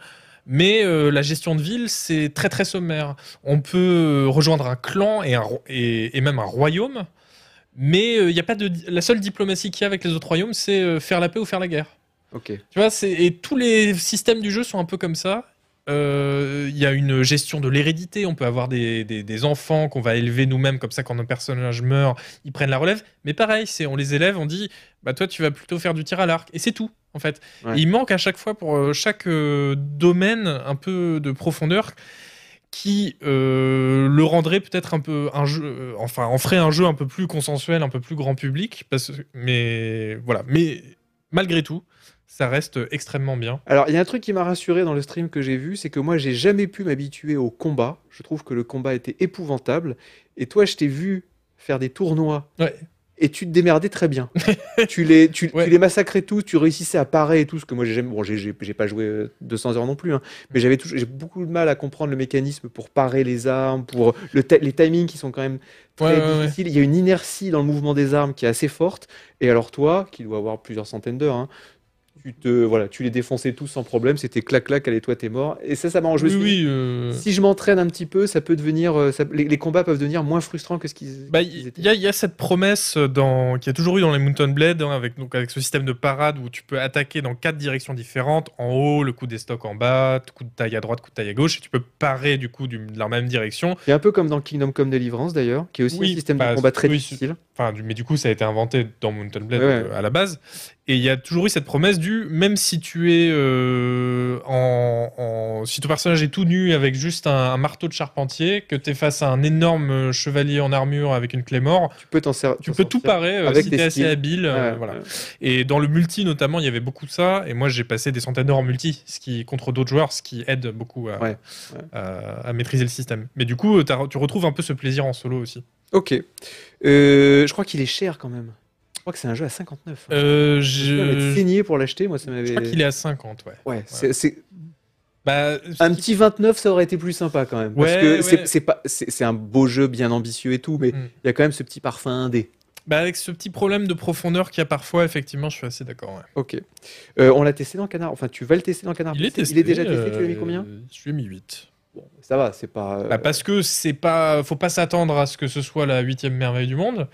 S3: mais euh, la gestion de ville, c'est très très sommaire. On peut euh, rejoindre un clan et, un ro- et, et même un royaume, mais euh, il y a pas de. di- La seule diplomatie qu'il y a avec les autres royaumes, c'est euh, faire la paix ou faire la guerre.
S1: Ok.
S3: Tu vois, c'est- et tous les systèmes du jeu sont un peu comme ça. Euh, Il y a une gestion de l'hérédité. On peut avoir des, des- des enfants qu'on va élever nous-mêmes, comme ça, quand nos personnages meurent, ils prennent la relève. Mais pareil, c'est on les élève, on dit, bah toi, tu vas plutôt faire du tir à l'arc. Et c'est tout, en fait.
S1: Ouais.
S3: Et il manque à chaque fois pour euh, chaque euh, domaine un peu de profondeur qui euh, le rendrait peut-être un peu un jeu, euh, enfin, en ferait un jeu un peu plus consensuel, un peu plus grand public. Parce, mais voilà. Mais malgré tout ça reste extrêmement bien.
S1: Alors, il y a un truc qui m'a rassuré dans le stream que j'ai vu, c'est que moi, j'ai jamais pu m'habituer au combat. Je trouve que le combat était épouvantable. Et toi, je t'ai vu faire des tournois
S3: Ouais.
S1: et tu te démerdais très bien. tu, les, tu, tu
S3: Ouais.
S1: les massacrais tous, tu réussissais à parer et tout, ce que moi j'ai jamais. Bon, j'ai- j'ai j'ai pas joué euh, 200 heures non plus, hein, mais j'avais toujours- j'ai beaucoup de mal à comprendre le mécanisme pour parer les armes, pour le ti- les timings qui sont quand même très
S3: Ouais, ouais, ouais.
S1: difficiles. Il y a une inertie dans le mouvement des armes qui est assez forte. Et alors, toi, qui dois avoir plusieurs centaines d'heures, hein, tu, te, voilà, tu les défonçais tous sans problème, c'était clac-clac, allez, toi, t'es mort. Et ça, ça m'arrange. Je me
S3: oui,
S1: suis dit,
S3: oui. euh,
S1: Si je m'entraîne un petit peu, ça peut devenir, euh, ça- les, les combats peuvent devenir moins frustrants que ce qu'ils
S3: bah,
S1: qu'ils
S3: Il
S1: étaient.
S3: y, a- il y a cette promesse dans... qu'il y a toujours eu dans les Mountain Blade, hein, avec, donc, avec ce système de parade où tu peux attaquer dans quatre directions différentes, en haut, le coup des stocks en bas, coup de taille à droite, coup de taille à gauche, et tu peux parer du coup du- de la même direction.
S1: C'est un peu comme dans Kingdom Come Deliverance d'ailleurs, qui est aussi
S3: Oui,
S1: un système
S3: bah,
S1: de combat très
S3: oui,
S1: difficile.
S3: Enfin, du- mais du coup, ça a été inventé dans Mountain Blade
S1: Ouais,
S3: euh,
S1: ouais.
S3: à la base. Et il y a toujours eu cette promesse du même si tu es euh, en, en- si ton personnage est tout nu avec juste un, un marteau de charpentier, que tu es face à un énorme euh, chevalier en armure avec une clé mort,
S1: Tu peux t'en ser-
S3: tu
S1: t'en
S3: peux
S1: sortir.
S3: tout parer euh,
S1: avec
S3: si
S1: des
S3: t'es assez
S1: skills.
S3: habile. euh,
S1: Ouais,
S3: voilà.
S1: ouais.
S3: Et dans le multi notamment, il y avait beaucoup de ça. Et moi, j'ai passé des centaines d'heures en multi, ce qui contre d'autres joueurs, ce qui aide beaucoup à,
S1: Ouais, ouais.
S3: à- à maîtriser le système. Mais du coup, t'as- tu retrouves un peu ce plaisir en solo aussi.
S1: Ok. Euh, je crois qu'il est cher quand même. Je crois que c'est un jeu à 59. hein.
S3: Euh,
S1: Je dois m'être
S3: je...
S1: saigné pour l'acheter, moi ça m'avait.
S3: je crois qu'il est à 50, ouais.
S1: Ouais, c'est- c'est-
S3: Bah,
S1: un petit 29, ça aurait été plus sympa quand même. parce
S3: Ouais,
S1: que
S3: ouais.
S1: c'est- c'est pas, c'est c'est un beau jeu, bien ambitieux et tout, mais il
S3: Mm.
S1: y a quand même ce petit parfum indé.
S3: bah, avec ce petit problème de profondeur qu'il y a parfois, effectivement, je suis assez d'accord. ouais.
S1: Ok. Euh, on l'a testé dans Canard. Enfin, tu vas le tester dans Canard.
S3: Il est
S1: PC.
S3: testé.
S1: Ah, Il est déjà testé. Tu l'as mis
S3: euh,
S1: combien
S3: Je lui ai mis 8.
S1: Bon, ça va, c'est pas. euh,
S3: Bah, parce que c'est pas. Faut pas s'attendre à ce que ce soit la huitième merveille du monde.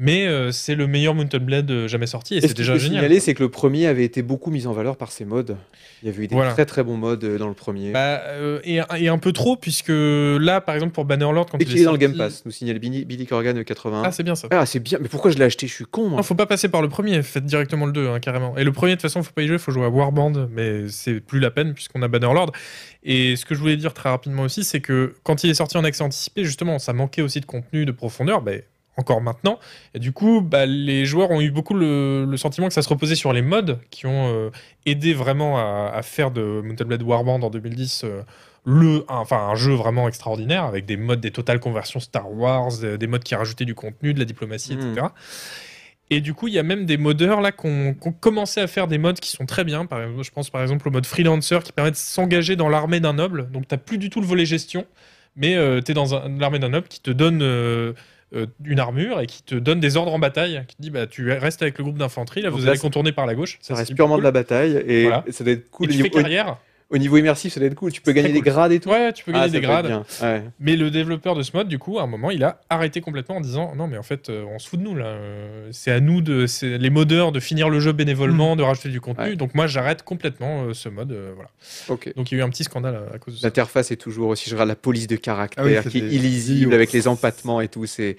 S3: mais euh, c'est le meilleur Mountain Blade euh, jamais sorti et
S1: Et
S3: c'est
S1: ce qu'il
S3: déjà
S1: faut
S3: génial.
S1: signaler, c'est que le premier avait été beaucoup mis en valeur par ses modes. Il y avait eu des
S3: Voilà.
S1: très très bons modes euh, dans le premier.
S3: Bah, euh, et, un- et un peu trop, puisque là, par exemple, pour Bannerlord, quand
S1: et
S3: il
S1: qu'il est dans le Game
S3: sorti-
S1: Pass, nous signale Billy, Billy Corgan 81.
S3: Ah, c'est Ah, bien ça.
S1: Ah, c'est bien, mais pourquoi je l'ai acheté Je suis con, moi.
S3: Non, faut pas passer par le premier, faites directement le 2, hein, carrément. Et le premier, de toute façon, faut pas y jouer, faut jouer à Warband, mais c'est plus la peine puisqu'on a Bannerlord. Et ce que je voulais dire très rapidement aussi, c'est que quand il est sorti en accès anticipé, justement, ça manquait aussi de contenu, de profondeur, bah, encore maintenant. Et du coup, bah, les joueurs ont eu beaucoup le, le sentiment que ça se reposait sur les modes qui ont euh, aidé vraiment à, à faire de Mountain Blade Warband en 2010 euh, le, un- enfin, un jeu vraiment extraordinaire avec des modes, des totales conversions Star Wars, euh, des modes qui rajoutaient du contenu, de la diplomatie,
S1: Mhm.
S3: etc. Et du coup, il y a même des modeurs là qui ont commencé à faire des modes qui sont très bien. Par exemple, je pense par exemple au mode freelancer qui permet de s'engager dans l'armée d'un noble. Donc, tu n'as plus du tout le volet gestion, mais tu es dans un- l'armée d'un noble qui te donne euh, euh, une armure et qui te donne des ordres en bataille. Qui te dit bah, tu restes avec le groupe d'infanterie, là,
S1: Donc
S3: vous
S1: là,
S3: allez
S1: c'est-
S3: contourner par la gauche.
S1: Ça
S3: c'est
S1: reste
S3: hyper
S1: purement
S3: cool.
S1: de la bataille et
S3: Voilà.
S1: ça doit être
S3: Et
S1: cool.
S3: tu
S1: au,
S3: fais
S1: niveau,
S3: carrière.
S1: au niveau immersif, ça doit être cool. Tu peux gagner
S3: très
S1: des
S3: cool.
S1: grades et tout.
S3: Ouais, tu peux gagner
S1: Ah, ça
S3: des
S1: peut être
S3: grades.
S1: bien, ouais.
S3: Mais le développeur de ce mode, du coup, à un moment, il a arrêté complètement en disant non, mais en fait, euh, on se fout de nous là. Euh, C'est à nous de, c'est les modeurs de finir le jeu bénévolement, de rajouter du contenu.
S1: Hmm. Ouais.
S3: Donc moi, j'arrête complètement euh, ce mode. euh, voilà.
S1: Ok.
S3: Donc il y a eu un petit scandale euh, à, à cause de ça.
S1: L'interface est toujours aussi, je regarde la police de caractère
S2: Ah oui,
S1: qui est
S2: c'était-
S1: illisible
S2: Yo.
S1: avec les empattements et tout. C'est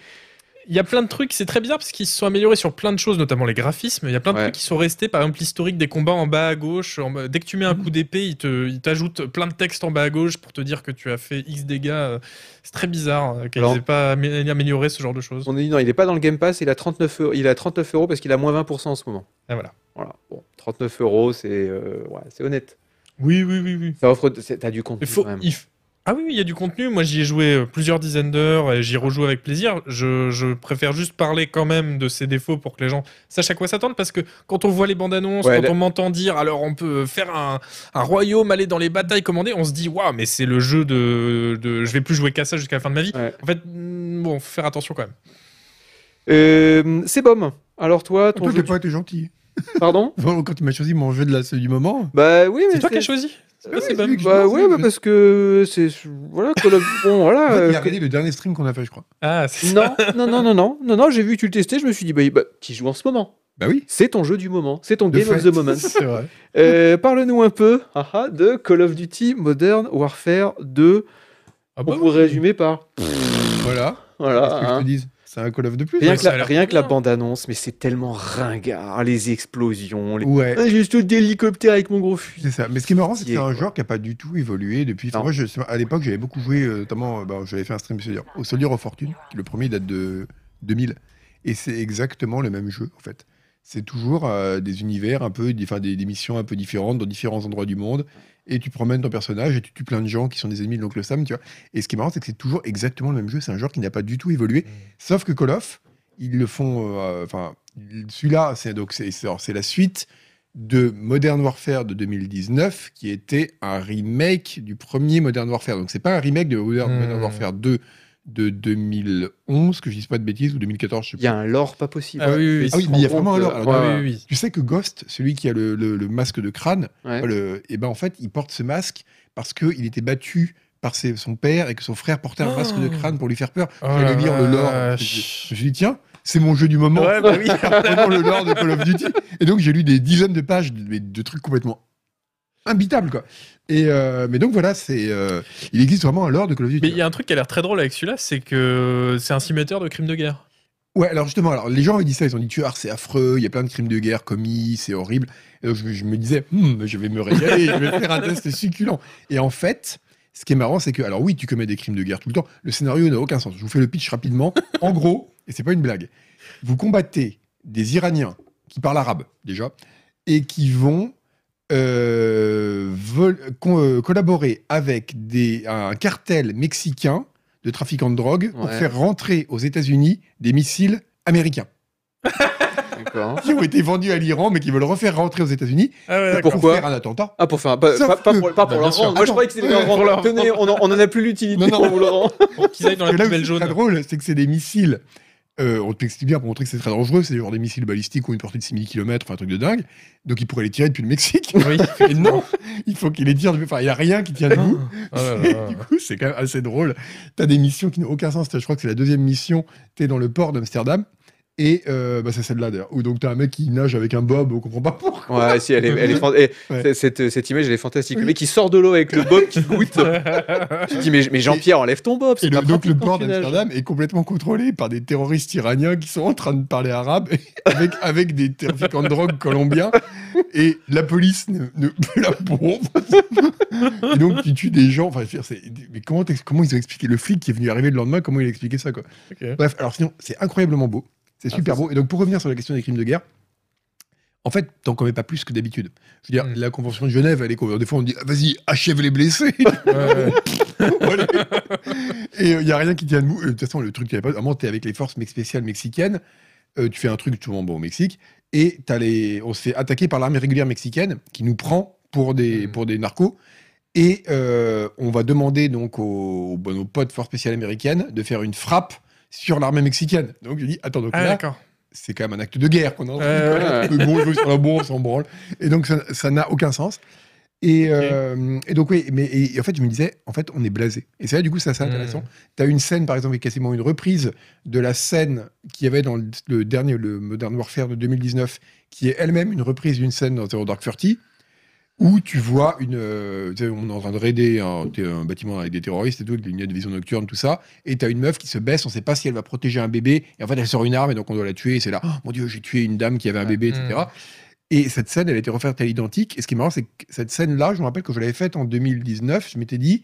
S3: Il y a plein de trucs, c'est très bizarre parce qu'ils se sont améliorés sur plein de choses, notamment les graphismes. Il y a plein de
S1: Ouais.
S3: trucs qui sont restés, par exemple l'historique des combats en bas à gauche. en bas- Dès que tu mets un coup d'épée, il te- il t'ajoute plein de textes en bas à gauche pour te dire que tu as fait X dégâts. Euh, C'est très bizarre euh, qu'ils
S1: Alors-
S3: n'aient pas amé- amélioré ce genre de choses.
S1: On a dit non, il n'est pas dans le Game Pass, il a 39 euros, il a 39 euros parce qu'il a moins 20% en ce moment.
S3: Ah, voilà.
S1: Voilà. Bon, 39 euros, c'est euh, ouais, c'est honnête.
S3: Oui, oui, oui, oui.
S1: Ça offre, c'est- t'as du contenu
S3: Il faut,
S1: quand même.
S3: il f- Ah oui, oui, il y a du contenu. Moi, j'y ai joué euh, plusieurs dizaines d'heures et j'y rejoue avec plaisir. Je, je préfère juste parler quand même de ses défauts pour que les gens sachent à quoi s'attendre parce que quand on voit les bandes annonces,
S1: Ouais,
S3: quand
S1: la-
S3: on m'entend dire alors on peut faire un, un royaume, aller dans les batailles, commander, on se dit waouh, mais c'est le jeu de, de. Je vais plus jouer qu'à ça jusqu'à la fin de ma vie.
S1: Ouais.
S3: En fait, mm, bon, faut faire attention quand même.
S1: Euh, c'est Bom. Alors toi, ton
S2: Toi,
S1: jeu,
S2: t'as pas été gentil.
S1: pardon
S2: Bon, quand tu m'as choisi mon jeu de la, celui du moment.
S1: Bah oui, mais
S3: C'est toi qui as
S1: c'est-
S3: choisi C'est pas
S2: Ouais,
S3: c'est pas-
S2: c'est lui que je
S1: Bah
S2: pense,
S1: oui,
S2: hein,
S1: mais
S2: en fait.
S1: parce que c'est voilà Call of- bon
S2: En
S1: voilà.
S2: fait,
S1: euh,
S2: il a regardé le dernier stream qu'on a fait, je crois.
S3: Ah, c'est ça.
S1: Non, non, non, non, non, non, non, j'ai vu que tu le testais, je me suis dit, bah, bah, qui joue en ce moment
S2: Bah oui.
S1: C'est ton jeu du moment, c'est ton
S2: de
S1: Game of
S2: fait.
S1: the Moment.
S2: C'est vrai.
S1: Euh, Parle-nous un peu haha, de Call of Duty Modern Warfare 2.
S3: Ah bah
S1: On pourrait
S3: oui.
S1: résumer par.
S2: Voilà. Qu'est-ce que
S1: Voilà.
S2: je
S1: hein.
S2: te dise C'est un Call of de plus. hein.
S1: Rien,
S3: Ouais,
S1: que
S3: ça a
S1: la,
S3: l'air
S1: rien que la
S3: bien.
S1: bande-annonce, mais c'est tellement ringard, les explosions, les.
S2: Ouais.
S1: Ah, j'ai sauté d'hélicoptère avec mon gros fusil.
S2: C'est ça. Mais ce qui est marrant, c'est que c'est
S1: Quoi.
S2: un genre qui n'a pas du tout évolué depuis. Enfin,
S1: Non.
S2: moi, je, à l'époque, j'avais beaucoup joué, euh, notamment, euh, bah, j'avais fait un stream Soldier- au Soldier of Fortune, qui le premier date de 2000. Et c'est exactement le même jeu, en fait. C'est toujours euh, des univers un peu, des, enfin, des, des missions un peu différentes dans différents endroits du monde. Et tu promènes ton personnage et tu tues plein de gens qui sont des ennemis de l'oncle Sam, tu vois. Et ce qui est marrant, c'est que c'est toujours exactement le même jeu. C'est un genre qui n'a pas du tout évolué. Sauf que Call of, ils le font. euh, Enfin, celui-là, c'est donc c'est- c'est alors, c'est la suite de Modern Warfare de 2019, qui était un remake du premier Modern Warfare. Donc, c'est pas un remake de Modern,
S3: Hmm.
S2: Modern Warfare 2 de 2011, que je dise pas de bêtises, ou 2014, je sais
S1: Il y a
S2: pas.
S1: un lore pas possible.
S3: Ah oui, oui, oui.
S1: Et
S3: Ah
S2: oui,
S1: se
S2: mais il y a
S1: rend
S2: vraiment un
S1: compte,
S2: lore.
S1: euh,
S2: Alors,
S1: ouais,
S3: Ah oui, oui, oui.
S2: Tu sais que Ghost, celui qui a le, le- le masque de crâne,
S1: ouais.
S2: le- et ben en fait, il porte ce masque parce qu'il était battu par ses- son père et que son frère portait un
S3: Oh.
S2: masque de crâne pour lui faire peur.
S3: Oh
S2: J'allais lire
S3: la
S2: le lore. Je me
S3: vache.
S2: suis dit, tiens, c'est mon jeu du moment.
S3: Ouais, bah oui.
S2: Prenons le lore de Call of Duty. Et donc, j'ai lu des dizaines de pages de, mais de trucs complètement imbitables, quoi. Et euh, mais donc, voilà, c'est euh, il existe vraiment un lore de Call of Duty.
S3: Mais il y a un truc qui a l'air très drôle avec celui-là, c'est que c'est un simulateur de crime de guerre.
S2: Ouais, alors justement, alors les gens avaient dit ça, ils ont dit tu vois, c'est affreux, il y a plein de crimes de guerre commis, c'est horrible. Et donc je, je me disais, Hmm, je vais me régaler, je vais faire un test succulent. Et en fait, ce qui est marrant, c'est que, alors oui, tu commets des crimes de guerre tout le temps, le scénario n'a aucun sens. Je vous fais le pitch rapidement. En gros, et c'est pas une blague, vous combattez des Iraniens qui parlent arabe déjà et qui vont euh, vol- con- euh, collaborer avec des, un cartel mexicain de trafiquants de drogue pour
S1: Ouais.
S2: faire rentrer aux États-Unis des missiles américains
S1: Ah, D'accord.
S2: qui ont été vendus à l'Iran mais qui veulent refaire rentrer aux États-Unis
S3: Ah ouais,
S2: pour
S1: d'accord. Pourquoi
S2: faire un attentat.
S1: Ah, pour faire un. Pas,
S2: Sauf
S1: pas- pas
S2: que-
S1: pour, pas pour
S3: Bah, bien
S1: leur
S3: sûr.
S1: rendre. Moi, je
S2: Attends.
S1: croyez que c'était leur
S2: Ouais.
S1: rendre.
S3: Pour leur-
S1: Tenez, on en, on en a plus l'utilité.
S2: Ah, Non, non.
S1: on vous le rend.
S3: d'accord. qu'ils aillent dans la
S2: Parce que là où
S3: poubelle
S2: c'est très
S3: jaune.
S2: drôle, c'est que c'est des missiles. euh, on t'explique bien pour montrer que c'est très dangereux, c'est genre des missiles balistiques qui ont une portée de 6000 km, enfin un truc de dingue. Donc ils pourraient les tirer depuis le Mexique.
S3: Oui.
S2: Et non, il faut qu'il les tire. depuis- Enfin, il n'y a rien qui tient debout.
S3: Ah là là.
S2: Du coup, c'est quand même assez drôle. T'as des missions qui n'ont aucun sens. Je crois que c'est la deuxième mission. T'es dans le port d'Amsterdam Et euh, bah, c'est celle-là d'ailleurs. Où donc t'as un mec qui nage avec un bob, on comprend pas pourquoi.
S1: Ouais, si, elle est, elle est fan- eh,
S2: Ouais.
S1: c'est- cette, cette image, elle est fantastique. Le mec qui sort de l'eau avec le bob qui goûte. Tu te dis, mais, mais Jean-Pierre, enlève ton bob.
S2: Et
S1: c'est
S2: le-
S1: pas
S2: donc le
S1: pratique quand
S2: port
S1: tu nages.
S2: d'Amsterdam est complètement contrôlé par des terroristes iraniens qui sont en train de parler arabe avec, avec des trafiquants de drogue colombiens et la police ne, ne la bourre. et donc tu tues des gens. Enfin, je veux dire, c'est- mais comment, t'ex- comment ils ont expliqué le flic qui est venu arriver le lendemain Comment il a expliqué ça quoi
S3: Ok.
S2: Bref, alors sinon c'est incroyablement beau, c'est
S1: Ah,
S2: super
S1: c'est
S2: beau. Et donc pour revenir sur la question des crimes de guerre. En fait, t'en commets pas plus que d'habitude. Je veux dire,
S3: Mm.
S1: Hmm.
S2: la Convention de Genève, elle est con- Des fois, on dit, Ah, vas-y, achève les blessés.
S3: Ouais.
S2: Voilà. Et il n'y a rien qui tient debout. Euh, De toute façon, le truc, tu pas. À un moment, t'es avec les forces mex- spéciales mexicaines. euh, tu fais un truc, tout le monde bon, au Mexique. Et t'as les... on se fait attaquer par l'armée régulière mexicaine qui nous prend pour des,
S3: Mhm.
S2: pour des narcos. Et euh, on va demander donc aux, bon, aux potes forces spéciales américaines de faire une frappe sur l'armée mexicaine. Donc je dis, attends, donc
S3: Ah,
S2: là,
S3: d'accord.
S2: c'est quand même un acte de guerre qu'on est en train de
S3: Ouais, ouais,
S2: commettre. Mais bon, je veux sur la bourre, on s'en branle. Et donc, ça ça n'a aucun sens. Et, euh, et donc, oui, mais et- et en fait, je me disais, en fait, on est blasé. Et c'est là, du coup, c'est assez intéressant.
S3: Mm.
S2: Tu as une scène, par exemple, qui est quasiment une reprise de la scène qu'il y avait dans le, le dernier, le Modern Warfare de 2019, qui est elle-même une reprise d'une scène dans Zero Dark Thirty, où tu vois une. euh, tu sais, on est en train de raider un, t- un bâtiment avec des terroristes et tout, avec des lunettes de vision nocturne, tout ça, et tu as une meuf qui se baisse, on sait pas si elle va protéger un bébé, et en fait, elle sort une arme, et donc on doit la tuer, et c'est là, Oh, mon Dieu, j'ai tué une dame qui avait un bébé, etc.
S3: Mm.
S2: Et cette scène, elle a été refaite à l'identique. Et ce qui est marrant, c'est que cette scène-là, je me rappelle que je l'avais faite en 2019. Je m'étais dit,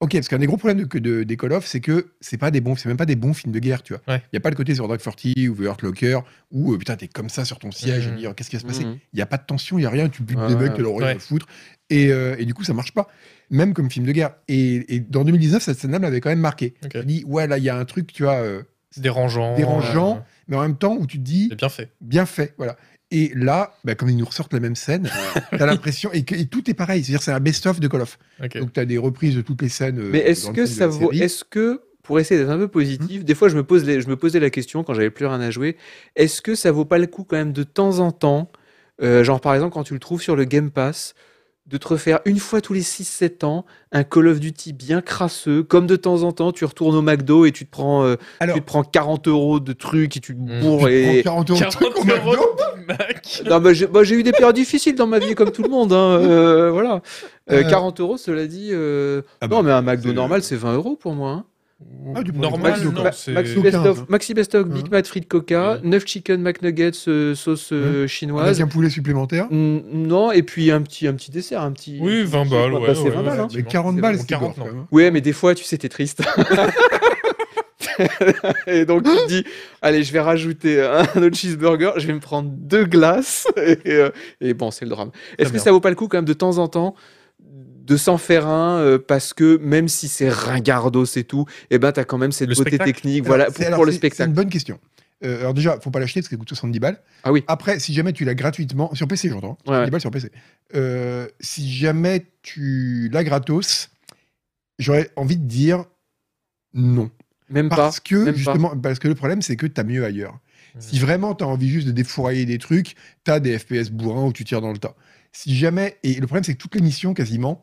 S2: ok, parce qu'un des gros problèmes de, que de- des Call of, c'est que c'est pas des bons, c'est même pas des bons films de guerre, tu vois. Il
S3: Ouais.
S2: y a pas le côté sur Dark Forty ou The Hurt Locker où euh, putain t'es comme ça sur ton siège
S3: Mhm.
S2: et dire qu'est-ce qui va se passer. Il
S1: Mhm.
S2: y a pas de tension, il y a rien, tu butes
S1: Ouais,
S2: des
S1: ouais,
S2: mecs, t'as leur rien
S3: ouais.
S2: à foutre. Et, euh, et du coup, ça marche pas, même comme film de guerre. Et, et dans 2019, cette scène-là m'avait quand même marqué.
S3: Ok.
S2: Je me dis, ouais, là, il y a un truc, tu vois, euh,
S3: C'est dérangeant.
S2: Dérangeant.
S3: euh,
S2: mais en même temps où tu te dis,
S3: C'est bien fait.
S2: bien fait, voilà. Et là, bah, comme ils nous ressortent la même scène, t'as l'impression et, que- et tout est pareil. C'est-à-dire, c'est un best-of de Call of.
S3: Ok.
S2: Donc t'as des reprises de toutes les scènes. euh,
S1: Mais est-ce
S2: dans le
S1: que
S2: film de
S1: ça
S2: la
S1: vaut.
S2: série.
S1: Est-ce que, pour essayer d'être un peu positif, des fois je me, pose les- je me posais la question quand j'avais plus rien à jouer est-ce que ça vaut pas le coup, quand même, de temps en temps, euh, genre par exemple quand tu le trouves sur le Game Pass, de te refaire une fois tous les 6-7 ans un Call of Duty bien crasseux, comme de temps en temps tu retournes au McDo et tu te prends, euh,
S2: Alors,
S1: tu te prends 40 euros de trucs et tu te
S3: Mm.
S1: bourres et.
S2: prends 40 euros de trucs au McDo,
S3: de Mac.
S1: Non, mais j'ai bah, j'ai eu des périodes difficiles dans ma vie, comme tout le monde. hein, euh, voilà. Euh,
S2: Euh,
S1: 40 euros, cela dit. euh,
S2: Ah
S1: non,
S2: bah,
S1: mais un McDo
S2: c'est-
S1: normal, c'est 20 euros pour moi. hein.
S2: Ah, du
S3: Normal,
S2: Maxi-
S3: non,
S1: Ma-
S3: c'est-
S1: Maxi
S2: Maxi
S1: Best of,
S2: hein.
S1: Maxi Best of,
S2: Hein.
S1: Big Mac Fried Coca,
S3: Ouais.
S1: 9 Chicken McNuggets euh, sauce euh,
S2: Hein. avec
S1: chinoise.
S2: un poulet supplémentaire.
S1: Mm, Non, et puis un petit, un petit dessert, un petit.
S3: Oui, 20 balles,
S1: bah,
S3: ouais.
S1: c'est
S3: ouais,
S1: 20
S3: ouais,
S1: balles, hein.
S2: Mais
S3: effectivement.
S2: 40 balles,
S3: bon,
S2: c'est
S3: 40,
S2: gore,
S3: non.
S2: quand même.
S1: Ouais, mais des fois, tu sais, t'es triste. et donc, tu te dis, allez, je vais rajouter euh, un autre cheeseburger, je vais me prendre deux glaces. Et, euh, et bon, c'est le drame. Est-ce que
S3: bien.
S1: ça vaut pas le coup, quand même, de temps en temps, de s'en faire un euh, Parce que même si c'est ringardos et tout, eh ben, t'as quand même cette
S3: Le
S1: beauté
S3: spectacle.
S1: technique
S2: Alors,
S1: voilà,
S2: c'est-
S1: pour,
S2: alors,
S1: pour le
S2: c'est- C'est
S1: spectacle.
S2: une bonne question. Euh, alors déjà, faut pas l'acheter parce qu'elle coûte 70 balles.
S1: Ah oui.
S2: Après, si jamais tu l'as gratuitement sur PC, j'entends.
S1: Ouais, ouais.
S2: 70 balles sur PC. Euh, si jamais tu l'as gratos, j'aurais envie de dire non.
S1: Même pas.
S2: Parce que
S1: même pas.
S2: justement, parce que le problème, c'est que t'as mieux ailleurs.
S3: Mhm.
S2: Si vraiment t'as envie juste de défourailler des trucs, t'as des FPS bourrins où tu tires dans le tas. Si jamais, et le problème, c'est que toutes les missions quasiment,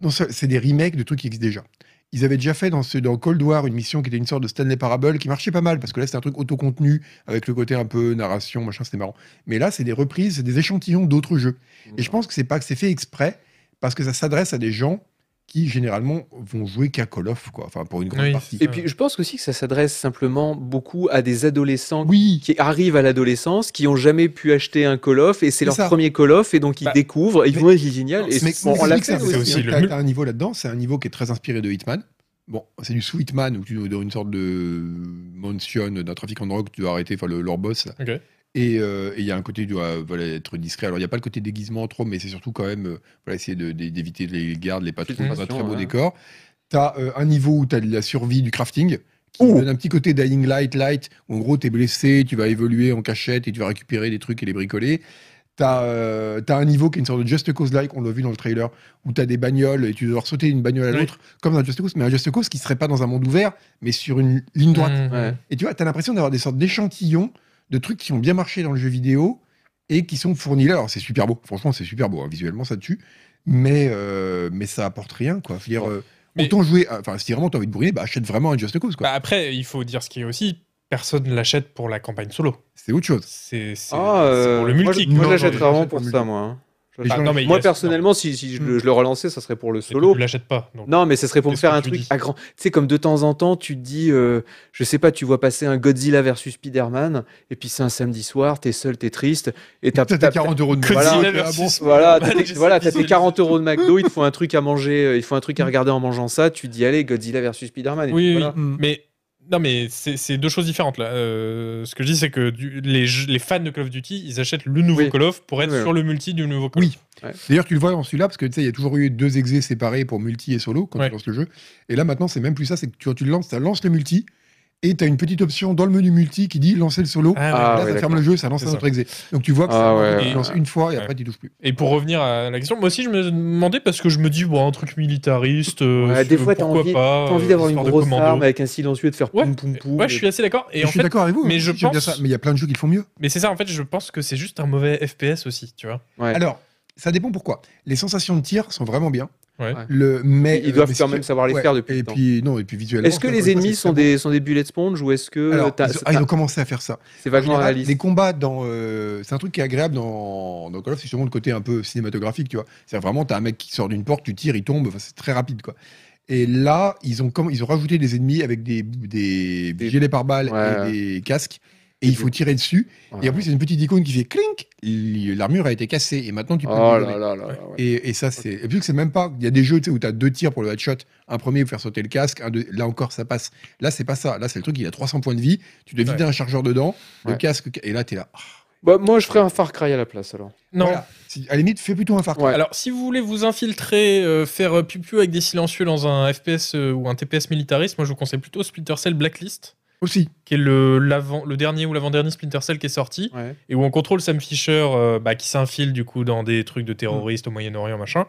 S2: non seul- c'est des remakes de trucs qui existent déjà. Ils avaient déjà fait dans, ce, dans Cold War une mission qui était une sorte de Stanley Parable qui marchait pas mal parce que là c'était un truc autocontenu avec le côté un peu narration, machin, c'était marrant. Mais là c'est des reprises, c'est des échantillons d'autres jeux. Et je pense que c'est pas que c'est fait exprès parce que ça s'adresse à des gens qui généralement vont jouer qu'à Call of, quoi. Enfin pour une grande
S3: Oui,
S2: partie.
S1: Et puis, je pense aussi que ça s'adresse simplement beaucoup à des adolescents
S2: Oui,
S1: qui arrivent à l'adolescence, qui ont jamais pu acheter un Call of, et c'est
S2: C'est
S1: leur
S2: ça.
S1: premier Call of, et donc ils
S3: Bah,
S1: découvrent, ils
S2: mais-
S1: vont, ouais, c'est génial, et
S2: mais
S1: bon, on l'a
S2: c'est
S1: fait
S2: aussi,
S1: nous aussi.
S3: aussi le
S2: T'as-
S3: mul-
S2: t'as un niveau là-dedans, c'est un niveau qui est très inspiré de Hitman. Bon, c'est du sous Hitman où tu es dans une sorte de mansion d'un trafic en drogue, tu dois arrêter enfin, le, leur boss. là.
S3: Ok.
S2: Et euh, et il y a un côté, tu dois euh, voilà, être discret. Alors, il n'y a pas le côté déguisement trop, mais c'est surtout quand même euh, voilà, essayer de- de- d'éviter les gardes, les patrons,
S1: Filtration,
S2: un très beau
S1: ouais.
S2: décor. Tu as euh, un niveau où tu as de la survie, du crafting, qui
S1: Ouh.
S2: donne un petit côté Dying Light, Light, où en gros, tu es blessé, tu vas évoluer en cachette et tu vas récupérer des trucs et les bricoler. T'as euh, t'as un niveau qui est une sorte de Just Cause-like, on l'a vu dans le trailer, où t'as des bagnoles et tu dois sauter d'une bagnole à
S3: Oui.
S2: l'autre, comme dans un Just Cause, mais un Just Cause qui serait pas dans un monde ouvert, mais sur une ligne droite.
S3: Mhm.
S1: Ouais.
S2: Et tu vois, tu as l'impression d'avoir des sortes d'échantillons de trucs qui ont bien marché dans le jeu vidéo et qui sont fournis là. Alors, c'est super beau. Franchement, c'est super beau. hein. Visuellement, ça tue. Mais, euh, mais ça apporte rien, quoi. Faut dire, euh,
S3: Mais-
S2: Autant jouer. à- Enfin, si vraiment t'as envie de brûler, bah, achète vraiment un Just Cause, quoi.
S3: Bah après, il faut dire ce qui est aussi. personne ne l'achète pour la campagne solo.
S2: C'est autre chose.
S3: C'est c'est-
S1: Ah,
S3: c'est
S1: euh,
S3: pour le
S1: moi,
S3: multi. Bah,
S1: je- moi,
S2: Non,
S1: j'achète
S2: non,
S1: rarement
S2: j'achète
S1: pour
S2: pour le
S1: ça,
S2: multi.
S1: moi. hein.
S2: Les gens-
S1: J'achète-
S3: non, mais il
S1: moi,
S3: y a-
S1: personnellement, si, si je, le- je le relançais, ça serait pour le
S3: Et puis,
S1: solo.
S3: Tu l'achètes pas. donc.
S1: Non, mais ce serait pour me
S3: Qu'est-ce
S1: faire
S3: que
S1: un
S3: tu
S1: truc
S3: dis
S1: à grand. Tu sais, comme de temps en temps, tu te dis, euh, je sais pas, tu vois passer un Godzilla versus Spider-Man, et puis c'est un samedi soir, t'es seul, t'es triste, et t'as
S2: T'as
S1: t'as-
S2: tes 40 euros de
S3: Godzilla
S2: moins.
S1: Voilà, Ah
S3: versus-
S1: Voilà,
S3: Bah,
S1: t'as tes-
S3: je sais
S1: voilà,
S3: pas
S1: t'as
S3: si
S1: tes
S3: c'est-
S1: 40 euros de McDo, il te faut un truc à manger, euh, il te faut un truc à regarder en mangeant ça, tu dis, allez, Godzilla versus Spider-Man. et
S3: Oui,
S1: puis
S3: oui,
S1: voilà.
S2: Mm.
S3: Mais non, mais c'est c'est deux choses différentes là. Euh, ce que je dis, c'est que du- les, jeux- les fans de Call of Duty, ils achètent le nouveau
S1: Oui.
S3: Call of pour être
S1: Oui.
S3: sur le multi du nouveau Call
S2: Oui.
S3: of.
S2: D'ailleurs, tu le vois dans celui-là, parce que tu sais, il y a toujours eu deux exés séparés pour multi et solo quand
S3: Ouais.
S2: tu lances le jeu. Et là, maintenant, c'est même plus ça, c'est que tu, tu le lances, ça lance le multi, et tu as une petite option dans le menu multi qui dit lancer le solo.
S1: Ah,
S2: Et
S1: ouais,
S2: là, ça
S1: d'accord.
S2: ferme le jeu, ça lance
S3: C'est
S2: un
S3: ça.
S2: autre exé. Donc tu vois que
S1: Ah,
S2: ça
S1: ouais,
S2: tu
S3: ouais.
S2: lances une fois et
S3: Ouais.
S2: après tu touches plus.
S3: Et pour revenir à la question, moi aussi je me demandais parce que je me dis bon un truc militariste, euh,
S1: Ouais, des
S3: euh,
S1: fois, t'as
S3: pourquoi
S1: envie-
S3: pas,
S1: T'as envie
S3: euh,
S1: d'avoir une
S3: histoire de
S1: grosse
S3: commando.
S1: arme avec un silencieux de faire
S3: Ouais.
S1: poum poum poum.
S3: Ouais, je suis assez d'accord. Et
S2: Mais
S3: en
S2: je suis
S3: fait,
S2: d'accord avec vous,
S3: mais
S2: hein,
S3: je
S2: j'aime bien
S3: pense-
S2: ça, mais il y a plein de jeux qui le font mieux.
S3: mais c'est ça en fait, je pense que c'est juste un mauvais FPS aussi, tu vois.
S1: Ouais.
S2: Alors, ça dépend pourquoi. Les sensations de tir sont vraiment bien.
S1: Ouais.
S3: Ouais.
S2: Le, mais, euh,
S1: Ils doivent
S2: mais
S1: quand
S2: si-
S1: même savoir les
S2: ouais,
S1: faire depuis
S2: Et
S1: le temps.
S2: puis, non, et puis visuellement.
S1: Est-ce que
S2: ça,
S1: les
S2: encore une fois,
S1: ennemis
S2: c'est
S1: sont
S2: très
S1: des, sont des bullet sponge ou est-ce que
S2: bon. Alors,
S1: t'as-
S2: ils ont- ah, ils
S1: t'as-
S2: ont commencé à faire ça.
S1: c'est vachement
S2: général,
S1: réaliste
S2: Les combats dans. euh, c'est un truc qui est agréable dans, dans Call of, c'est justement le côté un peu cinématographique, tu vois. C'est vraiment, t'as un mec qui sort d'une porte, tu tires, il tombe, enfin, c'est très rapide, quoi. Et là, ils ont, comme, ils ont rajouté des ennemis avec des, des,
S1: Des-
S2: gilets pare-balles
S1: Ouais.
S2: et des casques. Et il faut tirer dessus.
S1: Ouais.
S2: Et en plus, il y a une petite icône qui fait clink. il- L'armure a été cassée. Et maintenant, tu peux.
S1: Oh
S2: le
S1: là
S2: donner.
S1: là là là, ouais.
S2: Et, et ça, c'est. Et vu que c'est même pas. Il y a des jeux tu sais, où tu as deux tirs pour le headshot, un premier pour faire sauter le casque, un deux- là encore, ça passe. Là, c'est pas ça. Là, c'est le truc, il a 300 points de vie, tu dois
S3: Ouais.
S2: vider un chargeur dedans, le
S1: Ouais.
S2: casque, et là, Ah. t'es là.
S1: Bah, moi, je ferais un Far Cry à la place alors.
S3: Non.
S2: Voilà. Si- à la limite, fais plutôt un Far Cry.
S1: Ouais.
S3: Alors, si vous voulez vous infiltrer, euh, faire euh, piou-piou avec des silencieux dans un FPS euh, ou un TPS militariste, moi je vous conseille plutôt Splinter Cell Blacklist,
S2: Aussi.
S3: qui est le, l'avant- le dernier ou l'avant-dernier Splinter Cell qui est sorti.
S1: Ouais.
S3: et où on contrôle Sam Fisher euh, bah, qui s'infile du coup dans des trucs de terroristes au Moyen-Orient machin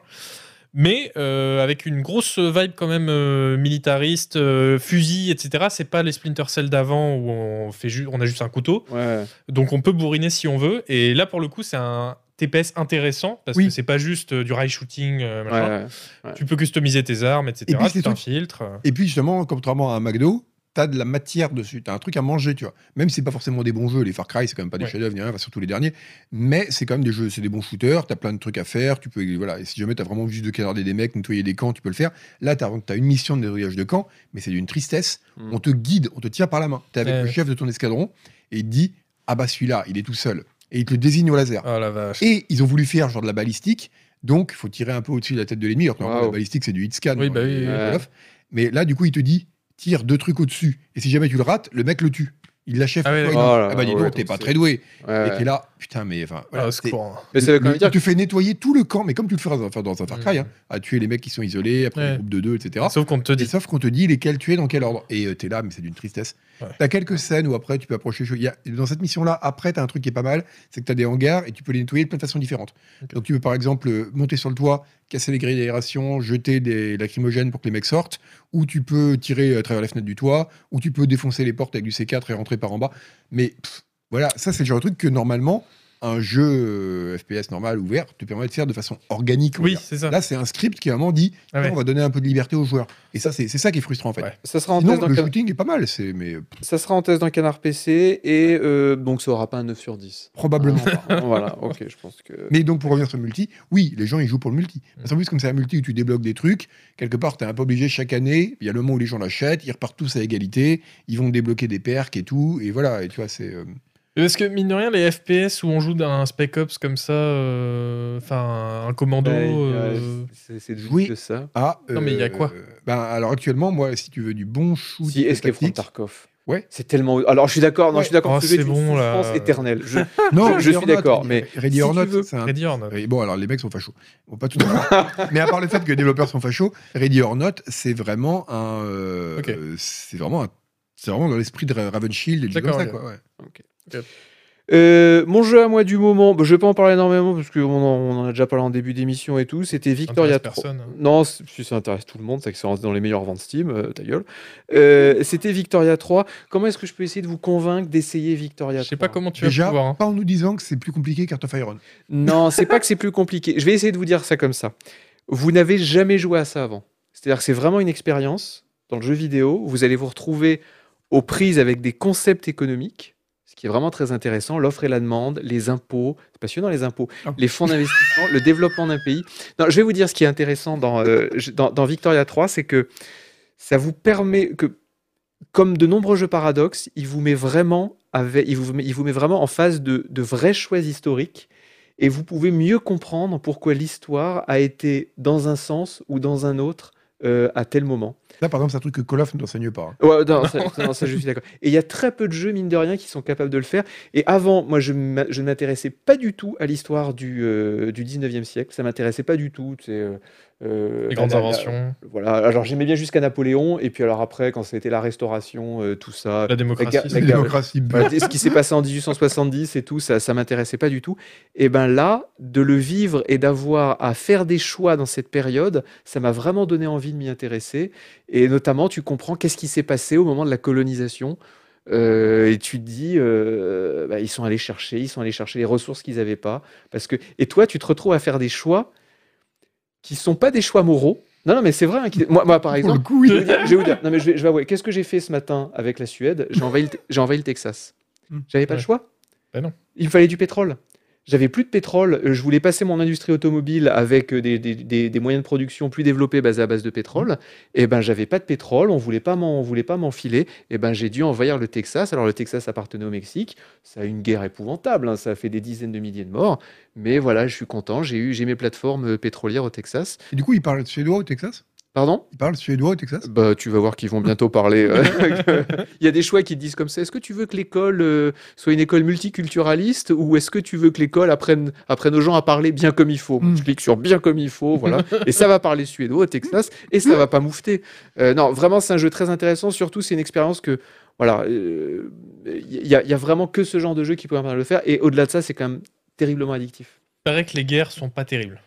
S3: mais euh, avec une grosse vibe quand même euh, militariste euh, fusil etc c'est pas les Splinter Cell d'avant où on fait ju- on a juste un couteau
S1: Ouais.
S3: donc on peut bourriner si on veut et là pour le coup c'est un TPS intéressant parce
S2: Oui.
S3: que c'est pas juste euh, du rail shooting euh,
S1: Ouais,
S3: machin.
S1: ouais.
S3: tu peux customiser tes armes etc
S2: Et puis, c'est
S3: tu
S2: des trucs-
S3: t'infiltres euh.
S2: Et puis, justement, contrairement à un McDo, t'as de la matière dessus, t'as un truc à manger, tu vois. Même si c'est pas forcément des bons jeux, les Far Cry, c'est quand même pas des
S3: Ouais.
S2: chefs-d'œuvre, ni rien, enfin, surtout les derniers, mais c'est quand même des jeux, c'est des bons shooters, t'as plein de trucs à faire, tu peux, voilà, et si jamais t'as vraiment juste de canarder des mecs, nettoyer des camps, tu peux le faire. Là, t'as as une mission de nettoyage de camp, mais c'est d'une tristesse,
S1: Mm.
S2: on te guide, on te tient par la main. T'es
S3: Hmm.
S2: avec
S3: Ouais,
S2: le
S3: ouais.
S2: chef de ton escadron, et il te dit, ah bah celui-là, il est tout seul. Et il te le désigne au laser.
S3: oh la vache
S2: Et ils ont voulu faire genre de la balistique, donc il faut tirer un peu au-dessus de la tête de l'ennemi. Alors que normalement,
S1: Waouh.
S2: la balistique, c'est du hit scan.
S3: Oui,
S2: dans
S3: bah
S2: les-
S3: oui,
S2: dans les
S1: oui.
S2: Call of. Mais là, du coup, il te dit tire deux trucs au-dessus. Et si jamais tu le rates, le mec le tue. Il l'achève.
S3: Ah oui,
S2: Toi, il-
S1: d'accord.
S2: ah
S1: Oh
S2: bah dis
S1: là là,
S2: donc,
S1: ouais,
S2: t'es pas
S1: donc
S2: très doué.
S1: Ouais.
S2: Et t'es là, putain, mais enfin.
S3: Ah,
S2: voilà,
S3: au
S2: c'est-
S3: secours.
S1: Mais ça veut quand
S2: le-
S1: même dire
S2: il te fait nettoyer tout le camp, mais comme tu le feras dans, enfin, dans un Far Cry,
S3: Mhm.
S2: hein, à tuer les mecs qui sont isolés, après
S3: Ouais.
S2: les groupes de deux, etc.
S3: sauf qu'on te
S2: Et
S3: dit
S2: sauf qu'on te dit lesquels tu es dans quel ordre. Et euh, t'es là, mais c'est d'une tristesse.
S3: Ouais.
S2: T'as quelques scènes où après tu peux approcher. il y a- dans cette mission-là, après, t'as un truc qui est pas mal c'est que t'as des hangars et tu peux les nettoyer de plein de façons différentes.
S3: Ok.
S2: Donc tu peux par exemple euh, monter sur le toit, casser les grilles d'aération, jeter des lacrymogènes pour que les mecs sortent, ou tu peux tirer euh, à travers la fenêtre du toit, ou tu peux défoncer les portes avec du C4 et rentrer par en bas. Mais pff, voilà, ça c'est le genre de truc que normalement, un jeu euh, FPS normal ouvert te permet de faire de façon organique. on va
S3: oui
S2: dire.
S3: c'est ça
S2: Là, c'est un script qui à un moment dit
S3: Ah ouais.
S2: on va donner un peu de liberté aux joueurs. Et ça, c'est c'est ça qui est frustrant en fait.
S3: Ouais.
S1: Ça sera, en euh,
S2: Sinon,
S1: thèse dans
S2: le
S1: Can-
S2: shooting est pas mal, c'est mais euh,
S1: ça sera en thèse dans Canard PC et euh, donc ça aura pas un 9 sur 10.
S2: probablement pas.
S1: voilà, ok, je pense que.
S2: Mais donc, pour revenir sur le multi, oui, les gens, ils jouent pour le multi. Parce qu'en plus, comme c'est un multi où tu débloques des trucs, quelque part, t'es un peu obligé chaque année. Il y a le moment où les gens l'achètent, ils repartent tous à égalité, ils vont débloquer des perks et tout. Et voilà, et tu vois, c'est. euh,
S3: Parce que mine de rien, les FPS où on joue d'un Spec Ops comme ça, euh, enfin un commando.
S1: Ouais,
S3: euh,
S1: ouais, c'est- c'est juste
S2: oui.
S1: que ça.
S2: Ah,
S3: Non, mais il y a
S2: euh,
S3: quoi
S2: ben, Alors, actuellement, moi, si tu veux du bon shoot.
S1: Si Escape from
S2: tactique-
S1: Tarkov.
S2: Ouais.
S1: C'est tellement. Alors je suis d'accord, non,
S2: Ouais.
S1: je suis d'accord.
S3: Oh,
S1: parce que
S3: c'est
S1: j'ai
S3: bon,
S1: une
S3: là.
S1: souffrance éternelle. Je-
S2: Non,
S1: je
S2: Ready
S1: suis
S2: or Not,
S1: d'accord,
S2: Ready-
S1: mais
S2: Ready
S1: si
S2: or
S1: tu
S2: Not,
S1: veux-
S2: c'est un
S3: Ready or Not.
S2: Et bon, alors les mecs sont fachos. Bon, pas tout le monde. Mais à part le fait que les développeurs sont fachos, Ready or Not, c'est vraiment un. euh,
S3: Ok.
S2: euh, c'est vraiment un- C'est vraiment dans l'esprit de Ra- Raven Shield et du comme
S3: D'accord,
S2: ça,
S3: ok.
S2: quoi. ouais.
S1: Euh, mon jeu à moi du moment, bah, je vais pas en parler énormément parce qu'on en, on en a déjà parlé en début d'émission et tout. C'était Victoria
S3: Intéresse
S1: 3.
S3: personne. hein.
S1: Non, c'est- si ça intéresse tout le monde, c'est que c'est dans les meilleures ventes Steam, euh, ta gueule. Euh, C'était Victoria 3. Comment est-ce que je peux essayer de vous convaincre d'essayer Victoria
S3: Je
S1: 3
S3: sais pas comment tu
S2: Déjà,
S3: vas pouvoir. hein.
S2: pas en nous disant que c'est plus compliqué qu'Art of Iron.
S1: Non, c'est pas que c'est plus compliqué. Je vais essayer de vous dire ça comme ça. Vous n'avez jamais joué à ça avant. C'est-à-dire que c'est vraiment une expérience dans le jeu vidéo. Vous allez vous retrouver aux prises avec des concepts économiques, ce qui est vraiment très intéressant, l'offre et la demande, les impôts, c'est passionnant les impôts,
S2: Ah.
S1: les fonds d'investissement, le développement d'un pays. Non, je vais vous dire ce qui est intéressant dans, euh, je- dans, dans Victoria 3, c'est que ça vous permet que, comme de nombreux jeux paradoxes, il vous met vraiment, avec, il vous met, il vous met vraiment en face de, de vrais choix historiques. Et vous pouvez mieux comprendre pourquoi l'histoire a été dans un sens ou dans un autre euh, à tel moment.
S2: Là, par exemple, c'est un truc que Call of n'enseigne pas. hein.
S1: Ouais, non, ça, non, ça, je suis d'accord. Et il y a très peu de jeux, mine de rien, qui sont capables de le faire. Et avant, moi, je m'a- je ne m'intéressais pas du tout à l'histoire du, euh, du 19e siècle. Ça m'intéressait pas du tout. tu sais, euh, euh,
S3: Les grandes
S1: la- la-
S3: inventions,
S1: Voilà. Alors, j'aimais bien jusqu'à Napoléon. Et puis, alors après, quand c'était la Restauration, euh, tout ça.
S3: la démocratie.
S1: la-
S2: La
S1: la-
S2: démocratie.
S1: Voilà, Bah, ce qui s'est passé en 1870 et tout, ça, ça m'intéressait pas du tout. Et ben là, de le vivre et d'avoir à faire des choix dans cette période, ça m'a vraiment donné envie de m'y intéresser. Et notamment, tu comprends qu'est-ce qui s'est passé au moment de la colonisation. Euh, et tu te dis, euh, bah, ils sont allés chercher, ils sont allés chercher les ressources qu'ils n'avaient pas. Parce que, et toi, tu te retrouves à faire des choix qui sont pas des choix moraux. Non, non, mais c'est vrai. hein, qui- moi, moi, par
S2: Pour
S1: exemple,
S2: le coup, oui.
S1: je vais vous dire- je vais vous dire. Non, mais je vais, je vais avouer. Qu'est-ce que j'ai fait ce matin avec la Suède J'ai envahi, le Te- j'ai envahi le Texas.
S2: Hmm.
S1: J'avais pas le
S3: Ouais.
S1: choix.
S3: Ben non.
S1: Il me fallait du pétrole. J'avais plus de pétrole. euh, Je voulais passer mon industrie automobile avec euh, des, des- des- des moyens de production plus développés basés à base de pétrole. Et ben, j'avais pas de pétrole. On voulait pas m'en- on voulait pas m'enfiler. Et ben, j'ai dû envahir le Texas. Alors, le Texas appartenait au Mexique. Ça a eu une guerre épouvantable. hein, Ça a fait des dizaines de milliers de morts. Mais voilà, je suis content. J'ai eu, j'ai mes plateformes euh, pétrolières au Texas.
S2: Et du coup, il parle suédois au Texas
S1: Pardon
S2: Il parle suédois au Texas
S1: bah, tu vas voir qu'ils vont bientôt parler. euh, Il y a des choix qui te disent comme ça. Est-ce que tu veux que l'école euh, soit une école multiculturaliste ou est-ce que tu veux que l'école apprenne, apprenne aux gens à parler bien comme il faut
S2: Mm.
S1: Je clique sur bien comme il faut, voilà. et ça va parler suédois au Texas et ça va pas moufter. Euh, non, vraiment, c'est un jeu très intéressant. Surtout, c'est une expérience que. Voilà, euh, il y, a- il y a vraiment que ce genre de jeu qui peut me permettre de le faire. Et au-delà de ça, c'est quand même terriblement addictif.
S3: Il paraît que les guerres sont pas terribles.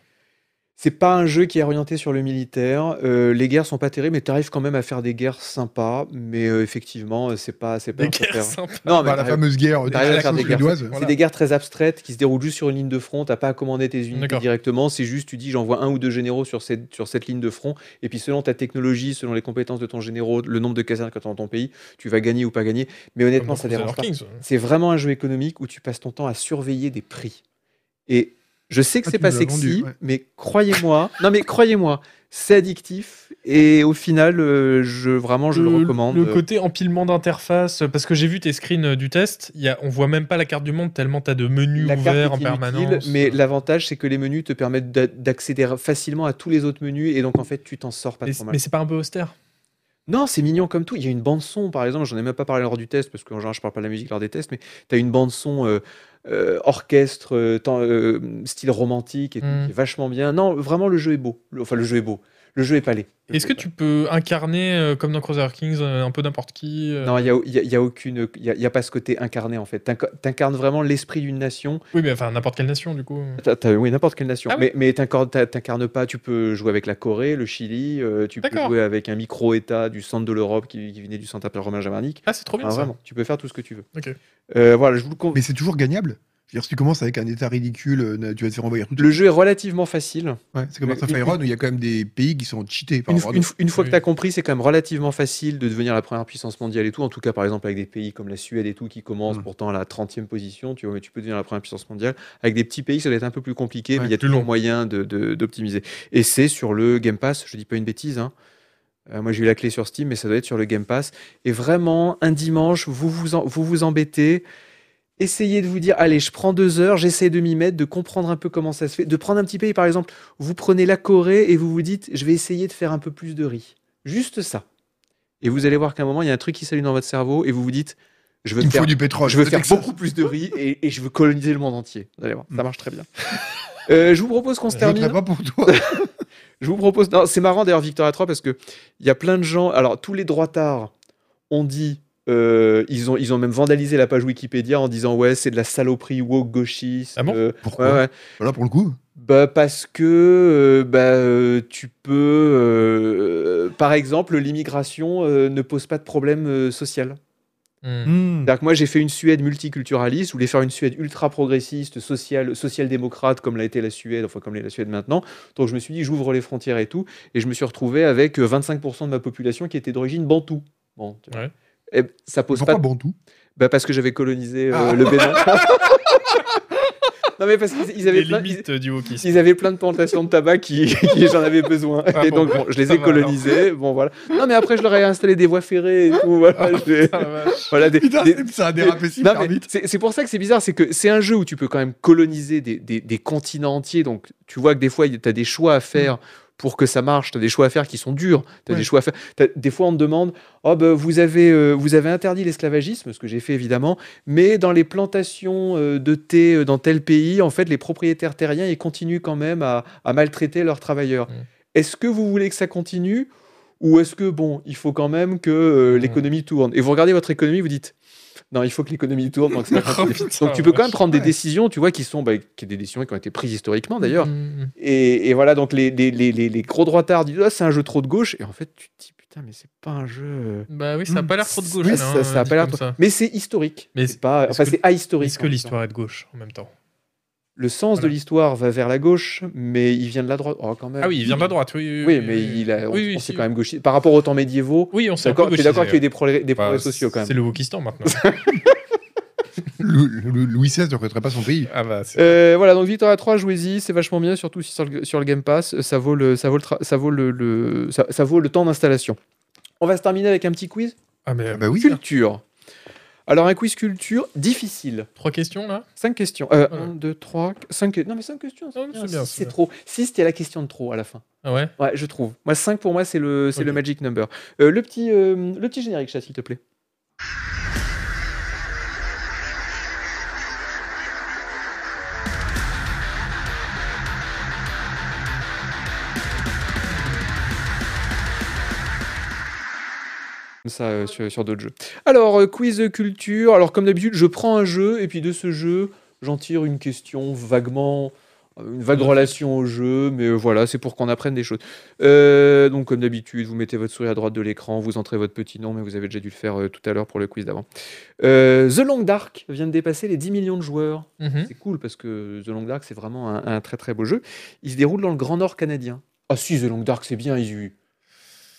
S1: C'est pas un jeu qui est orienté sur le militaire. euh, les guerres sont pas terribles, mais t'arrives quand même à faire des guerres sympas. Mais euh, effectivement, euh, c'est pas, c'est pas
S3: Des
S1: un jeu à
S3: guerres
S1: faire.
S3: sympas.
S1: Non, mais
S2: Bah, La
S1: t'arrives-
S2: fameuse guerre au
S1: t'as rien à faire
S2: Texas
S1: des guerres.
S2: suédoise.
S1: c'est des guerres très abstraites qui se déroulent juste sur une ligne de front. T'as pas à commander tes unités
S3: D'accord.
S1: directement. C'est juste, tu dis, j'envoie un ou deux généraux sur cette, sur cette ligne de front. Et puis, selon ta technologie, selon les compétences de ton généraux, le nombre de casernes que t'as dans ton pays, tu vas gagner ou pas gagner. Mais
S3: Comme dans
S1: honnêtement, ça
S3: Crusader
S1: dérange pas.
S3: Kings.
S1: C'est vraiment un jeu économique où tu passes ton temps à surveiller des prix. Et je sais que
S2: Ah,
S1: c'est
S2: tu
S1: pas
S2: nous l'as vendu,
S1: sexy,
S2: ouais.
S1: mais croyez-moi, non mais croyez-moi, c'est addictif et au final, euh, je vraiment je le, recommande.
S3: le côté empilement d'interface, parce que j'ai vu tes screens euh, du test, il y a, on voit même pas la carte du monde tellement t'as de menus
S1: la
S3: ouverts en
S1: carte est inutile,
S3: permanence.
S1: mais l'avantage c'est que les menus te permettent d'a- d'accéder facilement à tous les autres menus et donc en fait tu t'en sors pas
S3: mais,
S1: trop mal.
S3: mais c'est pas un peu austère.
S1: Non, c'est mignon comme tout. Il y a une bande son, par exemple. J'en ai même pas parlé lors du test parce qu'en général, je parle pas de la musique lors des tests, mais tu as une bande son euh, euh, orchestre, euh, temps- euh, style romantique, et tout,
S3: Mm.
S1: qui est vachement bien. Non, vraiment, le jeu est beau. Le- enfin, le jeu est beau. Le jeu est palé. Le
S3: Est-ce
S1: jeu
S3: que
S1: est
S3: tu peux incarner, euh, comme dans Crusader Kings, euh, un peu n'importe qui euh,
S1: palé. Non, il y a, il y a- il y a aucune, il y a- il y a pas ce côté incarné en fait. T'inca- T'incarnes vraiment l'esprit d'une nation.
S3: Oui, mais enfin, n'importe quelle nation, du coup.
S1: T'as- t'as- oui, n'importe quelle nation.
S3: Ah
S1: mais mais t'incar- t'in- t'incarnes pas. Tu peux jouer avec la Corée, le Chili. euh, tu peux
S3: D'accord.
S1: jouer avec un micro-État du centre de l'Europe qui, qui venait du centre appelé romain germanique.
S3: Ah, c'est trop bien
S1: Ah,
S3: ça.
S1: vraiment, tu peux faire tout ce que tu veux.
S3: Ok.
S1: Euh, voilà, je vous le con-
S2: Mais c'est toujours gagnable. Je veux dire, si tu commences avec un état ridicule, euh, tu vas te faire envoyer tout
S1: Le jeu est relativement facile.
S2: Ouais, c'est comme
S1: Mais
S2: Earth of
S1: une-
S2: Iron où il y a quand même des pays qui sont cheatés par
S1: Une,
S2: rapport à
S1: une-
S2: d'autres.
S1: une fois que
S3: Oui.
S1: tu as compris, c'est quand même relativement facile de devenir la première puissance mondiale et tout. En tout cas, par exemple, avec des pays comme la Suède et tout qui commencent
S2: Mm.
S1: pourtant à la 30e position, tu vois, mais tu peux devenir la première puissance mondiale. Avec des petits pays, ça doit être un peu plus compliqué, mais
S2: Ouais,
S1: il y a
S3: plus
S1: toujours
S3: long.
S1: moyen de- de- d'optimiser. et c'est sur le Game Pass, je dis pas une bêtise, hein. Euh, moi j'ai eu la clé sur Steam, mais ça doit être sur le Game Pass. Et vraiment, un dimanche, vous vous, en- vous, vous embêtez. Essayez de vous dire, allez, je prends deux heures, j'essaie de m'y mettre, de comprendre un peu comment ça se fait, de prendre un petit pays, par exemple, vous prenez la Corée et vous vous dites, je vais essayer de faire un peu plus de riz. Juste ça. Et vous allez voir qu'à un moment, il y a un truc qui s'allume dans votre cerveau et vous vous dites, je veux
S2: Il me
S1: faire,
S2: faut du pétrole.
S1: je veux
S2: le
S1: faire
S2: Texas.
S1: beaucoup plus de riz et, et je veux coloniser le monde entier. Vous allez voir, ça
S2: Mm.
S1: marche très bien. Euh, je vous propose qu'on se
S3: Je
S2: Je voterai
S1: termine.
S2: pas pour toi.
S1: Je vous propose. Non, c'est marrant d'ailleurs, Victor 3, parce que il y a plein de gens. Alors, tous les droitards ont dit. euh, ils, ont, ils ont même vandalisé la page Wikipédia en disant Ouais, c'est de la saloperie woke gauchiste.
S3: Ah bon
S1: euh,
S2: Pourquoi
S1: ouais, ouais.
S2: Voilà pour le coup.
S1: Bah, parce que euh, bah, euh, tu peux. euh, par exemple, l'immigration euh, ne pose pas de problème euh, social.
S3: Hmm.
S2: Hmm.
S1: C'est-à-dire que moi, j'ai fait une Suède multiculturaliste, je voulais faire une Suède ultra progressiste, sociale, social-démocrate, comme l'a été la Suède, enfin comme l'est la Suède maintenant. Donc je me suis dit, j'ouvre les frontières et tout, et je me suis retrouvé avec euh, 25% de ma population qui était d'origine bantou. Bon, tu vois.
S3: Ouais.
S1: Eh ben, ça pose
S2: Pourquoi
S1: pas.
S2: Bantou
S1: Bah, parce que j'avais colonisé euh,
S2: Ah.
S1: le Bénin. non, mais parce qu'ils ils avaient,
S3: les
S1: plein, ils-
S3: limites du wokisme.
S1: ils avaient plein de plantations de tabac qui, qui- j'en avais besoin.
S3: Ah
S1: et
S3: bon,
S1: donc, bon, je les
S3: ça
S1: ai
S3: va alors.
S1: colonisés. Bon, voilà. Non, mais après, je leur ai installé des voies ferrées et tout. Voilà, j'ai-
S3: Ah, la vache.
S1: voilà, des-
S2: Putain,
S1: des-
S2: ça a dérapé
S1: Non,
S2: super
S1: mais
S2: vite.
S1: C'est c'est pour ça que c'est bizarre, c'est que c'est un jeu où tu peux quand même coloniser des, des- des continents entiers, donc tu vois que des fois, tu as des choix à faire pour que ça marche, tu as des choix à faire qui sont durs, tu as
S2: Ouais.
S1: des choix à faire. t'as- Des fois, on te demande, oh ben, vous, avez, euh, vous avez interdit l'esclavagisme, ce que j'ai fait évidemment, mais dans les plantations euh, de thé euh, dans tel pays, en fait, les propriétaires terriens, ils continuent quand même à, à maltraiter leurs travailleurs.
S3: Mm.
S1: Est-ce que vous voulez que ça continue ou est-ce que, bon, il faut quand même que euh,
S3: Mm.
S1: l'économie tourne Et vous regardez votre économie, vous dites, non, il faut que l'économie tourne. Donc, c'est pas
S3: Oh,
S1: possible.
S3: putain,
S1: Donc tu peux quand
S3: vache.
S1: même prendre des
S2: Ouais.
S1: décisions, tu vois, qui sont bah, qui des décisions qui ont été prises historiquement d'ailleurs.
S3: Mm.
S1: Et, et voilà, donc les, les, les, les, les gros droitards disent Ah, c'est un jeu trop de gauche. Et en fait, tu te dis putain, mais c'est pas un jeu.
S3: Bah oui, ça a pas l'air trop de gauche.
S1: Ouais,
S3: là,
S1: ça,
S3: hein,
S1: ça a
S3: dit
S1: pas l'air
S3: comme
S1: trop-
S3: ça.
S1: Mais c'est historique.
S3: Mais
S1: c'est pas.
S3: est-ce
S1: Enfin,
S3: que-
S1: c'est ahistorique. en
S3: Est-ce que
S1: même temps.
S3: l'histoire est de gauche en même temps
S1: Le sens de
S3: Voilà.
S1: l'histoire va vers la gauche, mais il vient de la droite. Oh, quand même.
S3: Ah oui, il vient de la droite. Oui,
S1: Oui, mais il a. On,
S3: Oui, oui,
S1: on s'est
S3: si.
S1: quand même gauchiste. Par rapport aux temps médiévaux.
S3: Oui, on s'est un peu
S1: D'accord, tu es d'accord
S3: gauchisé.
S1: qu'il y a eu des progrès, des
S3: Bah,
S1: progrès sociaux quand
S3: C'est
S1: même.
S3: le Wokistan maintenant.
S2: Lou- Lou- Louis XVI ne reconnaîtrait pas son pays.
S3: ah bah, c'est-
S1: Euh, voilà, donc Victoria 3, jouez-y, c'est vachement bien, surtout si sur le, sur le Game Pass, euh, ça vaut le, ça vaut le, tra- ça vaut le, le- ça, ça vaut le temps d'installation. On va se terminer avec un petit quiz
S3: Ah, mais
S2: Ah
S3: euh,
S2: bah oui.
S1: culture. Alors, un quiz culture difficile.
S3: trois questions là
S1: 5 questions. Euh,
S3: Ouais.
S1: 1, 2, 3, 5. Non, mais 5 questions,
S3: Non,
S1: c'est
S3: mais
S1: bien.
S3: c'est bien,
S1: Six,
S3: c'est
S1: c'est
S3: bien.
S1: trop. 6, il y a la question de trop à la fin.
S3: Ah ouais
S1: Ouais, je trouve. Moi, 5 pour moi, c'est le, c'est le
S3: Ok.
S1: magic number. Euh, le, petit, euh, le petit générique, chat, s'il te plaît. Comme ça euh, sur, sur d'autres jeux. Alors, euh, quiz culture. Alors, comme d'habitude, je prends un jeu et puis de ce jeu, j'en tire une question vaguement, euh, une vague relation au jeu, mais euh, voilà, c'est pour qu'on apprenne des choses. Euh, donc, comme d'habitude, vous mettez votre souris à droite de l'écran, vous entrez votre petit nom, mais vous avez déjà dû le faire euh, tout à l'heure pour le quiz d'avant. Euh, The Long Dark vient de dépasser les 10 millions de joueurs.
S3: Mhm.
S1: C'est cool parce que The Long Dark, c'est vraiment un, un très très beau jeu. Il se déroule dans le Grand Nord canadien. Ah si, The Long Dark, c'est bien, Isu.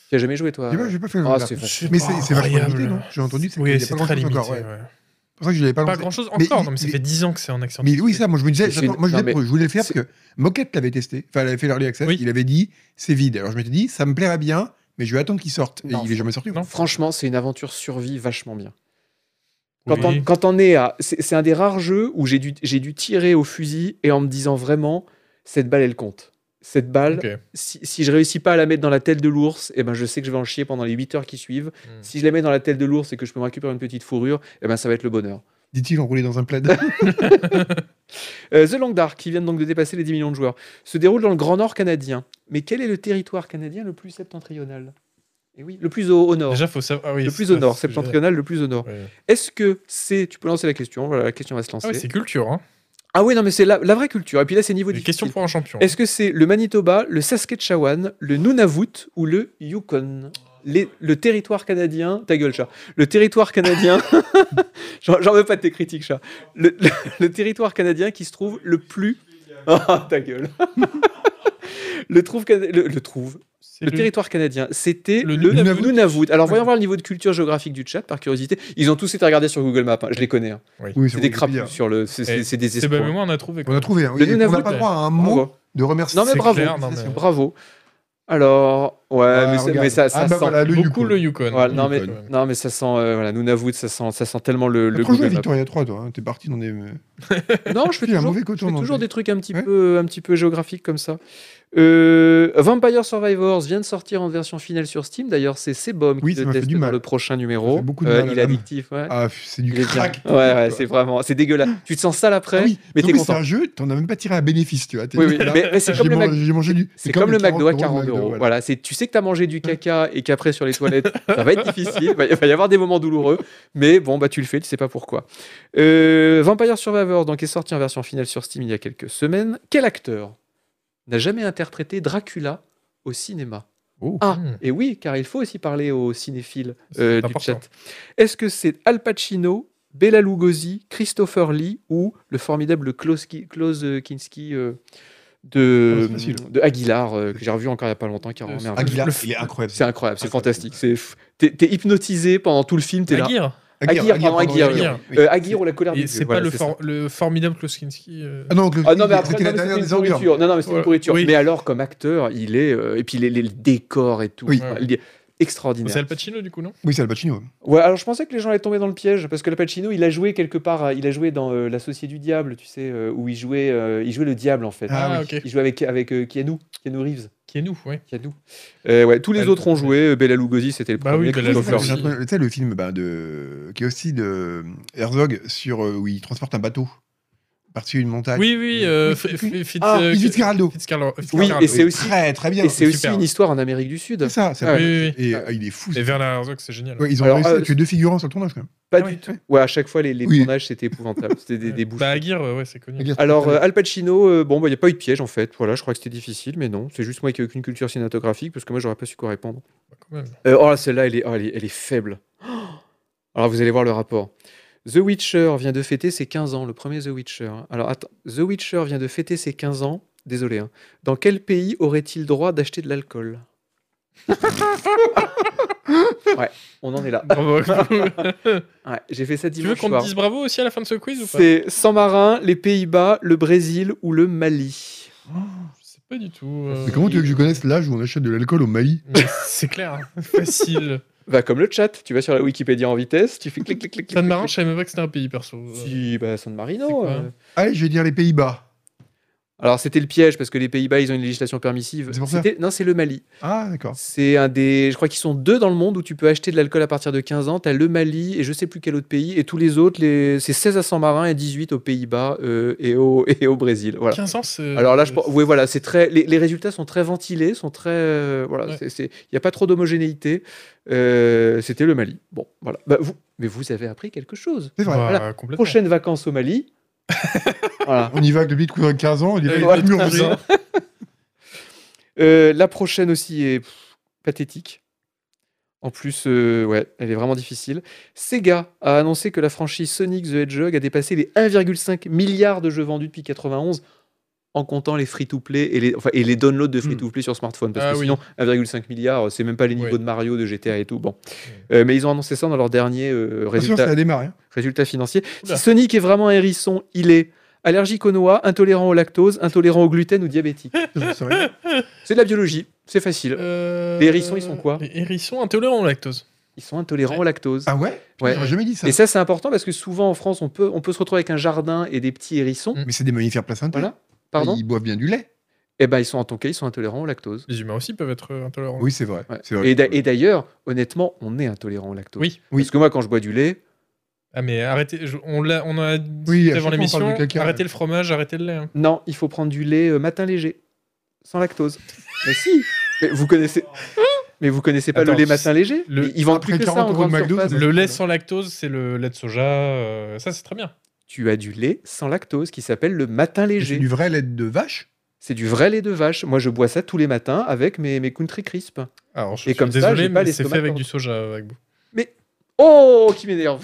S1: Tu as jamais joué, toi
S2: J'ai pas, j'ai pas fait le
S1: Ah,
S2: Dark.
S1: c'est facile.
S2: Mais c'est c'est vachement
S3: Incroyable.
S2: limité, non J'ai entendu que c'était- il y a
S3: Oui,
S2: pas
S3: c'est
S2: grand-chose
S3: très limité.
S2: encore, ouais.
S3: ouais.
S2: C'est pour ça que je l'avais pas
S3: Pas
S2: lancé.
S3: grand chose
S2: Mais
S3: encore,
S2: il-
S3: non, mais ça
S2: il-
S3: fait 10 ans que c'est en accent.
S2: Mais oui, ça, moi je me disais,
S1: Mais c'est une-
S2: j'attends, moi, je
S1: non,
S2: voulais-
S1: mais
S2: moi, je voulais le faire
S1: c'est-
S2: parce que Moquette l'avait testé, enfin elle avait fait l'early access,
S3: Oui.
S2: il avait dit c'est vide. Alors je m'étais dit, ça me plairait bien, mais je vais attendre qu'il sorte. Et
S1: Non,
S2: il est jamais sorti. hein.
S3: non.
S1: Franchement, c'est une aventure survie vachement bien. Quand,
S3: Oui.
S1: on, quand on est à. C'est c'est un des rares jeux où j'ai dû, j'ai dû tirer au fusil et en me disant vraiment, cette balle, elle compte. Cette balle,
S3: Ok.
S1: si, si je réussis pas à la mettre dans la tête de l'ours, eh ben, je sais que je vais en chier pendant les 8 heures qui suivent.
S3: Mm.
S1: Si je la mets dans la tête de l'ours et que je peux me récupérer une petite fourrure, eh ben, ça va être le bonheur.
S2: Dit-il enroulé dans un plaid.
S1: Euh, The Long Dark, qui vient donc de dépasser les 10 millions de joueurs, se déroule dans le Grand Nord canadien. Mais quel est le territoire canadien le plus septentrional Et oui, le plus au, au nord.
S3: Déjà, faut savoir. ah oui,
S1: le plus
S3: ça,
S1: au nord,
S3: c'est-
S1: septentrional, le plus au nord.
S3: Ouais.
S1: Est-ce que c'est. Tu peux lancer la question, voilà, la question va se lancer.
S3: Ah oui, c'est culture. Hein.
S1: Ah oui, non, mais c'est la, la vraie culture. Et puis là, c'est niveau
S3: Des questions
S1: difficile.
S3: pour un champion.
S1: Est-ce que c'est le Manitoba, le Saskatchewan, le Nunavut ou le Yukon Les- Le territoire canadien. Ta gueule, chat. Le territoire canadien. J'en j'en veux pas de tes critiques, chat. Le, le- le territoire canadien qui se trouve le plus. Ah, ta gueule. le, trouve cana- le, le trouve.
S3: C'est
S1: Le territoire canadien, c'était
S3: le
S1: le,
S3: Nunavut.
S1: Nunavut. Alors, voyons voir le niveau de culture géographique du chat, par curiosité. Ils ont tous été regardés sur Google Maps, hein. je les connais. hein.
S2: Oui,
S1: C'est des
S2: Wikipédia.
S1: crapauds sur le. c'est-
S3: Eh,
S1: C'est c'est des
S3: C'est bah, mais
S1: escrocs.
S3: moi, on a trouvé.
S2: On a trouvé, hein,
S1: Le
S2: et on n'a
S1: Nunavut,
S2: pas
S3: ouais.
S2: droit à un
S1: Au
S2: mot
S1: revoir.
S2: de remerciement.
S1: Non, mais
S3: C'est
S1: bravo.
S3: clair, non, mais-
S1: Bravo. Alors, ouais,
S2: Ah,
S1: mais, c'est-
S2: regarde.
S1: mais ça, ça
S2: Ah, bah
S1: sent.
S2: voilà, le
S3: beaucoup
S2: Yukon.
S3: le Yukon.
S1: Voilà, non, mais,
S2: Yukon,
S1: non, mais ça sent. euh, voilà, Nunavut, ça sent, ça sent tellement le,
S2: T'as
S1: le
S2: trop joué à
S1: Google Maps.
S2: Victoria 3, toi. hein, T'es parti dans des.
S1: Non, je fais
S2: Il a hein. un
S1: toujours,
S2: mauvais
S1: je
S2: coton.
S1: fais
S2: non,
S1: toujours
S2: mais-
S1: des trucs un petit,
S2: Ouais.
S1: peu, un petit peu géographiques comme ça. Euh, Vampire Survivors vient de sortir en version finale sur Steam. D'ailleurs, c'est Sebum
S2: Oui,
S1: qui
S2: ça
S1: le
S2: m'a fait
S1: teste
S2: du
S1: dans
S2: mal.
S1: le prochain numéro. Euh,
S2: fait beaucoup de mal à
S1: il est
S2: l'âme.
S1: addictif, ouais.
S2: Ah, c'est du
S1: Il est bien.
S2: crack.
S1: ouais, ouais, c'est vraiment, c'est dégueulasse. Tu te sens sale après,
S2: Ah oui,
S1: mais
S2: non,
S1: t'es
S2: c'est
S1: content.
S2: un jeu, t'en as même pas tiré un bénéfice, tu vois. t'es
S1: Oui,
S2: dit,
S1: oui,
S2: voilà,
S1: mais, mais c'est
S2: j'ai
S1: comme le
S2: mangé-
S1: Mac-
S2: j'ai mangé du.
S1: C'est comme, le
S2: les 40
S1: McDo à 40
S2: de
S1: euros.
S2: McDo, voilà.
S1: Voilà, Hein. c'est tu sais que t'as mangé du caca et qu'après sur les toilettes, ça va être difficile. Il va- il va y avoir des moments douloureux, mais bon, bah tu le fais, tu sais pas pourquoi. Euh, Vampire Survivor, donc est sorti en version finale sur Steam il y a quelques semaines. Quel acteur n'a jamais interprété Dracula au cinéma
S2: Oh.
S1: Ah,
S3: Hmm.
S1: et oui, car il faut aussi parler aux cinéphiles euh,
S3: C'est
S1: du
S3: important.
S1: chat. Est-ce que c'est Al Pacino, Bela Lugosi, Christopher Lee ou le formidable Klaus, Ki- Klaus, euh, Kinski euh, de,
S2: Ouais, Ah, c'est facile.
S1: de Aguilar, euh, que j'ai revu encore il n'y a pas longtemps, qui est vraiment
S3: Euh, Ah,
S1: merveilleux.
S2: Aguilar,
S3: Le f-
S2: il est incroyable.
S1: C'est incroyable, c'est fantastique. C'est f- T'es t'es hypnotisé pendant tout le film, t'es là.
S3: Aguirre.
S1: Aguirre, pardon, Aguirre,
S2: oui.
S1: Euh, Aguirre ou la colère
S3: Et
S1: des
S3: C'est
S1: dieux,
S3: pas
S1: voilà,
S3: le,
S1: c'est
S3: for- le formidable Kloskinski. euh,
S2: Ah non, que-
S1: ça. Ah non, mais après,
S2: c'était
S1: non,
S2: la
S1: mais
S2: dernière
S1: c'était une
S2: des ordures.
S1: pourriture. Non, non, mais c'était une
S3: Voilà.
S1: pourriture.
S3: Oui.
S1: Mais alors, comme acteur, il est. euh, et puis les, les- les décors et tout.
S2: Oui.
S1: enfin, il est extraordinaire.
S3: C'est Al Pacino, du coup, non
S2: Oui, c'est Al Pacino.
S1: Ouais, alors je pensais que les gens allaient tomber dans le piège parce que Al Pacino, il a joué quelque part, euh, il a joué dans euh, L'Associé du Diable, tu sais, euh, où il jouait, euh, il jouait le diable en fait.
S2: Ah
S3: ok.
S1: Il jouait avec avec euh, Keanu, Keanu Reeves,
S3: Qui est nous, ouais.
S1: Keanu. Euh, ouais, tous les
S3: Bah,
S1: autres ont joué. euh, Bela Lugosi, c'était le
S3: Bah
S1: premier.
S3: oui, Bela
S1: Christopher
S3: Lugosi.
S1: Lee.
S2: Tu sais, le film bah, de... qui est aussi de Herzog, sur... euh, où il transporte un bateau par-dessus une
S1: Ah,
S2: montagne.
S3: Oui, oui. euh,
S2: Oui,
S3: F-
S2: oui,
S3: F-
S2: oui.
S3: Fitz-
S2: Ah,
S3: euh,
S2: Fitzcarraldo.
S3: Fitzcarraldo.
S1: Oui,
S3: Fitzcarraldo.
S1: et c'est aussi
S2: Très, très bien.
S1: et c'est aussi
S3: Super.
S1: une histoire en Amérique du Sud.
S2: C'est ça. ça
S1: Ah,
S3: oui, oui, oui.
S2: Et euh, il est fou.
S3: Et Werner Herzog, c'est génial.
S2: Ouais, ils ont
S1: Alors,
S2: réussi
S1: euh,
S2: à tuer deux figurants sur le tournage, quand même.
S1: Pas
S3: Ah
S1: du
S3: oui.
S1: tout. Ouais, à chaque fois les, les
S2: Oui.
S1: tournages c'était épouvantable, c'était des, des bouches.
S3: Bah, Aguirre, euh, ouais, c'est connu.
S1: Alors euh, Al Pacino, euh, bon bah il n'y a pas eu de piège en fait. Voilà, je crois que c'était difficile, mais non, c'est juste moi qui ai aucune culture cinématographique parce que moi j'aurais pas su quoi répondre.
S3: Bah, quand même.
S1: Euh, oh, là, celle-là, elle est, oh, elle, est, elle est faible. Oh Alors, vous allez voir le rapport. The Witcher vient de fêter ses 15 ans, le premier The Witcher. Alors, attends, The Witcher vient de fêter ses 15 ans. Désolé. hein. Dans quel pays aurait-il droit d'acheter de l'alcool Ouais, on en est là.
S3: Bravo.
S1: Ouais, J'ai fait ça
S3: tu veux
S1: dimanche
S3: qu'on te
S1: soir.
S3: dise bravo aussi à la fin de ce quiz ou pas
S1: C'est San Marin, les Pays-Bas, le Brésil ou le Mali.
S3: Je sais pas du tout. euh,
S2: Mais comment tu veux que je connaisse l'âge où on achète de l'alcool au Mali
S3: mais C'est clair, hein. facile.
S1: Bah, comme le chat, tu vas sur la Wikipédia en vitesse, tu fais clic, clic, clic. clic,
S3: San
S1: clic,
S3: Marin,
S1: clic.
S3: je savais même pas que c'était un pays perso.
S1: Si, bah, San Marino.
S3: C'est quoi
S1: euh.
S2: Allez, je vais dire les Pays-Bas.
S1: Alors c'était le piège parce que les Pays-Bas ils ont une législation permissive.
S2: C'est pour ça.
S1: C'était- Non, c'est le Mali.
S2: Ah, d'accord.
S1: C'est un des, je crois qu'ils sont deux dans le monde où tu peux acheter de l'alcool à partir de 15 ans. T'as le Mali et je sais plus quel autre pays et tous les autres, les... c'est 16 à San Marin et 18 aux Pays-Bas euh, et, au... et au Brésil. Voilà.
S3: 15 ans,
S2: euh,
S3: c'est.
S1: Alors là, je... pense-
S3: c'est-
S1: oui, voilà, c'est très, les, les résultats sont très ventilés, sont très, euh, voilà,
S3: Ouais.
S1: c'est- c'est- il n'y a pas trop d'homogénéité. Euh, C'était le Mali. Bon, voilà. Bah, vous, mais vous avez appris quelque chose.
S2: C'est vrai.
S3: Bah,
S1: Voilà.
S3: complètement.
S1: Prochaines vacances au Mali. voilà.
S2: On y va avec le qu'on a 15 ans, il est
S3: Euh,
S1: ouais,
S2: pas mieux
S3: t'as
S2: en faisant.
S3: raison.
S1: Euh, la prochaine aussi est pff, pathétique. En plus, euh, ouais, elle est vraiment difficile. Sega a annoncé que la franchise Sonic the Hedgehog a dépassé les 1,5 milliard de jeux vendus depuis 91 en comptant les free-to-play et les, enfin, et les downloads de free-to-play sur smartphone. Parce
S3: Ah
S1: que
S3: oui.
S1: sinon, 1,5 milliard, c'est même pas les niveaux
S3: Ouais.
S1: de Mario, de GTA et tout. Bon. Euh, mais ils ont annoncé ça dans leur dernier euh,
S2: Attention,
S1: résultat
S2: ça a démarré. hein.
S1: résultat financier.
S3: Oula.
S1: Si Sonic est vraiment un hérisson, il est allergique au noix, intolérant au lactose, intolérant au gluten ou diabétique.
S2: C'est c'est vrai.
S1: C'est de la biologie, c'est facile.
S3: Euh,
S1: Les hérissons, ils sont quoi
S3: Les hérissons intolérants au lactose.
S1: Ils sont intolérants
S3: Ouais.
S1: au lactose.
S2: Ah ouais
S1: Ouais.
S2: J'aurais jamais dit ça.
S1: Et ça, c'est important parce que souvent en France, on peut, on peut se retrouver avec un jardin et des petits hérissons.
S3: Mm.
S2: Mais c'est des mammifères placentaires.
S1: Voilà. Pardon
S2: Ils boivent bien du lait.
S1: Eh ben, ils sont en ton cas, ils sont intolérants au lactose.
S3: Les humains aussi peuvent être euh, intolérants.
S2: Oui, c'est vrai.
S1: Ouais.
S2: C'est vrai.
S1: Et d'a- et d'ailleurs, honnêtement, on est intolérant au lactose.
S3: Oui.
S1: Parce que moi, quand je bois du lait,
S3: Ah, mais arrêtez. je- on, l'a, on en a dit
S2: Oui, à chaque
S3: avant
S2: fois, on parle
S3: l'émission.
S2: du caca.
S3: Arrêtez le fromage, arrêtez le lait. hein.
S1: non, il faut prendre du lait euh, matin léger, sans lactose. Mais si Mais vous connaissez, mais vous connaissez pas
S3: Attends,
S1: le lait matin léger
S3: le-
S1: Ils vendent
S2: après
S1: plus que ça
S2: 40
S1: en
S2: euros
S1: grande
S2: de McDo,
S1: surface.
S2: Ah, c'est-
S3: Le lait sans lactose, c'est le lait de soja. euh, ça, c'est très bien.
S1: Tu as du lait sans lactose qui s'appelle le matin
S2: Mais C'est
S1: léger.
S2: du vrai lait de vache
S1: C'est du vrai lait de vache. Moi, je bois ça tous les matins avec mes, mes country crisp.
S3: Alors, je
S1: Et
S3: suis
S1: comme ça,
S3: désolé,
S1: j'ai pas
S3: mais c'est
S1: l'estomac
S3: fait avec
S1: tendre.
S3: du soja. euh, avec vous.
S1: Oh, qui m'énerve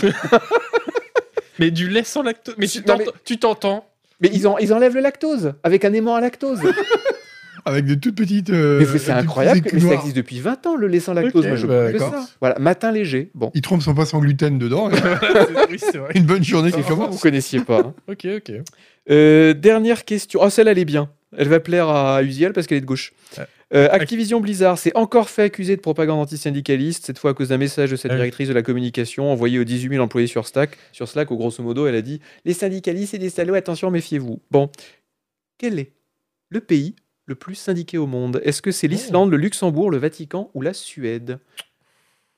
S3: Mais du lait sans lactose. Mais tu
S1: Non, mais-
S3: t'entends- tu t'entends
S1: Mais ils, en- ils enlèvent le lactose avec un aimant à lactose.
S2: avec de toutes petites. euh,
S1: mais
S2: des
S1: c'est
S2: petits
S1: incroyable, que- mais ça
S2: écunoirs.
S1: existe depuis 20 ans le lait sans lactose.
S3: Ok,
S1: Moi, je
S3: bah,
S1: prends que
S2: d'accord.
S1: ça. Voilà, matin léger. Bon,
S2: Ils trompent son pas sans gluten dedans. et
S3: C'est- oui, c'est vrai.
S2: Une bonne journée qui
S3: Ah,
S1: vous
S2: commence.
S1: connaissiez pas. hein.
S3: Ok, ok.
S1: Euh, dernière question. Oh, celle-là, elle est bien. Elle va plaire à Uziel parce qu'elle est de gauche.
S3: Ouais.
S1: Euh, Activision Blizzard s'est encore fait accuser de propagande antisyndicaliste, cette fois à cause d'un message de sa
S3: Ah oui.
S1: directrice de la communication envoyé aux 18 000 employés sur, Stack, sur Slack, où grosso modo elle a dit Les syndicalistes et des salauds, attention, méfiez-vous. Bon, quel est le pays le plus syndiqué au monde Est-ce que
S3: Oh.
S1: c'est l'Islande, le Luxembourg, le Vatican ou la Suède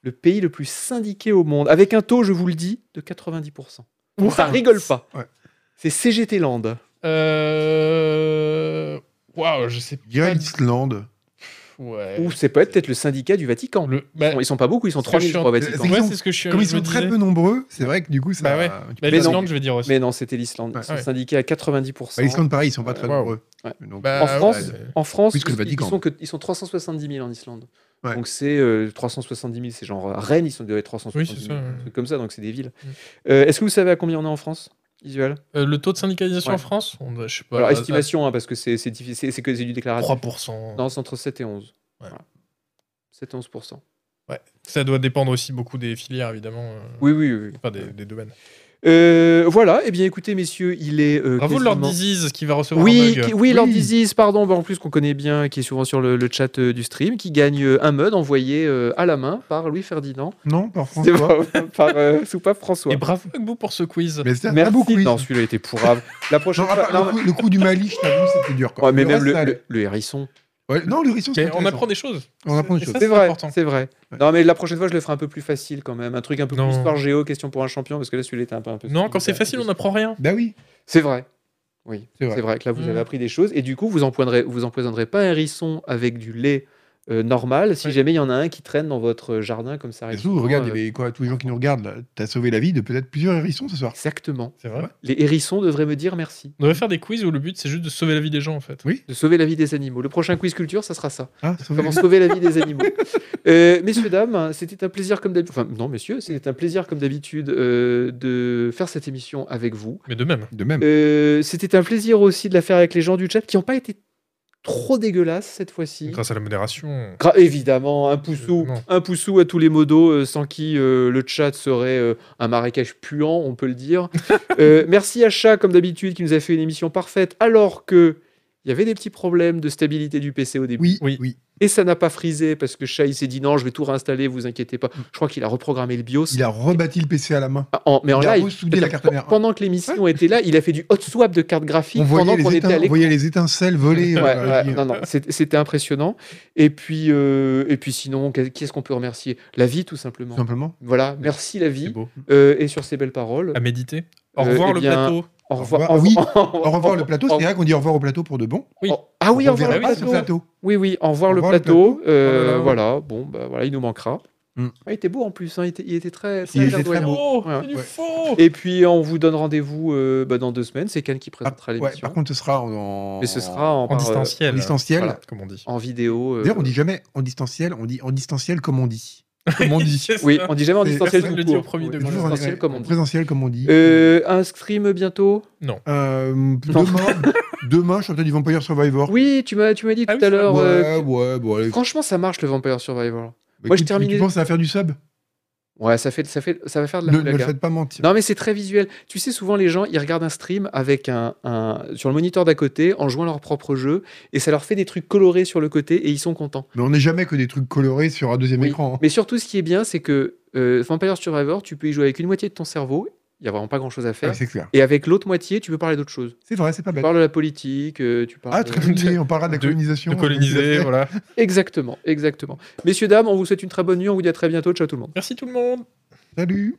S1: Le pays le plus syndiqué au monde, avec un taux, je vous le dis, de 90%. Ça rigole pas.
S2: Ouais.
S1: C'est CGT Land.
S3: Euh. Waouh, je sais
S2: Il y a
S3: pas. du-
S2: l'Islande.
S3: Ouais.
S1: Ou c'est peut-être peut-être le syndicat du Vatican.
S3: Le- bah,
S1: Ils sont pas beaucoup, ils sont
S3: Parce que
S1: 3000
S3: je suis
S1: je crois, au
S2: en-
S1: Vatican.
S2: c'est-
S3: ouais,
S2: qu'ils
S3: c'est ce que je suis.
S2: Comme ils
S3: je me
S2: sont très
S3: disais.
S2: peu nombreux, c'est vrai que du coup, ça.
S3: Bah ouais.
S2: tu
S3: Bah,
S2: peux
S1: non.
S2: pas-
S3: L'Islande, je vais dire aussi.
S1: Mais non, c'était l'Islande.
S2: Ouais.
S1: Ils sont
S3: Ouais.
S1: syndiqués à 90%.
S2: Bah, L'Islande, pareil, ils sont pas très
S3: Waouh.
S2: nombreux.
S1: Ouais.
S2: Donc, euh,
S3: Bah,
S1: en
S3: ouais,
S1: France,
S3: c'est-
S1: en France,
S2: Plus que le
S1: ils- ils,
S2: Vatican.
S1: sont que, ils sont 370 000 en Islande.
S2: Ouais.
S1: Donc c'est euh, 370 000, c'est genre à euh, Rennes, ils sont doivent être 370
S3: Oui, c'est
S1: 000.
S3: ça, ouais.
S1: un truc comme ça, donc c'est des villes.
S3: Mm.
S1: Euh, Est-ce que vous savez à combien on est en France visuel
S3: Euh, le taux de syndicalisation
S1: Ouais.
S3: en France on, doit- Je
S2: Bah,
S3: sais pas.
S2: euh,
S1: Alors,
S3: à- à
S1: estimation, hein, parce que c'est c'est difficile- c'est- c'est que c'est du déclaratif.
S3: 3%.
S1: Non, c'est entre 7 et 11.
S3: Ouais.
S1: Voilà. 7 et 11%.
S3: Ça doit dépendre aussi beaucoup des filières, évidemment. euh,
S1: Oui, oui, oui. oui.
S3: Enfin, des, des domaines.
S1: Euh, voilà, et eh bien écoutez, messieurs, il est. euh,
S3: Bravo Lord
S1: quasiment-
S3: Disease qui va recevoir un
S1: Oui,
S3: mug.
S1: qui- oui, Lord
S2: Oui.
S1: Disease, pardon, bah, en plus qu'on connaît bien, qui est souvent sur le, le chat euh, du stream, qui gagne euh, un mode envoyé euh, à la main par Louis Ferdinand,
S2: Non, par
S1: C'est
S2: François.
S1: pas- par euh, soupape François.
S3: Et bravo Agbo pour ce quiz.
S2: Mais c'était un
S1: Merci.
S2: beau quiz.
S1: Non, celui-là était pourrave. La prochaine
S2: Non, à
S1: fois,
S2: part
S1: non,
S2: le, coup, le coup du Mali, je t'avoue, c'était dur. Quoi.
S1: ouais, mais
S2: Le
S1: même
S2: reste,
S1: le,
S2: ça allait.
S1: le- le hérisson.
S2: Ouais, non, le risson,
S3: Mais
S2: c'était
S3: on
S2: intéressant.
S3: apprend des choses.
S2: On apprend des
S3: Et
S2: choses.
S3: ça,
S1: C'est vrai,
S3: important.
S1: c'est vrai.
S2: Ouais.
S1: Non, mais la prochaine fois, je le ferai un peu plus facile quand même. Un truc un peu
S3: Non.
S1: plus par géo, question pour un champion, parce que là, celui-là était un peu. Un peu
S3: Non, quand c'est facile, on n'apprend rien.
S2: Bah oui.
S1: C'est vrai. Oui, c'est
S2: C'est vrai.
S1: vrai. que là, vous
S3: Mm.
S1: avez appris des choses. Et du coup, vous empoignerez- vous empoisonnerez pas un hérisson avec du lait euh, normal si
S3: Oui.
S1: jamais il y en a un qui traîne dans votre jardin comme ça.
S2: Et
S1: arrive
S2: surtout, regarde, il y
S1: souvent, euh,
S2: avait quoi, tous les gens qui nous regardent, là, t'as sauvé la vie de peut-être plusieurs hérissons ce soir.
S1: Exactement.
S3: C'est vrai.
S2: Ouais.
S1: Les hérissons devraient me dire merci
S3: On devrait faire des quiz où le but c'est juste de sauver la vie des gens en fait.
S1: de sauver la vie des animaux. Le prochain quiz culture, ça sera ça.
S2: Hein, sauver
S1: Comment sauver la vie des animaux. Euh, messieurs, dames, c'était un plaisir comme d'habitude. Enfin, non, messieurs, c'était un plaisir comme d'habitude euh, de faire cette émission avec vous.
S3: Mais de même.
S2: De même.
S1: Euh, c'était un plaisir aussi de la faire avec les gens du chat qui n'ont pas été trop dégueulasses cette fois-ci.
S3: Grâce à la modération.
S1: Gra- évidemment, un poussou,
S3: Évidemment.
S1: un poussou à tous les modos, euh, sans qui euh, le chat serait euh, un marécage puant, on peut le dire. Euh, merci à Chat, comme d'habitude, qui nous a fait une émission parfaite, alors que il y avait des petits problèmes de stabilité du PC au début.
S2: Oui,
S3: Oui.
S2: oui.
S1: Et ça n'a pas frisé, parce que Chat, il s'est dit non, je vais tout réinstaller, vous inquiétez pas. Je crois qu'il a reprogrammé le BIOS.
S2: Il a rebâti le PC à la main.
S1: Ah, en- mais en
S2: il a
S1: live,
S2: ressoudé la carte mère.
S1: pendant que l'émission était là, il a fait du hot swap de cartes graphiques
S2: On voyait,
S1: pendant qu'on
S2: les,
S1: était à
S2: étin- on
S1: l'écran.
S2: voyait les étincelles voler. euh,
S1: Ouais,
S2: dans
S1: ouais,
S2: la vie.
S1: non, non, c'est- c'était impressionnant. Et puis, euh, et puis sinon, qu'est- qui est-ce qu'on peut remercier La vie, tout simplement.
S2: Tout Simplement.
S1: Voilà, merci la
S3: C'est
S1: vie.
S3: beau.
S1: Euh, et sur ces belles paroles,
S3: À méditer. Au
S1: Euh,
S3: revoir
S1: eh
S3: le
S1: bien,
S3: plateau.
S1: au revoir.
S2: au revoir-
S1: au-
S2: Au revoir le plateau,
S1: au-
S2: c'est vrai qu'on dit au revoir au plateau pour de bon.
S3: Oui.
S1: au- Ah oui,
S2: On
S1: au revoir
S2: verra
S1: le
S2: pas ce
S1: plateau. Oui, oui, au revoir
S2: Au
S1: le
S2: revoir le
S1: plateau. Euh,
S3: Oh là là.
S1: Voilà, bon, bah voilà, il nous manquera.
S2: Hmm.
S1: Ah, il était beau en plus, hein, il, était, il était très, très
S2: Il était très
S1: verdoyant.
S2: beau.
S3: Oh,
S1: Ouais.
S3: c'est du
S2: Ouais.
S3: faux.
S1: Et puis on vous donne rendez-vous euh, bah, dans deux semaines. C'est Ken qui
S2: Ah,
S1: présentera
S2: ouais,
S1: l'émission.
S2: par contre, ce sera en,
S1: Mais ce sera en,
S3: En
S1: par, euh,
S2: en
S3: distanciel.
S2: distanciel.
S1: voilà.
S3: Comme on dit.
S1: en vidéo. euh,
S2: D'ailleurs, on dit jamais en distanciel, on dit en distanciel comme on dit. Comme on dit.
S3: C'est
S1: Oui,
S3: ça.
S1: on dit jamais en
S2: C'est-
S1: distanciel
S3: personne
S1: tout
S3: le dit au
S1: court.
S3: premier
S1: Ouais,
S3: degré.
S1: toujours
S2: Toujours
S1: en
S2: en
S1: distanciel
S2: direct,
S1: comme on
S2: en
S1: dit.
S2: présentiel comme on dit.
S1: Euh, un stream bientôt
S2: Euh, demain, demain, je suis peut-être du Vampire Survivor.
S1: Oui, tu m'as tu m'as dit
S3: Ah
S1: tout
S3: oui,
S1: à
S3: c'est
S1: l'heure. euh,
S2: ouais, ouais, bon, allez.
S1: Franchement, ça marche le Vampire Survivor.
S2: Bah,
S1: moi, je
S2: écoute,
S1: terminais-
S2: Tu penses à faire du sub
S1: Ouais, ça fait, ça fait, ça va faire de la
S2: Ne, ne le
S1: blague. hein.
S2: faites pas mentir.
S1: Non, mais c'est très visuel. Tu sais, souvent les gens, ils regardent un stream avec un, un- sur le moniteur d'à côté en jouant leur propre jeu et ça leur fait des trucs colorés sur le côté et ils sont contents.
S2: Mais on n'est jamais que des trucs colorés sur un deuxième
S1: Oui.
S2: écran. hein.
S1: Mais surtout, ce qui est bien, c'est que euh, Vampire Survivor, tu peux y jouer avec une moitié de ton cerveau. Il y a vraiment pas grand chose à faire.
S2: Ah, c'est clair.
S1: et avec l'autre moitié, tu peux parler d'autre chose.
S2: C'est vrai, c'est pas
S1: Tu
S2: bête.
S1: parles de la politique, euh, tu parles.
S2: Ah,
S1: de-
S2: très bonne idée, on parlera de la
S3: de-
S2: colonisation.
S3: De coloniser, voilà.
S1: Exactement, exactement. Messieurs, dames, on vous souhaite une très bonne nuit. On vous dit à très bientôt. Ciao tout le monde.
S3: Merci tout le monde.
S2: Salut